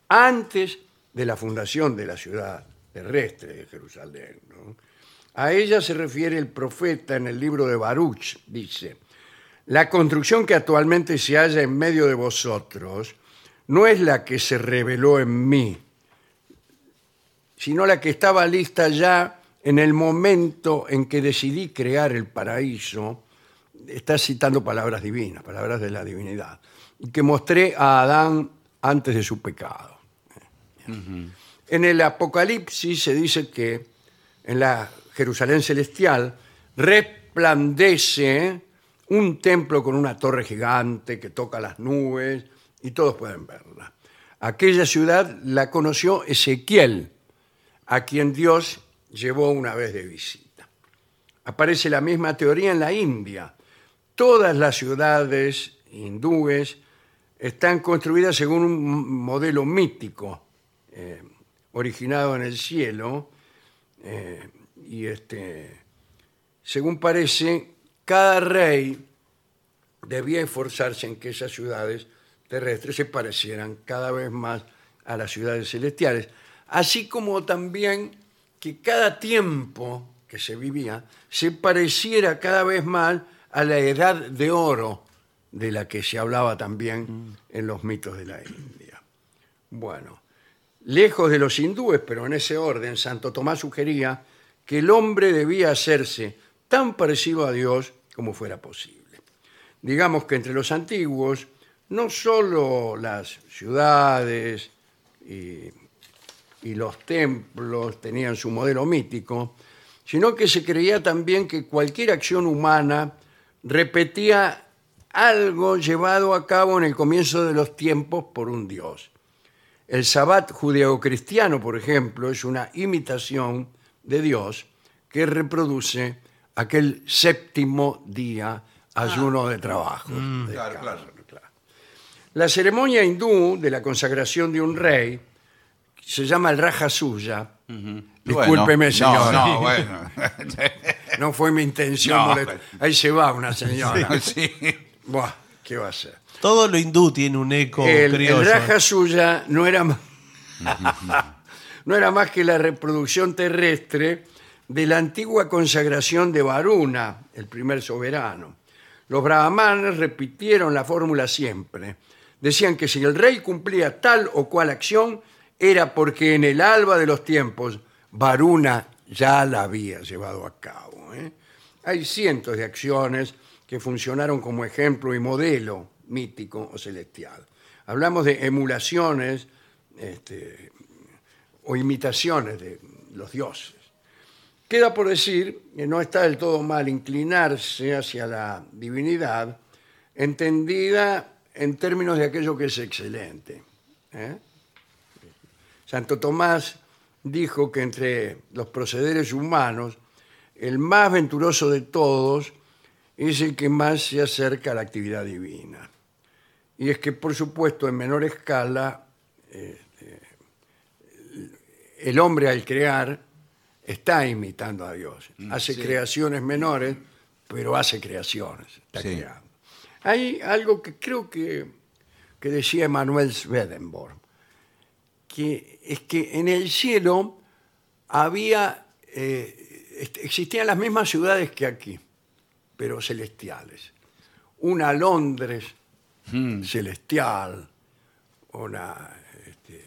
[SPEAKER 2] antes de la fundación de la ciudad terrestre de Jerusalén. ¿no? A ella se refiere el profeta en el libro de Baruch, dice, la construcción que actualmente se halla en medio de vosotros no es la que se reveló en mí, sino la que estaba lista ya en el momento en que decidí crear el paraíso, está citando palabras divinas, palabras de la divinidad, y que mostré a Adán antes de su pecado. En el Apocalipsis se dice que en la Jerusalén celestial resplandece un templo con una torre gigante que toca las nubes y todos pueden verla. Aquella ciudad la conoció Ezequiel, a quien Dios llevó una vez de visita. Aparece la misma teoría en la India. Todas las ciudades hindúes están construidas según un modelo mítico eh, originado en el cielo eh, y este, según parece, cada rey debía esforzarse en que esas ciudades terrestres se parecieran cada vez más a las ciudades celestiales, así como también que cada tiempo que se vivía se pareciera cada vez más a la edad de oro de la que se hablaba también en los mitos de la India. Bueno, lejos de los hindúes, pero en ese orden, Santo Tomás sugería que el hombre debía hacerse tan parecido a Dios como fuera posible. Digamos que entre los antiguos, no solo las ciudades y, y los templos tenían su modelo mítico, sino que se creía también que cualquier acción humana repetía algo llevado a cabo en el comienzo de los tiempos por un dios. El sabbat judeocristiano, por ejemplo, es una imitación de Dios que reproduce aquel séptimo día ayuno de trabajo. de
[SPEAKER 3] Ah. Mm. claro,
[SPEAKER 2] descanso, claro. La ceremonia hindú de la consagración de un rey se llama el Raja Suya. Discúlpeme,
[SPEAKER 3] Bueno,
[SPEAKER 2] señor.
[SPEAKER 3] No,
[SPEAKER 2] (laughs) No,
[SPEAKER 3] no, (laughs) bueno.
[SPEAKER 2] fue mi intención.
[SPEAKER 3] No.
[SPEAKER 2] molestar. Ahí se va una señora.
[SPEAKER 3] Sí.
[SPEAKER 2] Buah, ¿qué va a ser?
[SPEAKER 4] Todo lo hindú tiene un eco
[SPEAKER 2] el, el
[SPEAKER 4] criollo.
[SPEAKER 2] raja suya no era más, no era más que la reproducción terrestre de la antigua consagración de Varuna, el primer soberano. Los brahmanes repitieron la fórmula siempre. Decían que si el rey cumplía tal o cual acción, era porque en el alba de los tiempos Varuna ya la había llevado a cabo. ¿eh? Hay cientos de acciones que funcionaron como ejemplo y modelo mítico o celestial. Hablamos de emulaciones este, o imitaciones de los dioses. Queda por decir que no está del todo mal inclinarse hacia la divinidad, entendida en términos de aquello que es excelente. ¿eh? Santo Tomás dijo que entre los procederes humanos, el más venturoso de todos es el que más se acerca a la actividad divina. Y es que, por supuesto, en menor escala, este, el hombre al crear está imitando a Dios. Hace creaciones menores, pero hace creaciones. Está
[SPEAKER 3] Sí.
[SPEAKER 2] creando. Hay algo que creo que, que decía Manuel Swedenborg, que es que en el cielo había, eh, est- existían las mismas ciudades que aquí, pero celestiales. Una Londres
[SPEAKER 3] Mm,
[SPEAKER 2] celestial, una este,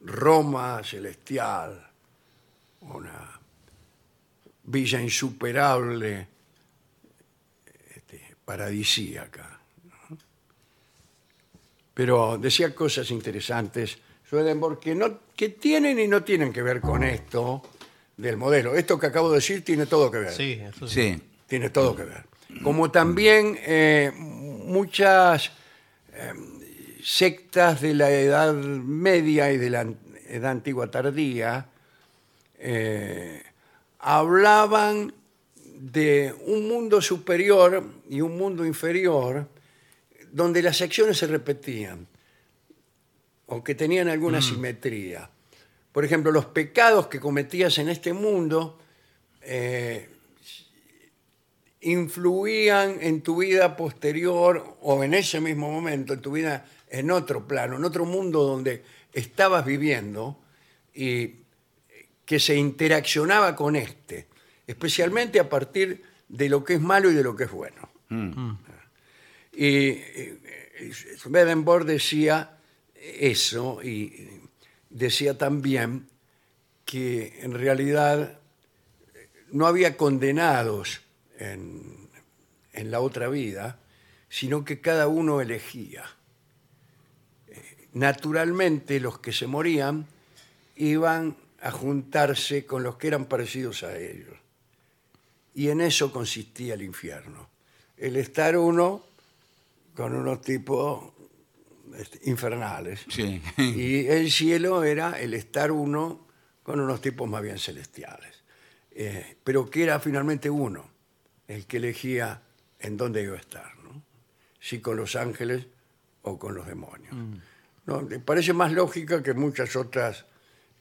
[SPEAKER 2] Roma celestial, una villa insuperable, este, paradisíaca. ¿no? Pero decía cosas interesantes, Swedenborg, que, no, que tienen y no tienen que ver con esto del modelo. Esto que acabo de decir tiene todo que ver
[SPEAKER 4] Sí, eso sí.
[SPEAKER 3] Sí.
[SPEAKER 2] tiene todo que ver. Como también eh, muchas eh, sectas de la Edad Media y de la an- Edad Antigua Tardía eh, hablaban de un mundo superior y un mundo inferior donde las acciones se repetían o que tenían alguna simetría. Por ejemplo, los pecados que cometías en este mundo eh, influían en tu vida posterior o en ese mismo momento, en tu vida en otro plano, en otro mundo donde estabas viviendo y que se interaccionaba con este, especialmente a partir de lo que es malo y de lo que es bueno. Y eh, eh, Swedenborg decía eso y decía también que en realidad eh, no había condenados en, en la otra vida, sino que cada uno elegía. Eh, naturalmente los que se morían iban a juntarse con los que eran parecidos a ellos. Y en eso consistía el infierno. El estar uno con unos tipos este, infernales.
[SPEAKER 3] Sí.
[SPEAKER 2] Y el cielo era el estar uno con unos tipos más bien celestiales. Eh, pero que era finalmente uno el que elegía en dónde iba a estar, ¿no? Si con los ángeles o con los demonios. No, me parece más lógica que muchas otras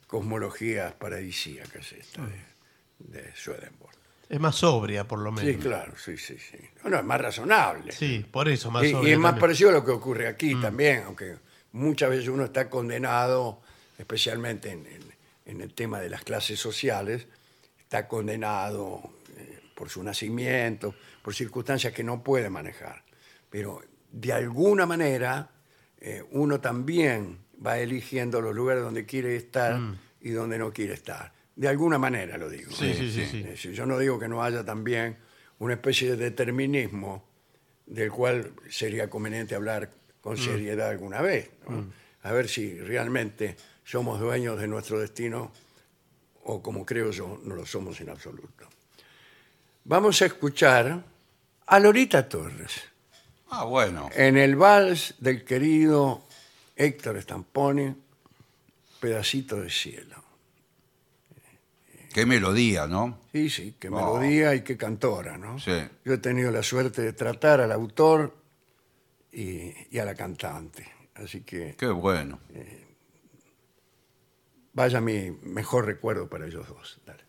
[SPEAKER 2] cosmologías paradisíacas esta de, de Swedenborg.
[SPEAKER 4] Es más sobria, por lo menos.
[SPEAKER 2] Sí, claro, sí, sí, sí. No, no, es más razonable.
[SPEAKER 4] Sí, por eso más
[SPEAKER 2] Y- y,
[SPEAKER 4] sobria.
[SPEAKER 2] es más
[SPEAKER 4] también. Mm.
[SPEAKER 2] parecido a lo que ocurre aquí también, aunque muchas veces uno está condenado, especialmente en, en- en el tema de las clases sociales, está condenado eh, por su nacimiento, por circunstancias que no puede manejar. Pero de alguna manera eh, uno también va eligiendo los lugares donde quiere estar y donde no quiere estar. De alguna manera lo digo.
[SPEAKER 4] Mm. Sí, sí, sí, sí.
[SPEAKER 2] Es decir, Yo no digo que no haya también una especie de determinismo del cual sería conveniente hablar
[SPEAKER 4] Mm.
[SPEAKER 2] con seriedad alguna vez. ¿no? A ver si realmente somos dueños de nuestro destino o como creo yo, no lo somos en absoluto. Vamos a escuchar a Lorita Torres
[SPEAKER 3] Ah, bueno.
[SPEAKER 2] en el vals del querido Héctor Stamponi, Pedacito de Cielo.
[SPEAKER 3] Qué melodía, ¿no?
[SPEAKER 2] Sí, sí, qué
[SPEAKER 3] Oh.
[SPEAKER 2] melodía y qué cantora, ¿no?
[SPEAKER 3] Sí.
[SPEAKER 2] Yo he tenido la suerte de tratar al autor y, y a la cantante. Así que
[SPEAKER 3] Qué bueno.
[SPEAKER 2] vaya mi mejor recuerdo para ellos dos. Dale.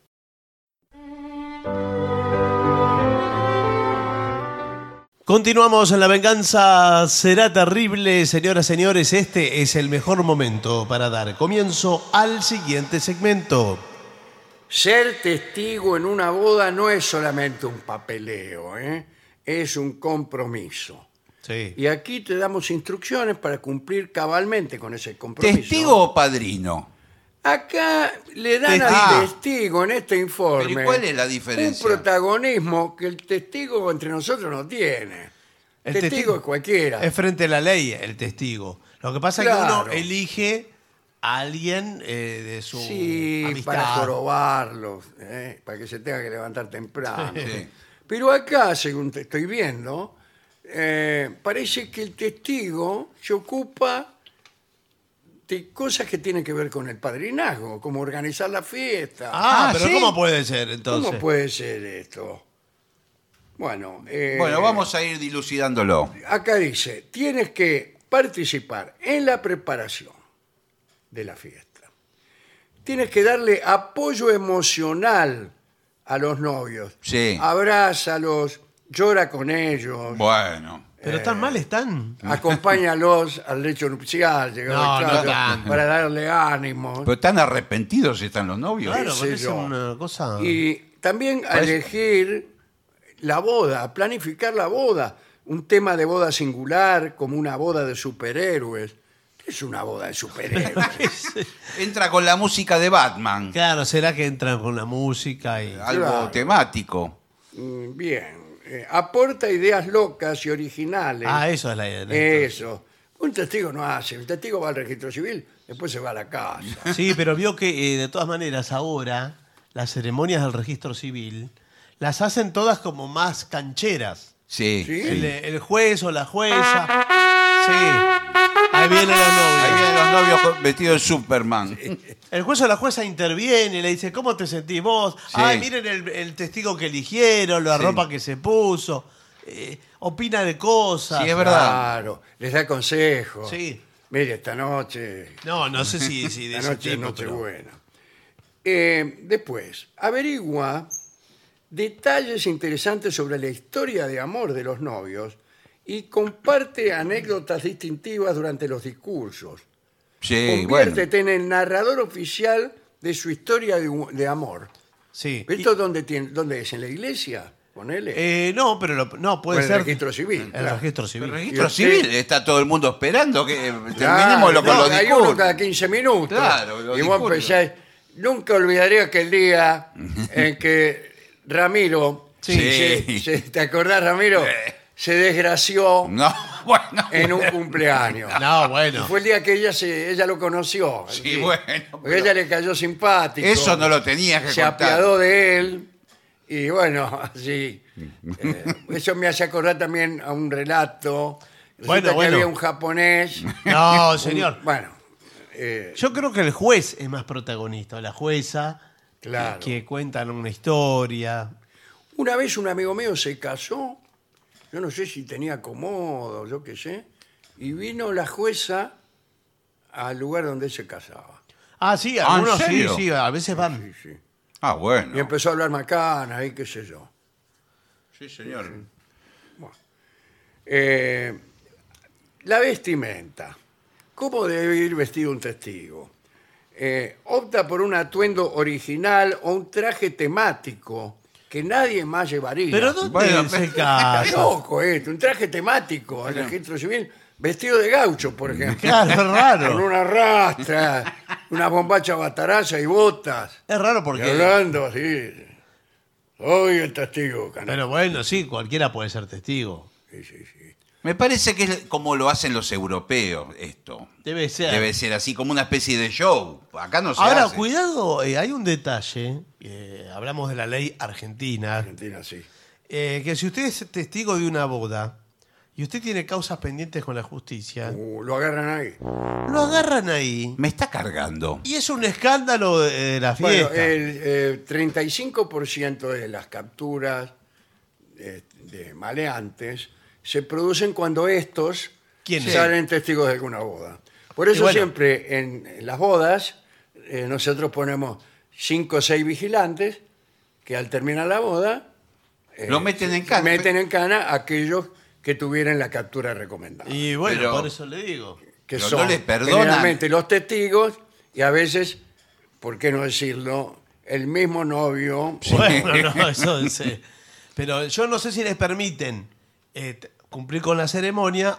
[SPEAKER 4] Continuamos en La Venganza Será Terrible. Señoras, señores, este es el mejor momento para dar comienzo al siguiente segmento.
[SPEAKER 2] Ser testigo en una boda no es solamente un papeleo, ¿eh? es un compromiso.
[SPEAKER 4] Sí.
[SPEAKER 2] Y aquí te damos instrucciones para cumplir cabalmente con ese compromiso.
[SPEAKER 3] ¿Testigo o padrino?
[SPEAKER 2] Acá le dan
[SPEAKER 3] Testigo. Ah.
[SPEAKER 2] al testigo en este informe.
[SPEAKER 3] Pero ¿y cuál es la diferencia?
[SPEAKER 2] Un protagonismo que el testigo entre nosotros no tiene. El testigo, es cualquiera.
[SPEAKER 4] Es frente a la ley el testigo. Lo que pasa es
[SPEAKER 2] Claro.
[SPEAKER 4] que uno elige a alguien eh, de su
[SPEAKER 2] sí,
[SPEAKER 4] amistad.
[SPEAKER 2] para jorobarlos, ¿eh? para que se tenga que levantar temprano.
[SPEAKER 3] Sí.
[SPEAKER 2] Pero acá, según te estoy viendo, eh, parece que el testigo se ocupa de cosas que tienen que ver con el padrinazgo, como organizar la fiesta.
[SPEAKER 4] Ah,
[SPEAKER 3] Ah,
[SPEAKER 4] pero
[SPEAKER 3] ¿sí?
[SPEAKER 4] ¿cómo puede ser entonces?
[SPEAKER 2] ¿Cómo puede ser esto? Bueno, eh,
[SPEAKER 3] Bueno, vamos a ir dilucidándolo.
[SPEAKER 2] acá dice, tienes que participar en la preparación de la fiesta. Tienes que darle apoyo emocional a los novios.
[SPEAKER 3] Sí.
[SPEAKER 2] Abrázalos, llora con ellos,
[SPEAKER 3] Bueno.
[SPEAKER 4] Pero tan mal están.
[SPEAKER 2] acompáñalos al lecho nupcial, llegado
[SPEAKER 4] No,
[SPEAKER 2] el
[SPEAKER 4] no
[SPEAKER 2] caso,
[SPEAKER 4] tanto.
[SPEAKER 2] para darle ánimo.
[SPEAKER 3] Pero están arrepentidos están los novios.
[SPEAKER 4] Claro,
[SPEAKER 2] sé
[SPEAKER 4] porque es
[SPEAKER 2] yo.
[SPEAKER 4] una cosa.
[SPEAKER 2] Y también a
[SPEAKER 3] Parece-
[SPEAKER 2] elegir la boda, a planificar la boda. Un tema de boda singular, como una boda de superhéroes. ¿Qué es una boda de
[SPEAKER 4] (laughs)
[SPEAKER 2] superhéroes?
[SPEAKER 3] Entra con la música de Batman.
[SPEAKER 4] Claro, será que entran con la música
[SPEAKER 2] Eh,
[SPEAKER 4] y.
[SPEAKER 3] Algo
[SPEAKER 2] Claro.
[SPEAKER 3] temático.
[SPEAKER 2] Mm, Bien. Eh, aporta ideas locas y originales.
[SPEAKER 4] Ah, eso es la idea.
[SPEAKER 2] Eso. Un testigo no hace. El testigo va al registro civil, después se va a la casa.
[SPEAKER 4] Sí, pero vio que eh, de todas maneras ahora las ceremonias del registro civil las hacen todas como más cancheras.
[SPEAKER 3] Sí.
[SPEAKER 2] Sí.
[SPEAKER 3] sí.
[SPEAKER 4] El, el juez o la jueza. Sí. Ahí vienen los
[SPEAKER 3] Ahí
[SPEAKER 4] novios.
[SPEAKER 3] vienen los novios con- vestidos de Superman.
[SPEAKER 4] El juez o la jueza interviene y le dice, ¿cómo te sentís vos? Ay, miren el, el testigo que eligieron, la
[SPEAKER 3] Sí.
[SPEAKER 4] ropa que se puso. eh, opina de cosas.
[SPEAKER 3] Sí, es verdad.
[SPEAKER 2] Claro. Les da consejos.
[SPEAKER 4] Sí.
[SPEAKER 2] Mire, esta noche
[SPEAKER 4] No, no sé si, si de
[SPEAKER 2] La
[SPEAKER 4] ese
[SPEAKER 2] noche de
[SPEAKER 4] tipo, pero-
[SPEAKER 2] Nochebuena. Eh, después, averigua detalles interesantes sobre la historia de amor de los novios y comparte anécdotas distintivas durante los discursos.
[SPEAKER 3] Sí, bueno.
[SPEAKER 2] Conviértete en el narrador oficial de su historia de, hu- de amor.
[SPEAKER 4] Sí.
[SPEAKER 2] ¿Esto dónde, tiene, dónde es? ¿En la iglesia? Ponele.
[SPEAKER 4] Eh, no, pero lo- no, puede
[SPEAKER 2] O en el
[SPEAKER 4] ser.
[SPEAKER 2] registro civil,
[SPEAKER 4] El
[SPEAKER 2] claro.
[SPEAKER 4] registro
[SPEAKER 3] El
[SPEAKER 4] civil.
[SPEAKER 3] registro
[SPEAKER 2] Sí.
[SPEAKER 3] civil, está todo el mundo esperando que eh,
[SPEAKER 2] Claro,
[SPEAKER 3] terminémoslo con
[SPEAKER 2] no,
[SPEAKER 3] los
[SPEAKER 2] hay
[SPEAKER 3] discursos.
[SPEAKER 2] uno cada 15 minutos.
[SPEAKER 3] Claro, los
[SPEAKER 2] y vos
[SPEAKER 3] discursos.
[SPEAKER 2] pensás, nunca olvidaré aquel día
[SPEAKER 3] (laughs)
[SPEAKER 2] en que Ramiro,
[SPEAKER 3] Sí.
[SPEAKER 2] se- se- ¿te acordás Ramiro? Se desgració
[SPEAKER 3] No, (laughs) bueno.
[SPEAKER 2] en un
[SPEAKER 3] (laughs)
[SPEAKER 2] cumpleaños.
[SPEAKER 4] No, bueno.
[SPEAKER 2] Fue el día que ella se, ella lo conoció.
[SPEAKER 3] Sí,
[SPEAKER 2] Porque
[SPEAKER 3] bueno, pero-
[SPEAKER 2] ella le cayó simpático.
[SPEAKER 3] Eso no lo tenías que
[SPEAKER 2] Se
[SPEAKER 3] contar.
[SPEAKER 2] apiadó de él. Y bueno, (laughs)
[SPEAKER 3] (laughs)
[SPEAKER 2] así. eh, eso me hace acordar también a un relato. Resulta
[SPEAKER 4] Bueno,
[SPEAKER 2] que
[SPEAKER 4] bueno.
[SPEAKER 2] había un
[SPEAKER 3] (laughs)
[SPEAKER 2] japonés. un-
[SPEAKER 4] No, señor.
[SPEAKER 2] bueno, eh,
[SPEAKER 4] Yo creo que el juez es más protagonista, o la jueza,
[SPEAKER 2] Claro.
[SPEAKER 4] que cuentan una historia.
[SPEAKER 2] una vez un amigo mío se casó. Yo no sé si tenía comodo, yo qué sé. Y vino la jueza al lugar donde se casaba.
[SPEAKER 4] Ah, sí,
[SPEAKER 3] Ah, ¿en
[SPEAKER 4] algunos sí,
[SPEAKER 3] serio?
[SPEAKER 4] sí, a veces van.
[SPEAKER 2] Sí, sí.
[SPEAKER 3] Ah,
[SPEAKER 2] Y
[SPEAKER 3] bueno.
[SPEAKER 2] empezó a hablar macana y qué sé yo.
[SPEAKER 3] Sí, señor.
[SPEAKER 2] Eh, la vestimenta. ¿Cómo debe ir vestido un testigo? Eh, opta por un atuendo original o un traje temático que nadie más llevaría.
[SPEAKER 4] Pero ¿dónde
[SPEAKER 3] Bueno,
[SPEAKER 4] se
[SPEAKER 3] pero-
[SPEAKER 2] Está
[SPEAKER 4] casa?
[SPEAKER 2] loco esto, un traje temático al registro civil, vestido de gaucho, por ejemplo.
[SPEAKER 4] (laughs) Claro, es
[SPEAKER 2] Con
[SPEAKER 4] raro.
[SPEAKER 2] una rastra, una bombacha bataraza y botas.
[SPEAKER 4] Es raro
[SPEAKER 2] Y
[SPEAKER 4] porque...
[SPEAKER 2] hablando así. Soy el testigo, canal.
[SPEAKER 4] Pero bueno, sí, cualquiera puede ser testigo.
[SPEAKER 2] Sí, sí, sí.
[SPEAKER 3] Me parece que es como lo hacen los europeos esto.
[SPEAKER 4] Debe ser.
[SPEAKER 3] Debe ser así, como una especie de show. Acá no se
[SPEAKER 4] Ahora,
[SPEAKER 3] hace.
[SPEAKER 4] cuidado, eh, hay un detalle, eh, hablamos de la ley argentina,
[SPEAKER 2] Argentina, sí.
[SPEAKER 4] eh, que si usted es testigo de una boda y usted tiene causas pendientes con la justicia,
[SPEAKER 2] Uh, lo agarran ahí.
[SPEAKER 4] lo agarran ahí
[SPEAKER 3] Me está cargando.
[SPEAKER 4] y es un escándalo de, de la
[SPEAKER 2] Bueno,
[SPEAKER 4] fiesta.
[SPEAKER 2] el eh, 35% de las capturas eh, de maleantes se producen cuando estos
[SPEAKER 4] ¿Quiénes?
[SPEAKER 2] salen testigos de alguna boda. Por eso
[SPEAKER 4] Y bueno.
[SPEAKER 2] siempre en, en las bodas eh, nosotros ponemos 5 o 6 vigilantes que al terminar la boda eh,
[SPEAKER 3] Lo meten en
[SPEAKER 2] se-
[SPEAKER 3] cana.
[SPEAKER 2] meten en cana a aquellos que tuvieran la captura recomendada.
[SPEAKER 4] y bueno,
[SPEAKER 3] pero-
[SPEAKER 4] por eso le digo.
[SPEAKER 2] que
[SPEAKER 3] Pero
[SPEAKER 2] son
[SPEAKER 3] no les perdonan.
[SPEAKER 2] generalmente los testigos y a veces, ¿por qué no decirlo? El mismo novio.
[SPEAKER 4] Bueno, no, eso es, Pero yo no sé si les permiten eh, t- cumplir con la ceremonia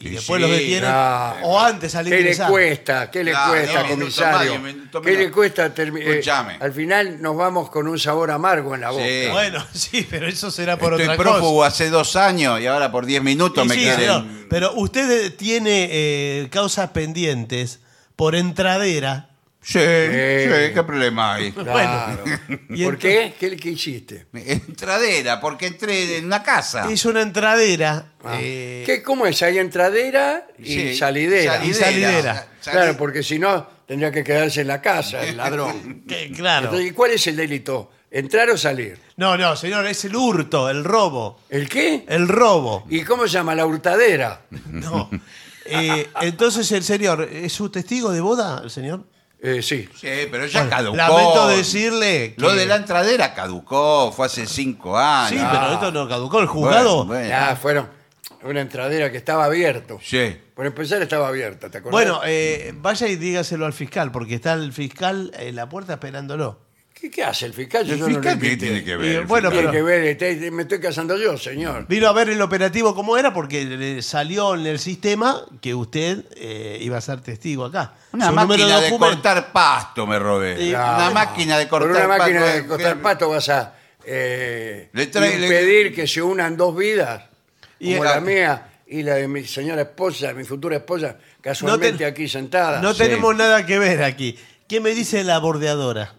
[SPEAKER 4] y
[SPEAKER 3] Sí,
[SPEAKER 4] después
[SPEAKER 3] sí,
[SPEAKER 4] los detienen
[SPEAKER 2] Ah,
[SPEAKER 4] o antes al
[SPEAKER 2] ¿Qué le
[SPEAKER 4] ingresar.
[SPEAKER 2] cuesta? ¿Qué le
[SPEAKER 3] Claro,
[SPEAKER 2] cuesta,
[SPEAKER 3] no,
[SPEAKER 2] comisario?
[SPEAKER 3] un minuto,
[SPEAKER 2] ¿Qué le
[SPEAKER 3] minuto.
[SPEAKER 2] cuesta terminar?
[SPEAKER 3] Escuchame.
[SPEAKER 2] al final nos vamos con un sabor amargo en la boca.
[SPEAKER 3] Sí.
[SPEAKER 4] Bueno, (laughs) sí, pero eso será por
[SPEAKER 3] Estoy
[SPEAKER 4] otra
[SPEAKER 3] prófugo
[SPEAKER 4] cosa.
[SPEAKER 3] hace dos años y ahora por diez minutos
[SPEAKER 4] Y
[SPEAKER 3] me
[SPEAKER 4] sí,
[SPEAKER 3] quieren.
[SPEAKER 4] señor, pero usted eh, tiene eh, causas pendientes por entradera.
[SPEAKER 3] Sí, sí, qué problema hay.
[SPEAKER 2] Claro.
[SPEAKER 3] (laughs)
[SPEAKER 4] Y
[SPEAKER 2] ¿Por
[SPEAKER 4] entonces-
[SPEAKER 2] qué? ¿Qué, qué hiciste?
[SPEAKER 3] Entradera, porque entré en una casa.
[SPEAKER 4] Es una entradera.
[SPEAKER 2] Ah.
[SPEAKER 4] eh,
[SPEAKER 2] ¿Qué, ¿Cómo es? Hay entradera y
[SPEAKER 3] Sí,
[SPEAKER 2] salidera.
[SPEAKER 4] Y salidera.
[SPEAKER 3] Sali-
[SPEAKER 2] Claro, porque si no, tendría que quedarse en la casa el ladrón.
[SPEAKER 4] que- (laughs) claro.
[SPEAKER 2] Entonces, ¿Y cuál es el delito? ¿Entrar o salir?
[SPEAKER 4] No, no, señor, es el hurto, el robo.
[SPEAKER 2] ¿El qué?
[SPEAKER 4] El robo.
[SPEAKER 2] ¿Y cómo se llama? La hurtadera.
[SPEAKER 4] No. Eh, entonces, el señor, ¿es su testigo de boda, el señor?
[SPEAKER 2] Eh, sí.
[SPEAKER 3] Sí, pero ya caducó.
[SPEAKER 4] Lamento decirle. que-
[SPEAKER 3] Lo de la entradera caducó, fue hace cinco
[SPEAKER 4] Sí,
[SPEAKER 3] años.
[SPEAKER 4] pero esto no caducó. El juzgado.
[SPEAKER 3] Ah, Bueno, bueno.
[SPEAKER 2] Ah, fueron una entradera que estaba abierto.
[SPEAKER 3] Sí.
[SPEAKER 2] Por empezar estaba abierta, ¿te acordás?
[SPEAKER 4] Bueno, eh, vaya y dígaselo al fiscal, porque está el fiscal en la puerta esperándolo.
[SPEAKER 2] ¿Qué, qué hace el fiscal? Yo
[SPEAKER 3] ¿El
[SPEAKER 2] no lo
[SPEAKER 3] fiscal qué
[SPEAKER 2] invité.
[SPEAKER 3] tiene que
[SPEAKER 4] Y,
[SPEAKER 3] ver? el
[SPEAKER 4] bueno,
[SPEAKER 2] Tiene
[SPEAKER 4] pero-
[SPEAKER 2] que ver, este, me estoy casando yo, señor.
[SPEAKER 4] Vino a ver el operativo cómo era, porque le salió en el sistema que usted eh, iba a ser testigo acá.
[SPEAKER 3] Una
[SPEAKER 4] Su número
[SPEAKER 3] máquina de
[SPEAKER 4] documento-
[SPEAKER 3] cortar pasto me robé.
[SPEAKER 4] Sí.
[SPEAKER 3] una
[SPEAKER 2] Ah,
[SPEAKER 3] máquina de cortar
[SPEAKER 2] Con una máquina
[SPEAKER 3] pasto.
[SPEAKER 2] de cortar pato vas a eh,
[SPEAKER 3] Le trae- le-
[SPEAKER 2] impedir que se unan dos vidas,
[SPEAKER 4] Y-
[SPEAKER 2] como la
[SPEAKER 4] Ah.
[SPEAKER 2] mía y la de mi señora esposa, mi futura esposa, casualmente
[SPEAKER 4] No te-
[SPEAKER 2] aquí sentada.
[SPEAKER 4] No
[SPEAKER 3] Sí.
[SPEAKER 4] tenemos nada que ver aquí. ¿Qué me dice la bordeadora?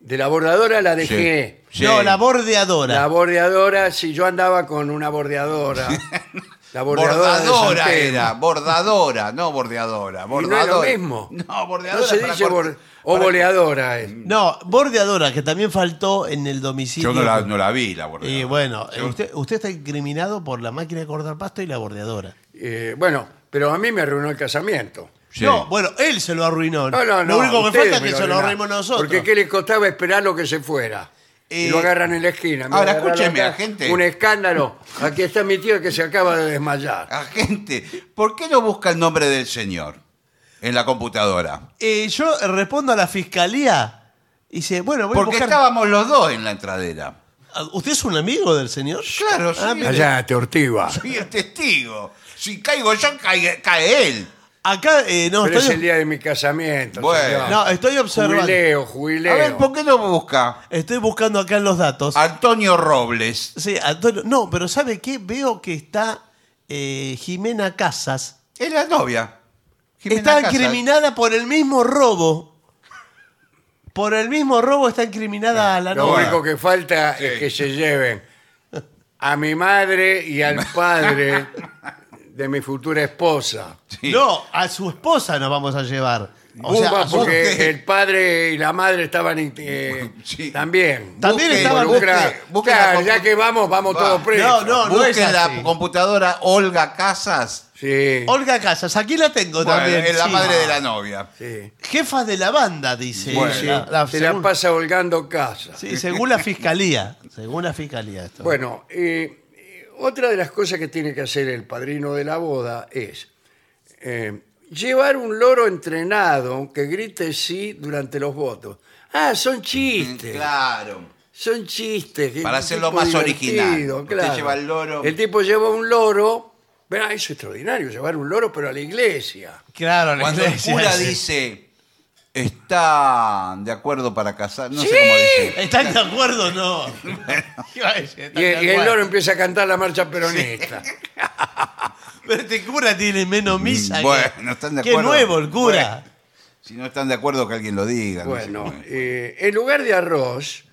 [SPEAKER 2] De la bordadora la dejé.
[SPEAKER 3] Sí.
[SPEAKER 4] No, la bordeadora.
[SPEAKER 2] La bordeadora, si yo andaba con una bordeadora. La bordeadora. de
[SPEAKER 3] Bordadora
[SPEAKER 2] San Telmo.
[SPEAKER 3] era, bordadora, no bordeadora.
[SPEAKER 2] Y no es lo
[SPEAKER 3] bordadora.
[SPEAKER 2] mismo.
[SPEAKER 3] (laughs) No, bordeadora.
[SPEAKER 2] No se
[SPEAKER 3] para
[SPEAKER 2] dice
[SPEAKER 3] cortar-
[SPEAKER 2] bor- o
[SPEAKER 3] para-
[SPEAKER 2] boleadora. eh. es.
[SPEAKER 4] No, bordeadora, que también faltó en el domicilio.
[SPEAKER 3] Yo no la, no la vi, la bordeadora.
[SPEAKER 4] Y bueno, usted, usted está incriminado por la máquina de cortar pasto y la bordeadora.
[SPEAKER 2] Eh, bueno, pero a mí me arruinó el casamiento.
[SPEAKER 3] Sí.
[SPEAKER 4] No, bueno, él se lo arruinó.
[SPEAKER 2] No, no, no.
[SPEAKER 4] Lo único que
[SPEAKER 2] ustedes
[SPEAKER 4] falta es
[SPEAKER 2] me
[SPEAKER 4] que se lo
[SPEAKER 2] arruinaron.
[SPEAKER 4] arruinemos nosotros.
[SPEAKER 2] Porque ¿qué les costaba esperar lo que se fuera? y
[SPEAKER 4] Eh,
[SPEAKER 2] lo agarran en la esquina. Mira,
[SPEAKER 3] ahora,
[SPEAKER 2] agarraron
[SPEAKER 3] escúcheme,
[SPEAKER 2] acá,
[SPEAKER 3] gente.
[SPEAKER 2] Un escándalo. Aquí está mi tío que se acaba de desmayar.
[SPEAKER 3] Ah, gente, ¿por qué no busca el nombre del señor en la computadora?
[SPEAKER 4] Eh, yo respondo a la fiscalía y dice, bueno, voy a
[SPEAKER 3] Porque
[SPEAKER 4] buscar...
[SPEAKER 3] estábamos los dos en la entradera.
[SPEAKER 4] Ah, ¿Usted es un amigo del señor?
[SPEAKER 3] Claro,
[SPEAKER 4] Ah,
[SPEAKER 3] sí.
[SPEAKER 4] mire.
[SPEAKER 2] Allá, te ortiva.
[SPEAKER 3] Soy el testigo. Si caigo yo, cae, cae él.
[SPEAKER 4] Acá, eh, no,
[SPEAKER 2] Pero es el
[SPEAKER 4] estoy,
[SPEAKER 2] día de mi casamiento.
[SPEAKER 3] Bueno.
[SPEAKER 2] señor.
[SPEAKER 4] no, estoy observando.
[SPEAKER 2] Jubileo,
[SPEAKER 3] A ver,
[SPEAKER 2] jubileo.
[SPEAKER 3] ¿por qué no busca
[SPEAKER 4] Estoy buscando acá
[SPEAKER 2] Ah.
[SPEAKER 4] en los datos.
[SPEAKER 3] Antonio Robles?
[SPEAKER 4] Sí, Antonio. No, pero ¿sabe qué? Veo que está eh, Jimena Casas
[SPEAKER 3] Es la novia. Jimena
[SPEAKER 4] está
[SPEAKER 3] Casas.
[SPEAKER 4] incriminada por el mismo robo. Por el mismo robo está incriminada la
[SPEAKER 2] Lo
[SPEAKER 4] novia.
[SPEAKER 2] único que falta es que se lleven a mi madre y al padre de mi futura esposa.
[SPEAKER 3] Sí.
[SPEAKER 4] No, a su esposa nos vamos a llevar. O sea,
[SPEAKER 2] Uva,
[SPEAKER 4] a su-
[SPEAKER 2] porque
[SPEAKER 3] busque.
[SPEAKER 2] el padre y la madre estaban eh,
[SPEAKER 3] Sí.
[SPEAKER 2] también.
[SPEAKER 4] También
[SPEAKER 2] Busque,
[SPEAKER 4] estaban-
[SPEAKER 2] involucrados.
[SPEAKER 3] busque, busque la
[SPEAKER 2] Claro,
[SPEAKER 3] compu-
[SPEAKER 2] ya que vamos, vamos
[SPEAKER 3] Va.
[SPEAKER 2] todos presos.
[SPEAKER 4] No, no, no es
[SPEAKER 3] Busquen
[SPEAKER 4] así.
[SPEAKER 3] la computadora Olga Casas.
[SPEAKER 2] Sí,
[SPEAKER 4] Olga Casas, aquí la tengo
[SPEAKER 3] Bueno,
[SPEAKER 4] también.
[SPEAKER 3] es la
[SPEAKER 4] sí.
[SPEAKER 3] madre de la novia.
[SPEAKER 2] sí.
[SPEAKER 4] Jefa de la banda, dice.
[SPEAKER 3] Bueno,
[SPEAKER 2] Sí,
[SPEAKER 4] la- la-
[SPEAKER 2] se la
[SPEAKER 4] según-
[SPEAKER 2] pasa holgando casa.
[SPEAKER 4] sí, según la fiscalía. Según la fiscalía esto.
[SPEAKER 2] Bueno, eh, eh, otra de las cosas que tiene que hacer el padrino de la boda es eh, llevar un loro entrenado que grite sí durante los votos. Ah, son chistes.
[SPEAKER 3] Claro.
[SPEAKER 2] Son chistes. que
[SPEAKER 3] Para
[SPEAKER 2] es un
[SPEAKER 3] hacerlo
[SPEAKER 2] tipo
[SPEAKER 3] más
[SPEAKER 2] divertido,
[SPEAKER 3] original. Usted
[SPEAKER 2] claro.
[SPEAKER 3] lleva el loro.
[SPEAKER 2] El tipo lleva un loro. Verá, es extraordinario llevar un loro, pero a la iglesia.
[SPEAKER 4] claro, la
[SPEAKER 3] Cuando el
[SPEAKER 4] iglesia,
[SPEAKER 3] cura
[SPEAKER 4] sí.
[SPEAKER 3] dice, está de acuerdo para casar. No sé cómo dice.
[SPEAKER 4] ¿Están de acuerdo o no?
[SPEAKER 3] (laughs)
[SPEAKER 4] (laughs) Iba a
[SPEAKER 2] Y,
[SPEAKER 4] decir, ¿están de
[SPEAKER 2] y el
[SPEAKER 4] acuerdo?
[SPEAKER 2] loro empieza a cantar la marcha peronista.
[SPEAKER 4] Pero este cura tiene menos misa. que-
[SPEAKER 3] Mm, bueno, están de
[SPEAKER 4] Qué
[SPEAKER 3] acuerdo.
[SPEAKER 4] nuevo el cura.
[SPEAKER 3] Si no están de acuerdo, que alguien lo diga. no
[SPEAKER 2] Bueno,
[SPEAKER 3] sé cómo es.
[SPEAKER 2] eh, en lugar de arroz.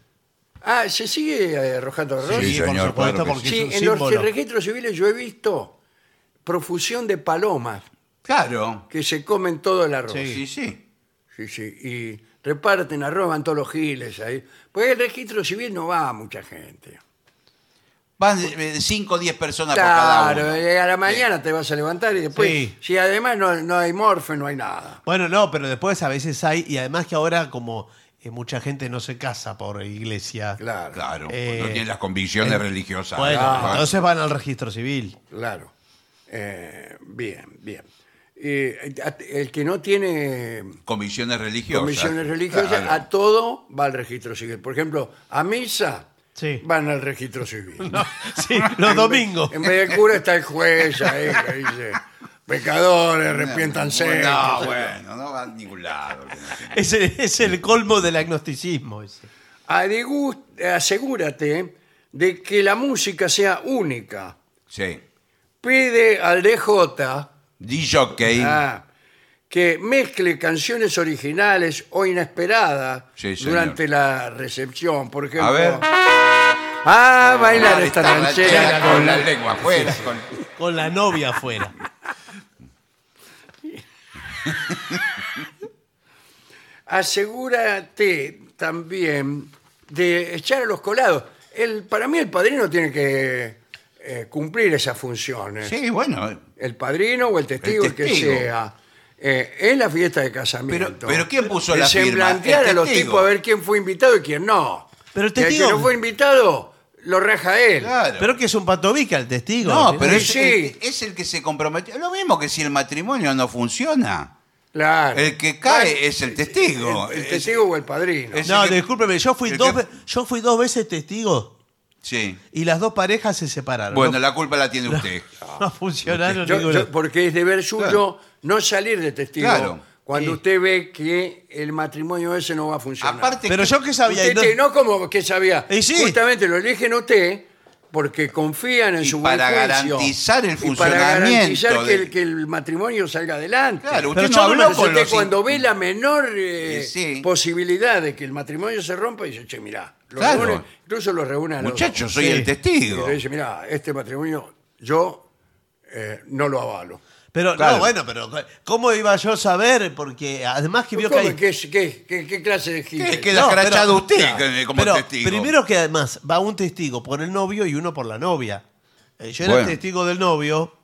[SPEAKER 2] Ah, ¿se sigue eh, arrojando arroz?
[SPEAKER 3] Sí,
[SPEAKER 4] Sí, por
[SPEAKER 3] señor,
[SPEAKER 4] supuesto,
[SPEAKER 3] claro que
[SPEAKER 4] porque
[SPEAKER 2] Sí, en
[SPEAKER 4] es un
[SPEAKER 2] los
[SPEAKER 4] símbolo.
[SPEAKER 2] registros civiles yo he visto profusión de palomas
[SPEAKER 3] Claro.
[SPEAKER 2] que se comen todo el arroz. Sí,
[SPEAKER 4] Sí.
[SPEAKER 3] Sí, sí.
[SPEAKER 2] sí. Y reparten arroz, van todos los giles ahí. Pues el registro civil no va a mucha gente.
[SPEAKER 3] Van 5 o 10 personas por cada
[SPEAKER 2] Claro,
[SPEAKER 3] uno.
[SPEAKER 2] eh, a la mañana te vas a levantar y después,
[SPEAKER 4] Sí.
[SPEAKER 2] si además no, no hay morfe, no hay nada.
[SPEAKER 4] Bueno, no, pero después a veces hay, y además que ahora como eh, mucha gente no se casa por iglesia,
[SPEAKER 2] Claro, claro.
[SPEAKER 3] Claro,
[SPEAKER 4] Eh,
[SPEAKER 3] no tienen las convicciones religiosas.
[SPEAKER 4] bueno,
[SPEAKER 3] Ah,
[SPEAKER 4] entonces van al registro civil.
[SPEAKER 2] Eh, bien, bien. Eh, el que no tiene
[SPEAKER 3] Convicciones religiosas.
[SPEAKER 2] comisiones religiosas,
[SPEAKER 3] Claro.
[SPEAKER 2] a todo va al registro civil. Por ejemplo, a misa
[SPEAKER 4] Sí.
[SPEAKER 2] van al registro civil.
[SPEAKER 4] (laughs) Sí, los domingos.
[SPEAKER 2] En vez del cura está el juez ahí que dice, pecadores, arrepiéntanse.
[SPEAKER 3] No, bueno, no va a ningún lado.
[SPEAKER 4] Es el, es el colmo del agnosticismo. ese.
[SPEAKER 2] Adigu- Asegúrate de que la música sea única.
[SPEAKER 3] Sí.
[SPEAKER 2] Pide al DJ
[SPEAKER 3] DJ.
[SPEAKER 2] ah, que mezcle canciones originales o inesperadas
[SPEAKER 3] Sí, señor.
[SPEAKER 2] durante la recepción. Por ejemplo,
[SPEAKER 3] A ver.
[SPEAKER 2] Ah, bailar esta
[SPEAKER 3] Esta
[SPEAKER 2] ranchera con la
[SPEAKER 3] lengua afuera. con-
[SPEAKER 4] Con la novia afuera.
[SPEAKER 2] asegúrate también de echar a los colados. El, para mí el padrino tiene que eh, cumplir esas funciones.
[SPEAKER 3] Sí, bueno.
[SPEAKER 2] El padrino o el testigo, el,
[SPEAKER 3] El testigo.
[SPEAKER 2] que sea. Eh, es la fiesta de casamiento.
[SPEAKER 3] Pero- pero ¿quién puso la
[SPEAKER 2] Se
[SPEAKER 3] firma?
[SPEAKER 2] plantear
[SPEAKER 3] El
[SPEAKER 2] a los
[SPEAKER 3] testigo.
[SPEAKER 2] tipos a ver quién fue invitado y quién no.
[SPEAKER 4] Pero el
[SPEAKER 2] Y al
[SPEAKER 4] testigo-
[SPEAKER 2] que no fue invitado, lo raja él.
[SPEAKER 3] Claro.
[SPEAKER 4] Pero que es un patobica el testigo. ¿eh?
[SPEAKER 3] no, pero es,
[SPEAKER 2] Sí.
[SPEAKER 3] el, es el que se comprometió. Lo mismo que si el matrimonio no funciona.
[SPEAKER 2] Claro.
[SPEAKER 3] El que cae
[SPEAKER 2] Bueno,
[SPEAKER 3] es el testigo.
[SPEAKER 2] El, el
[SPEAKER 3] Es-
[SPEAKER 2] testigo o el padrino.
[SPEAKER 3] es-
[SPEAKER 4] No,
[SPEAKER 3] el que-
[SPEAKER 4] discúlpeme, yo fui,
[SPEAKER 3] el
[SPEAKER 4] dos,
[SPEAKER 3] que-
[SPEAKER 4] ve- yo fui dos veces testigo
[SPEAKER 3] Sí.
[SPEAKER 4] y las dos parejas se separaron.
[SPEAKER 3] Bueno,
[SPEAKER 4] no,
[SPEAKER 3] la culpa la tiene usted.
[SPEAKER 4] no funcionaron
[SPEAKER 2] Yo-
[SPEAKER 4] ninguna.
[SPEAKER 2] yo- porque es deber suyo
[SPEAKER 3] Claro.
[SPEAKER 2] no salir de testigo
[SPEAKER 3] Claro.
[SPEAKER 2] cuando
[SPEAKER 4] Sí.
[SPEAKER 2] usted ve que el matrimonio ese no va a funcionar.
[SPEAKER 3] Aparte,
[SPEAKER 4] pero yo que sabía.
[SPEAKER 2] Usted
[SPEAKER 4] y no-
[SPEAKER 2] te- no como que sabía.
[SPEAKER 4] Y sí.
[SPEAKER 2] Justamente lo eligen a usted porque confían en
[SPEAKER 3] Y
[SPEAKER 2] su
[SPEAKER 3] para
[SPEAKER 2] buen juicio.
[SPEAKER 3] garantizar el
[SPEAKER 2] Y para garantizar
[SPEAKER 3] funcionamiento
[SPEAKER 2] que
[SPEAKER 3] de-
[SPEAKER 2] el, que el matrimonio salga adelante.
[SPEAKER 3] Claro,
[SPEAKER 4] Pero
[SPEAKER 3] usted no
[SPEAKER 4] yo no me
[SPEAKER 3] habló
[SPEAKER 2] Entonces
[SPEAKER 3] con
[SPEAKER 2] usted
[SPEAKER 3] los...
[SPEAKER 2] cuando ve la menor eh,
[SPEAKER 3] Y sí.
[SPEAKER 2] posibilidad de que el matrimonio se rompa, dice, che, mirá, los
[SPEAKER 3] Claro.
[SPEAKER 2] reúne- incluso los reúne a los
[SPEAKER 3] Muchachos, soy
[SPEAKER 4] Sí.
[SPEAKER 2] dos.
[SPEAKER 3] el testigo.
[SPEAKER 2] Y le dice, mirá, este matrimonio yo eh, no lo avalo.
[SPEAKER 4] Pero
[SPEAKER 3] Claro.
[SPEAKER 4] no, bueno, pero ¿cómo iba yo a saber? Porque además que vio que
[SPEAKER 2] ¿Cómo?
[SPEAKER 4] hay...
[SPEAKER 2] ¿Qué, qué- qué- qué clase de
[SPEAKER 3] Es
[SPEAKER 2] gente?
[SPEAKER 3] que queda
[SPEAKER 4] No, pero-
[SPEAKER 3] crachado usted
[SPEAKER 4] Claro.
[SPEAKER 3] eh, como
[SPEAKER 4] Pero
[SPEAKER 3] testigo.
[SPEAKER 4] Primero que además va un testigo por el novio y uno por la novia. Eh, yo era
[SPEAKER 3] Bueno.
[SPEAKER 4] testigo del novio.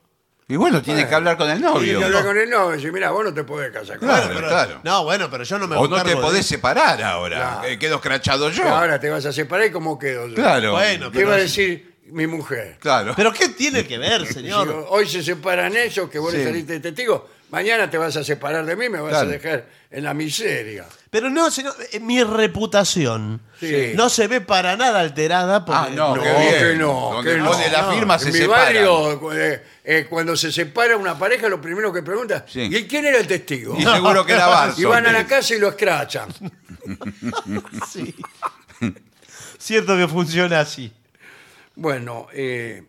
[SPEAKER 3] Y bueno, tiene que hablar con el novio.
[SPEAKER 2] Y habla con el novio y dice, mira, vos no te podés casar con
[SPEAKER 3] Claro,
[SPEAKER 2] él.
[SPEAKER 4] Pero-
[SPEAKER 3] claro.
[SPEAKER 4] No, bueno, pero yo no me
[SPEAKER 3] O
[SPEAKER 4] hago
[SPEAKER 3] no te
[SPEAKER 4] cargo de-
[SPEAKER 3] podés separar ahora.
[SPEAKER 2] Claro.
[SPEAKER 3] eh, Quedo escrachado yo.
[SPEAKER 2] Ahora te vas a separar y cómo quedo yo.
[SPEAKER 3] Claro.
[SPEAKER 4] Bueno,
[SPEAKER 2] ¿Qué
[SPEAKER 4] pero-
[SPEAKER 2] va a decir mi mujer?
[SPEAKER 3] Claro.
[SPEAKER 4] Pero ¿qué tiene
[SPEAKER 3] (laughs)
[SPEAKER 4] que ver, señor?
[SPEAKER 2] Digo, hoy se separan ellos, que vos le
[SPEAKER 3] Sí.
[SPEAKER 2] saliste de testigo. Mañana te vas a separar de mí, me vas
[SPEAKER 3] Claro.
[SPEAKER 2] a dejar en la miseria.
[SPEAKER 4] Pero no, señor, eh, mi reputación
[SPEAKER 2] Sí.
[SPEAKER 4] no se ve para nada alterada por
[SPEAKER 3] Ah, no,
[SPEAKER 2] No,
[SPEAKER 3] qué
[SPEAKER 4] (laughs)
[SPEAKER 3] bien.
[SPEAKER 2] que no,
[SPEAKER 3] Donde
[SPEAKER 2] que
[SPEAKER 3] pone
[SPEAKER 2] no.
[SPEAKER 3] la
[SPEAKER 4] No.
[SPEAKER 3] firma
[SPEAKER 2] en
[SPEAKER 3] se
[SPEAKER 2] mi
[SPEAKER 3] separa.
[SPEAKER 2] barrio, cu- eh, eh, cuando se separa una pareja, lo primero que pregunta,
[SPEAKER 3] Sí.
[SPEAKER 2] ¿y quién era el testigo?
[SPEAKER 3] Y seguro que
[SPEAKER 4] (laughs)
[SPEAKER 3] Eh, la van.
[SPEAKER 2] Y van a la casa y lo escrachan.
[SPEAKER 4] Sí. Cierto que funciona así.
[SPEAKER 2] Bueno, eh,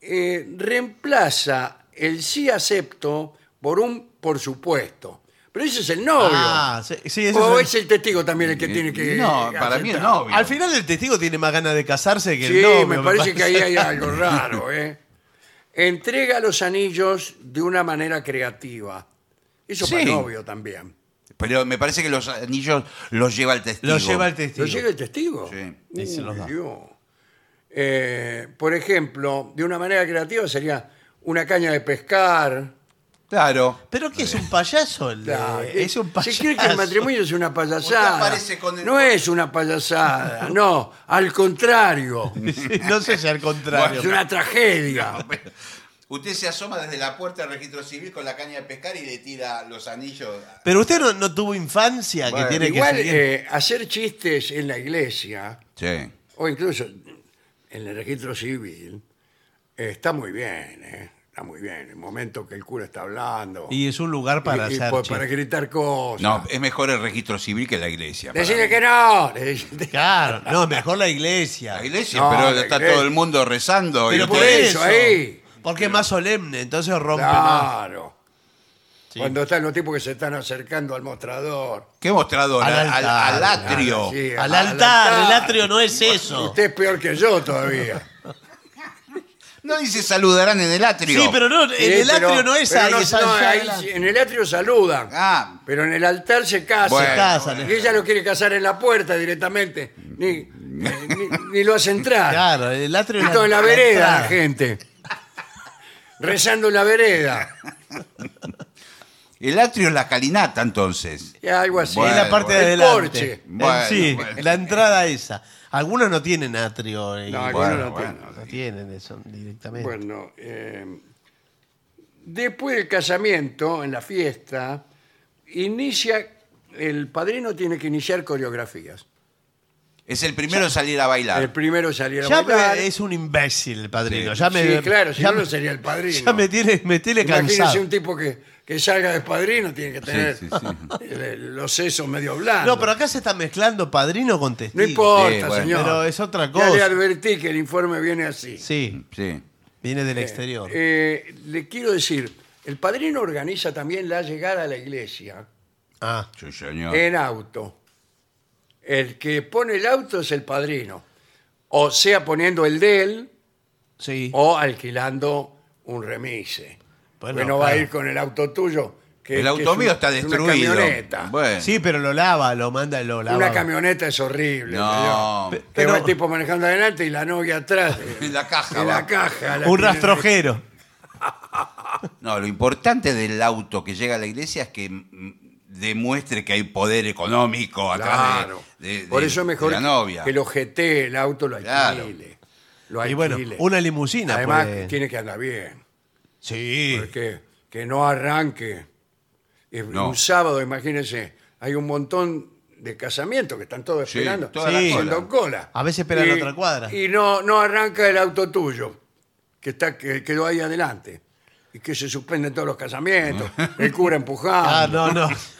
[SPEAKER 2] eh, reemplaza el sí acepto por un por supuesto. Pero ese es el novio.
[SPEAKER 4] Ah, sí, sí, ese
[SPEAKER 2] o
[SPEAKER 4] es
[SPEAKER 2] es el testigo también el que
[SPEAKER 3] Eh,
[SPEAKER 2] tiene que.
[SPEAKER 3] No, para mí es
[SPEAKER 2] aceptar.
[SPEAKER 4] el-
[SPEAKER 3] novio.
[SPEAKER 4] Al final el testigo tiene más ganas de casarse que
[SPEAKER 2] Sí,
[SPEAKER 4] el novio.
[SPEAKER 2] me parece que ahí
[SPEAKER 4] parece.
[SPEAKER 2] hay algo raro, ¿eh? Entrega los anillos de una manera creativa. Eso para
[SPEAKER 3] Sí.
[SPEAKER 2] el novio también.
[SPEAKER 3] Pero me parece que los anillos los lleva el testigo.
[SPEAKER 4] (laughs) Lo lleva el testigo.
[SPEAKER 2] ¿Lo llega el testigo?
[SPEAKER 3] Sí.
[SPEAKER 2] Uy,
[SPEAKER 4] Y se los da.
[SPEAKER 2] Dios. Eh, por ejemplo, de una manera creativa sería una caña de pescar.
[SPEAKER 3] Claro.
[SPEAKER 4] Pero que es un payaso el de-
[SPEAKER 2] Claro,
[SPEAKER 4] Eh, Es un payaso.
[SPEAKER 2] Se cree que el matrimonio es una payasada.
[SPEAKER 3] Usted aparece con el-
[SPEAKER 2] No es una
[SPEAKER 4] (laughs)
[SPEAKER 2] payasada, no, al contrario.
[SPEAKER 4] (laughs) Sí, (laughs) no sé si al contrario.
[SPEAKER 2] Es una tragedia.
[SPEAKER 3] Usted se asoma desde la puerta del registro civil con la caña de pescar y le tira los anillos.
[SPEAKER 4] Pero usted no, no tuvo infancia
[SPEAKER 3] Bueno,
[SPEAKER 4] que tiene
[SPEAKER 2] Igual
[SPEAKER 4] que seguir.
[SPEAKER 2] eh, hacer chistes en la iglesia
[SPEAKER 3] Sí.
[SPEAKER 2] o incluso en el registro civil eh, está muy bien, eh, está muy bien. El momento que el cura está hablando
[SPEAKER 4] y es un lugar para
[SPEAKER 2] y- y
[SPEAKER 4] hacer
[SPEAKER 2] por-
[SPEAKER 4] chiste.
[SPEAKER 2] para gritar cosas.
[SPEAKER 3] No, es mejor el registro civil que la iglesia. para
[SPEAKER 2] Decirle
[SPEAKER 3] mí.
[SPEAKER 2] que no. le dice-
[SPEAKER 4] (laughs) Claro, no, mejor la iglesia.
[SPEAKER 3] La iglesia,
[SPEAKER 2] No,
[SPEAKER 3] pero
[SPEAKER 2] la
[SPEAKER 3] está
[SPEAKER 2] iglesia.
[SPEAKER 3] todo el mundo rezando. y
[SPEAKER 4] Pero por
[SPEAKER 2] por
[SPEAKER 3] usted-
[SPEAKER 4] eso,
[SPEAKER 2] eso, ahí.
[SPEAKER 4] Porque es más solemne, entonces rompe más.
[SPEAKER 2] Claro.
[SPEAKER 4] Sí.
[SPEAKER 2] Cuando están los tipos que se están acercando al mostrador.
[SPEAKER 3] ¿Qué mostrador?
[SPEAKER 4] Al
[SPEAKER 3] Al, al-
[SPEAKER 4] altar.
[SPEAKER 3] al atrio.
[SPEAKER 2] Sí,
[SPEAKER 4] Al altar, el atrio no es eso.
[SPEAKER 2] Usted es peor que yo todavía.
[SPEAKER 3] No dice saludarán en el atrio.
[SPEAKER 4] Sí, pero no, (laughs) en
[SPEAKER 2] Sí,
[SPEAKER 4] el
[SPEAKER 2] pero-
[SPEAKER 4] atrio no es
[SPEAKER 2] pero
[SPEAKER 4] ahí.
[SPEAKER 2] no,
[SPEAKER 4] es
[SPEAKER 2] no,
[SPEAKER 4] allá
[SPEAKER 2] ahí
[SPEAKER 4] adelante.
[SPEAKER 2] sí, en el atrio saludan.
[SPEAKER 3] Ah.
[SPEAKER 2] Pero en el altar se casan.
[SPEAKER 3] Bueno. Se
[SPEAKER 4] casan.
[SPEAKER 2] Y ella lo quiere casar en la puerta directamente. Ni, eh, ni- ni lo hace entrar.
[SPEAKER 4] Claro, el atrio es
[SPEAKER 2] Todo Ah, en la vereda, la
[SPEAKER 4] entrada.
[SPEAKER 2] gente. Rezando en la vereda.
[SPEAKER 3] El atrio es la calinata, entonces.
[SPEAKER 2] Y algo así.
[SPEAKER 3] Bueno,
[SPEAKER 4] es la parte de
[SPEAKER 2] El
[SPEAKER 4] adelante.
[SPEAKER 2] porche.
[SPEAKER 4] En
[SPEAKER 3] Bueno,
[SPEAKER 4] sí,
[SPEAKER 3] bueno.
[SPEAKER 4] la entrada esa. Algunos no tienen atrio. y-
[SPEAKER 2] No, algunos
[SPEAKER 3] Bueno,
[SPEAKER 2] no tienen.
[SPEAKER 3] bueno.
[SPEAKER 4] no tienen eso directamente.
[SPEAKER 2] Bueno, eh, después del casamiento, en la fiesta, inicia, el padrino tiene que iniciar coreografías.
[SPEAKER 3] Es el primero en salir a
[SPEAKER 2] El
[SPEAKER 3] bailar.
[SPEAKER 2] primero salir a
[SPEAKER 4] ya
[SPEAKER 2] bailar.
[SPEAKER 4] me- es un imbécil el padrino.
[SPEAKER 3] Sí.
[SPEAKER 4] ya me,
[SPEAKER 2] sí, claro, si
[SPEAKER 4] ya
[SPEAKER 2] no, no
[SPEAKER 4] me-
[SPEAKER 2] sería el padrino.
[SPEAKER 4] Ya me tiene, me tiene
[SPEAKER 2] Imagínese
[SPEAKER 4] cansado.
[SPEAKER 2] un tipo que, que salga de padrino, tiene que tener
[SPEAKER 3] Sí, sí,
[SPEAKER 2] (laughs) eh, los sesos medio blandos.
[SPEAKER 4] No, pero acá se está mezclando padrino con testigo.
[SPEAKER 2] No importa,
[SPEAKER 3] Sí, bueno.
[SPEAKER 2] señor.
[SPEAKER 4] Pero es otra
[SPEAKER 2] Ya le
[SPEAKER 4] cosa.
[SPEAKER 2] advertí que el informe viene así.
[SPEAKER 4] Sí,
[SPEAKER 3] Sí.
[SPEAKER 4] viene del exterior.
[SPEAKER 2] Eh, le quiero decir, el padrino organiza también la llegada a la iglesia.
[SPEAKER 4] Ah,
[SPEAKER 3] Sí, señor.
[SPEAKER 2] en auto. El que pone el auto es el padrino. O sea, poniendo el de él
[SPEAKER 4] sí.
[SPEAKER 2] o alquilando un remise.
[SPEAKER 4] Bueno,
[SPEAKER 2] Bueno, no va a
[SPEAKER 4] claro.
[SPEAKER 2] ir con el auto tuyo. Que,
[SPEAKER 3] el
[SPEAKER 2] que
[SPEAKER 3] auto
[SPEAKER 2] es
[SPEAKER 3] mío
[SPEAKER 2] un-
[SPEAKER 3] está
[SPEAKER 2] es
[SPEAKER 3] destruido.
[SPEAKER 2] Una camioneta.
[SPEAKER 3] Bueno.
[SPEAKER 4] Sí, pero lo lava, lo manda, lo lava.
[SPEAKER 2] Una camioneta es horrible.
[SPEAKER 3] No.
[SPEAKER 2] señor. Que
[SPEAKER 4] Pero-
[SPEAKER 2] va el tipo manejando adelante y la novia atrás.
[SPEAKER 3] En (laughs) la caja
[SPEAKER 2] En
[SPEAKER 3] va.
[SPEAKER 2] la caja. la
[SPEAKER 4] Un
[SPEAKER 2] tiene-
[SPEAKER 4] rastrojero.
[SPEAKER 3] No, lo importante del auto que llega a la iglesia es que mm, demuestre que hay poder económico atrás de-
[SPEAKER 2] Claro.
[SPEAKER 3] de, de-
[SPEAKER 2] Por eso es
[SPEAKER 3] de
[SPEAKER 2] mejor
[SPEAKER 3] la novia.
[SPEAKER 2] que lo jetee el auto, lo alquile.
[SPEAKER 3] Claro.
[SPEAKER 2] Lo
[SPEAKER 4] Y bueno,
[SPEAKER 2] alquile.
[SPEAKER 4] una limusina. pues.
[SPEAKER 2] Además,
[SPEAKER 4] puede-
[SPEAKER 2] tiene que andar bien.
[SPEAKER 4] Sí.
[SPEAKER 2] Porque que no arranque. Eh,
[SPEAKER 3] No.
[SPEAKER 2] Un sábado, imagínense, hay un montón de casamientos que están todos
[SPEAKER 3] Sí,
[SPEAKER 2] esperando.
[SPEAKER 3] toda
[SPEAKER 4] la
[SPEAKER 2] haciendo cola.
[SPEAKER 4] A veces esperan
[SPEAKER 2] Y-
[SPEAKER 4] la otra cuadra.
[SPEAKER 2] Y no, no arranca el auto tuyo, que está que quedó ahí adelante. Y que se suspenden todos los casamientos. el cura empujado.
[SPEAKER 4] Ah, no, no. (laughs)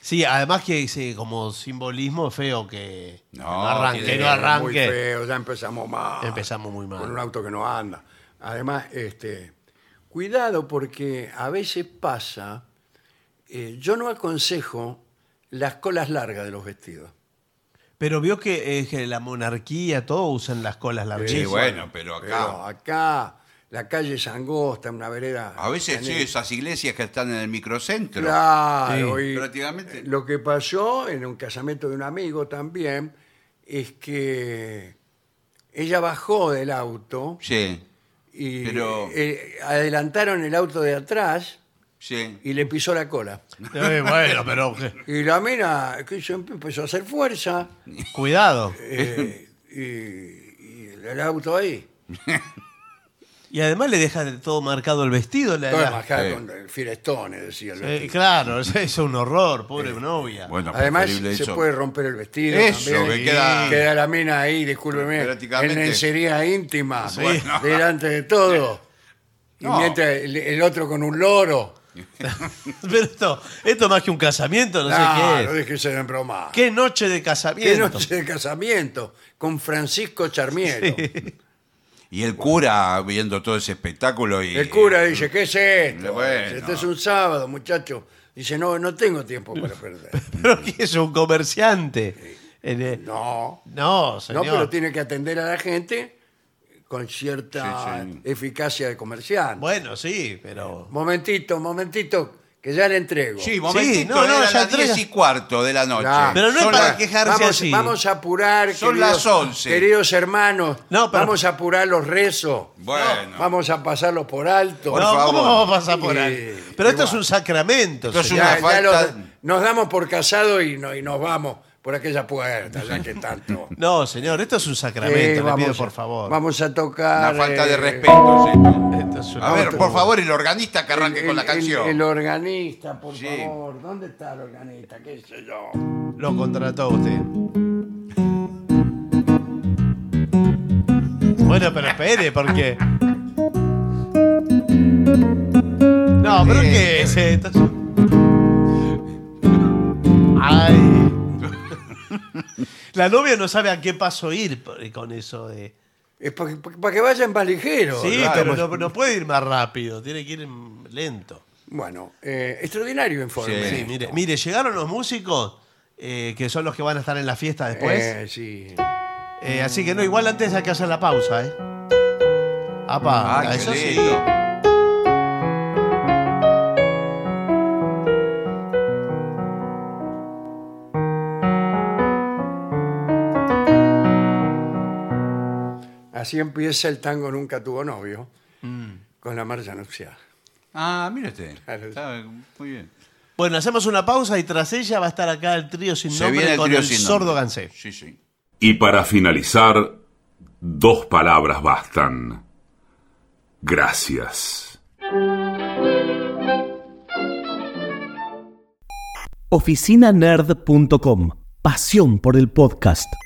[SPEAKER 4] Sí, además que ese como simbolismo feo que
[SPEAKER 3] No,
[SPEAKER 4] arranque,
[SPEAKER 3] que
[SPEAKER 4] no
[SPEAKER 2] Muy
[SPEAKER 4] arranque.
[SPEAKER 2] feo, ya empezamos mal.
[SPEAKER 4] Empezamos muy mal.
[SPEAKER 2] Con un auto que no anda. Además, este, cuidado porque a veces pasa, eh, yo no aconsejo las colas largas de los vestidos.
[SPEAKER 4] Pero vio que, eh, que la monarquía, todos usan las colas larguísimas.
[SPEAKER 3] Sí, bueno, pero acá.
[SPEAKER 2] Pero acá, la calle es angosta, una vereda.
[SPEAKER 3] A veces sí,
[SPEAKER 2] tenés-
[SPEAKER 3] esas iglesias que están en el microcentro.
[SPEAKER 2] Claro,
[SPEAKER 4] Sí,
[SPEAKER 2] y eh,
[SPEAKER 3] prácticamente.
[SPEAKER 2] Lo que pasó en un casamiento de un amigo también es que ella bajó del auto
[SPEAKER 3] Sí,
[SPEAKER 2] y
[SPEAKER 3] Pero-
[SPEAKER 2] eh, adelantaron el auto de atrás
[SPEAKER 3] sí.
[SPEAKER 2] y le pisó la cola.
[SPEAKER 4] Eh, bueno, pero que-
[SPEAKER 2] Y la mina que se empe- empezó a hacer
[SPEAKER 3] (laughs)
[SPEAKER 2] fuerza
[SPEAKER 4] cuidado.
[SPEAKER 2] eh, y, y el auto ahí.
[SPEAKER 4] Y además le deja todo marcado el vestido. La,
[SPEAKER 2] Todo
[SPEAKER 4] la-
[SPEAKER 2] bajado
[SPEAKER 3] Sí.
[SPEAKER 2] con el firestone, decía el
[SPEAKER 4] Eh,
[SPEAKER 2] vestido.
[SPEAKER 4] claro, es, es un horror, pobre novia.
[SPEAKER 3] Bueno,
[SPEAKER 2] Además, se
[SPEAKER 3] preferible eso.
[SPEAKER 2] puede romper el vestido.
[SPEAKER 3] Eso,
[SPEAKER 2] también.
[SPEAKER 3] que queda-
[SPEAKER 2] Queda la mina ahí, discúlpeme, en
[SPEAKER 3] Prácticamente.
[SPEAKER 2] lencería íntima,
[SPEAKER 3] Bueno.
[SPEAKER 2] (laughs) delante de todo. Y
[SPEAKER 3] (laughs) No.
[SPEAKER 2] mientras el, el otro con un loro.
[SPEAKER 4] (laughs) Pero esto, esto más que un casamiento, no
[SPEAKER 2] Ah,
[SPEAKER 4] sé
[SPEAKER 2] no
[SPEAKER 4] qué es.
[SPEAKER 2] déjese de broma.
[SPEAKER 4] Qué noche de
[SPEAKER 2] Qué
[SPEAKER 4] casamiento.
[SPEAKER 2] noche de casamiento con Francisco Charmiero.
[SPEAKER 3] Y el cura viendo todo ese espectáculo y...
[SPEAKER 2] El cura dice, ¿qué es esto?
[SPEAKER 3] Bueno.
[SPEAKER 2] Este es un sábado, muchacho. Dice, no, no tengo tiempo para
[SPEAKER 3] (laughs)
[SPEAKER 2] perder.
[SPEAKER 4] (laughs) Pero que es un comerciante. En, eh,
[SPEAKER 2] No,
[SPEAKER 4] no,
[SPEAKER 2] no,
[SPEAKER 4] señor.
[SPEAKER 2] pero tiene que atender a la gente con cierta
[SPEAKER 3] Sí,
[SPEAKER 2] eficacia de comerciante.
[SPEAKER 4] Bueno, sí, pero.
[SPEAKER 2] Momentito, momentito, que ya le entrego.
[SPEAKER 3] Sí, momentito,
[SPEAKER 4] Sí, no, no,
[SPEAKER 3] era
[SPEAKER 4] ya
[SPEAKER 3] las
[SPEAKER 4] entrega.
[SPEAKER 3] 10 y cuarto de la noche.
[SPEAKER 2] Claro.
[SPEAKER 4] Pero no es
[SPEAKER 3] Son
[SPEAKER 4] para
[SPEAKER 3] las-
[SPEAKER 4] que- quejarse
[SPEAKER 2] vamos,
[SPEAKER 4] así.
[SPEAKER 2] vamos a apurar,
[SPEAKER 3] Son
[SPEAKER 2] queridos,
[SPEAKER 3] las 11.
[SPEAKER 2] queridos hermanos.
[SPEAKER 4] No, pero-
[SPEAKER 2] Vamos a apurar los rezos.
[SPEAKER 3] Bueno.
[SPEAKER 2] Vamos a pasarlos por alto.
[SPEAKER 3] Por
[SPEAKER 4] no,
[SPEAKER 3] favor.
[SPEAKER 4] ¿cómo vamos a pasar por
[SPEAKER 2] Sí,
[SPEAKER 4] ahí? Pero esto
[SPEAKER 2] igual.
[SPEAKER 4] es un sacramento.
[SPEAKER 3] Esto es
[SPEAKER 4] señor.
[SPEAKER 2] Ya-
[SPEAKER 3] una
[SPEAKER 2] ya
[SPEAKER 3] falta-
[SPEAKER 2] los- nos damos por casado y, no- y nos vamos por aquella puerta, ya que
[SPEAKER 3] (laughs)
[SPEAKER 2] tanto.
[SPEAKER 4] No, señor, esto es un
[SPEAKER 2] Eh,
[SPEAKER 4] sacramento. le pido, por
[SPEAKER 2] a-
[SPEAKER 4] favor.
[SPEAKER 2] Vamos a tocar.
[SPEAKER 3] Una falta
[SPEAKER 2] eh,
[SPEAKER 3] de respeto, sí.
[SPEAKER 4] Esto es una-
[SPEAKER 3] A ver, por favor, el organista que
[SPEAKER 2] el-
[SPEAKER 3] arranque con la
[SPEAKER 2] el- el-
[SPEAKER 3] canción.
[SPEAKER 2] El, organista, por
[SPEAKER 3] Sí.
[SPEAKER 2] favor. ¿Dónde está el organista? ¿Qué sé yo?
[SPEAKER 4] Lo contrató usted. Bueno, pero espere, porque. No, pero
[SPEAKER 3] Eh.
[SPEAKER 4] ¿qué es esto? Es un- Ay. La novia no sabe a qué paso ir por- con eso de.
[SPEAKER 2] Es para, que vayan más ligeros.
[SPEAKER 4] Sí,
[SPEAKER 2] ¿no?
[SPEAKER 4] pero no, no puede ir más rápido, tiene que ir mm, lento.
[SPEAKER 2] Bueno, eh, extraordinario informe.
[SPEAKER 3] Sí,
[SPEAKER 4] Sí, mire, mire, llegaron los músicos eh, que son los que van a estar en la fiesta después.
[SPEAKER 2] Eh, sí.
[SPEAKER 4] Eh, así que no, igual antes hay que hacer la pausa, ¿eh? Apa,
[SPEAKER 3] Ay,
[SPEAKER 4] eso
[SPEAKER 3] Ah, qué
[SPEAKER 4] sí.
[SPEAKER 3] lindo.
[SPEAKER 2] Así empieza el tango Nunca tuvo novio,
[SPEAKER 3] Mm.
[SPEAKER 2] con la marcha nupcial.
[SPEAKER 3] Ah, mire usted.
[SPEAKER 2] Claro.
[SPEAKER 3] Está muy bien.
[SPEAKER 4] Bueno, hacemos una pausa y tras ella va a estar acá el trío sin
[SPEAKER 3] Se viene
[SPEAKER 4] nombre
[SPEAKER 3] el
[SPEAKER 4] con
[SPEAKER 3] trío
[SPEAKER 4] el
[SPEAKER 3] sin
[SPEAKER 4] sordo
[SPEAKER 3] nombre.
[SPEAKER 4] Gansé.
[SPEAKER 3] Sí, sí.
[SPEAKER 5] Y para finalizar, dos palabras bastan. Gracias.
[SPEAKER 6] oficinanerd.com. Pasión por el podcast.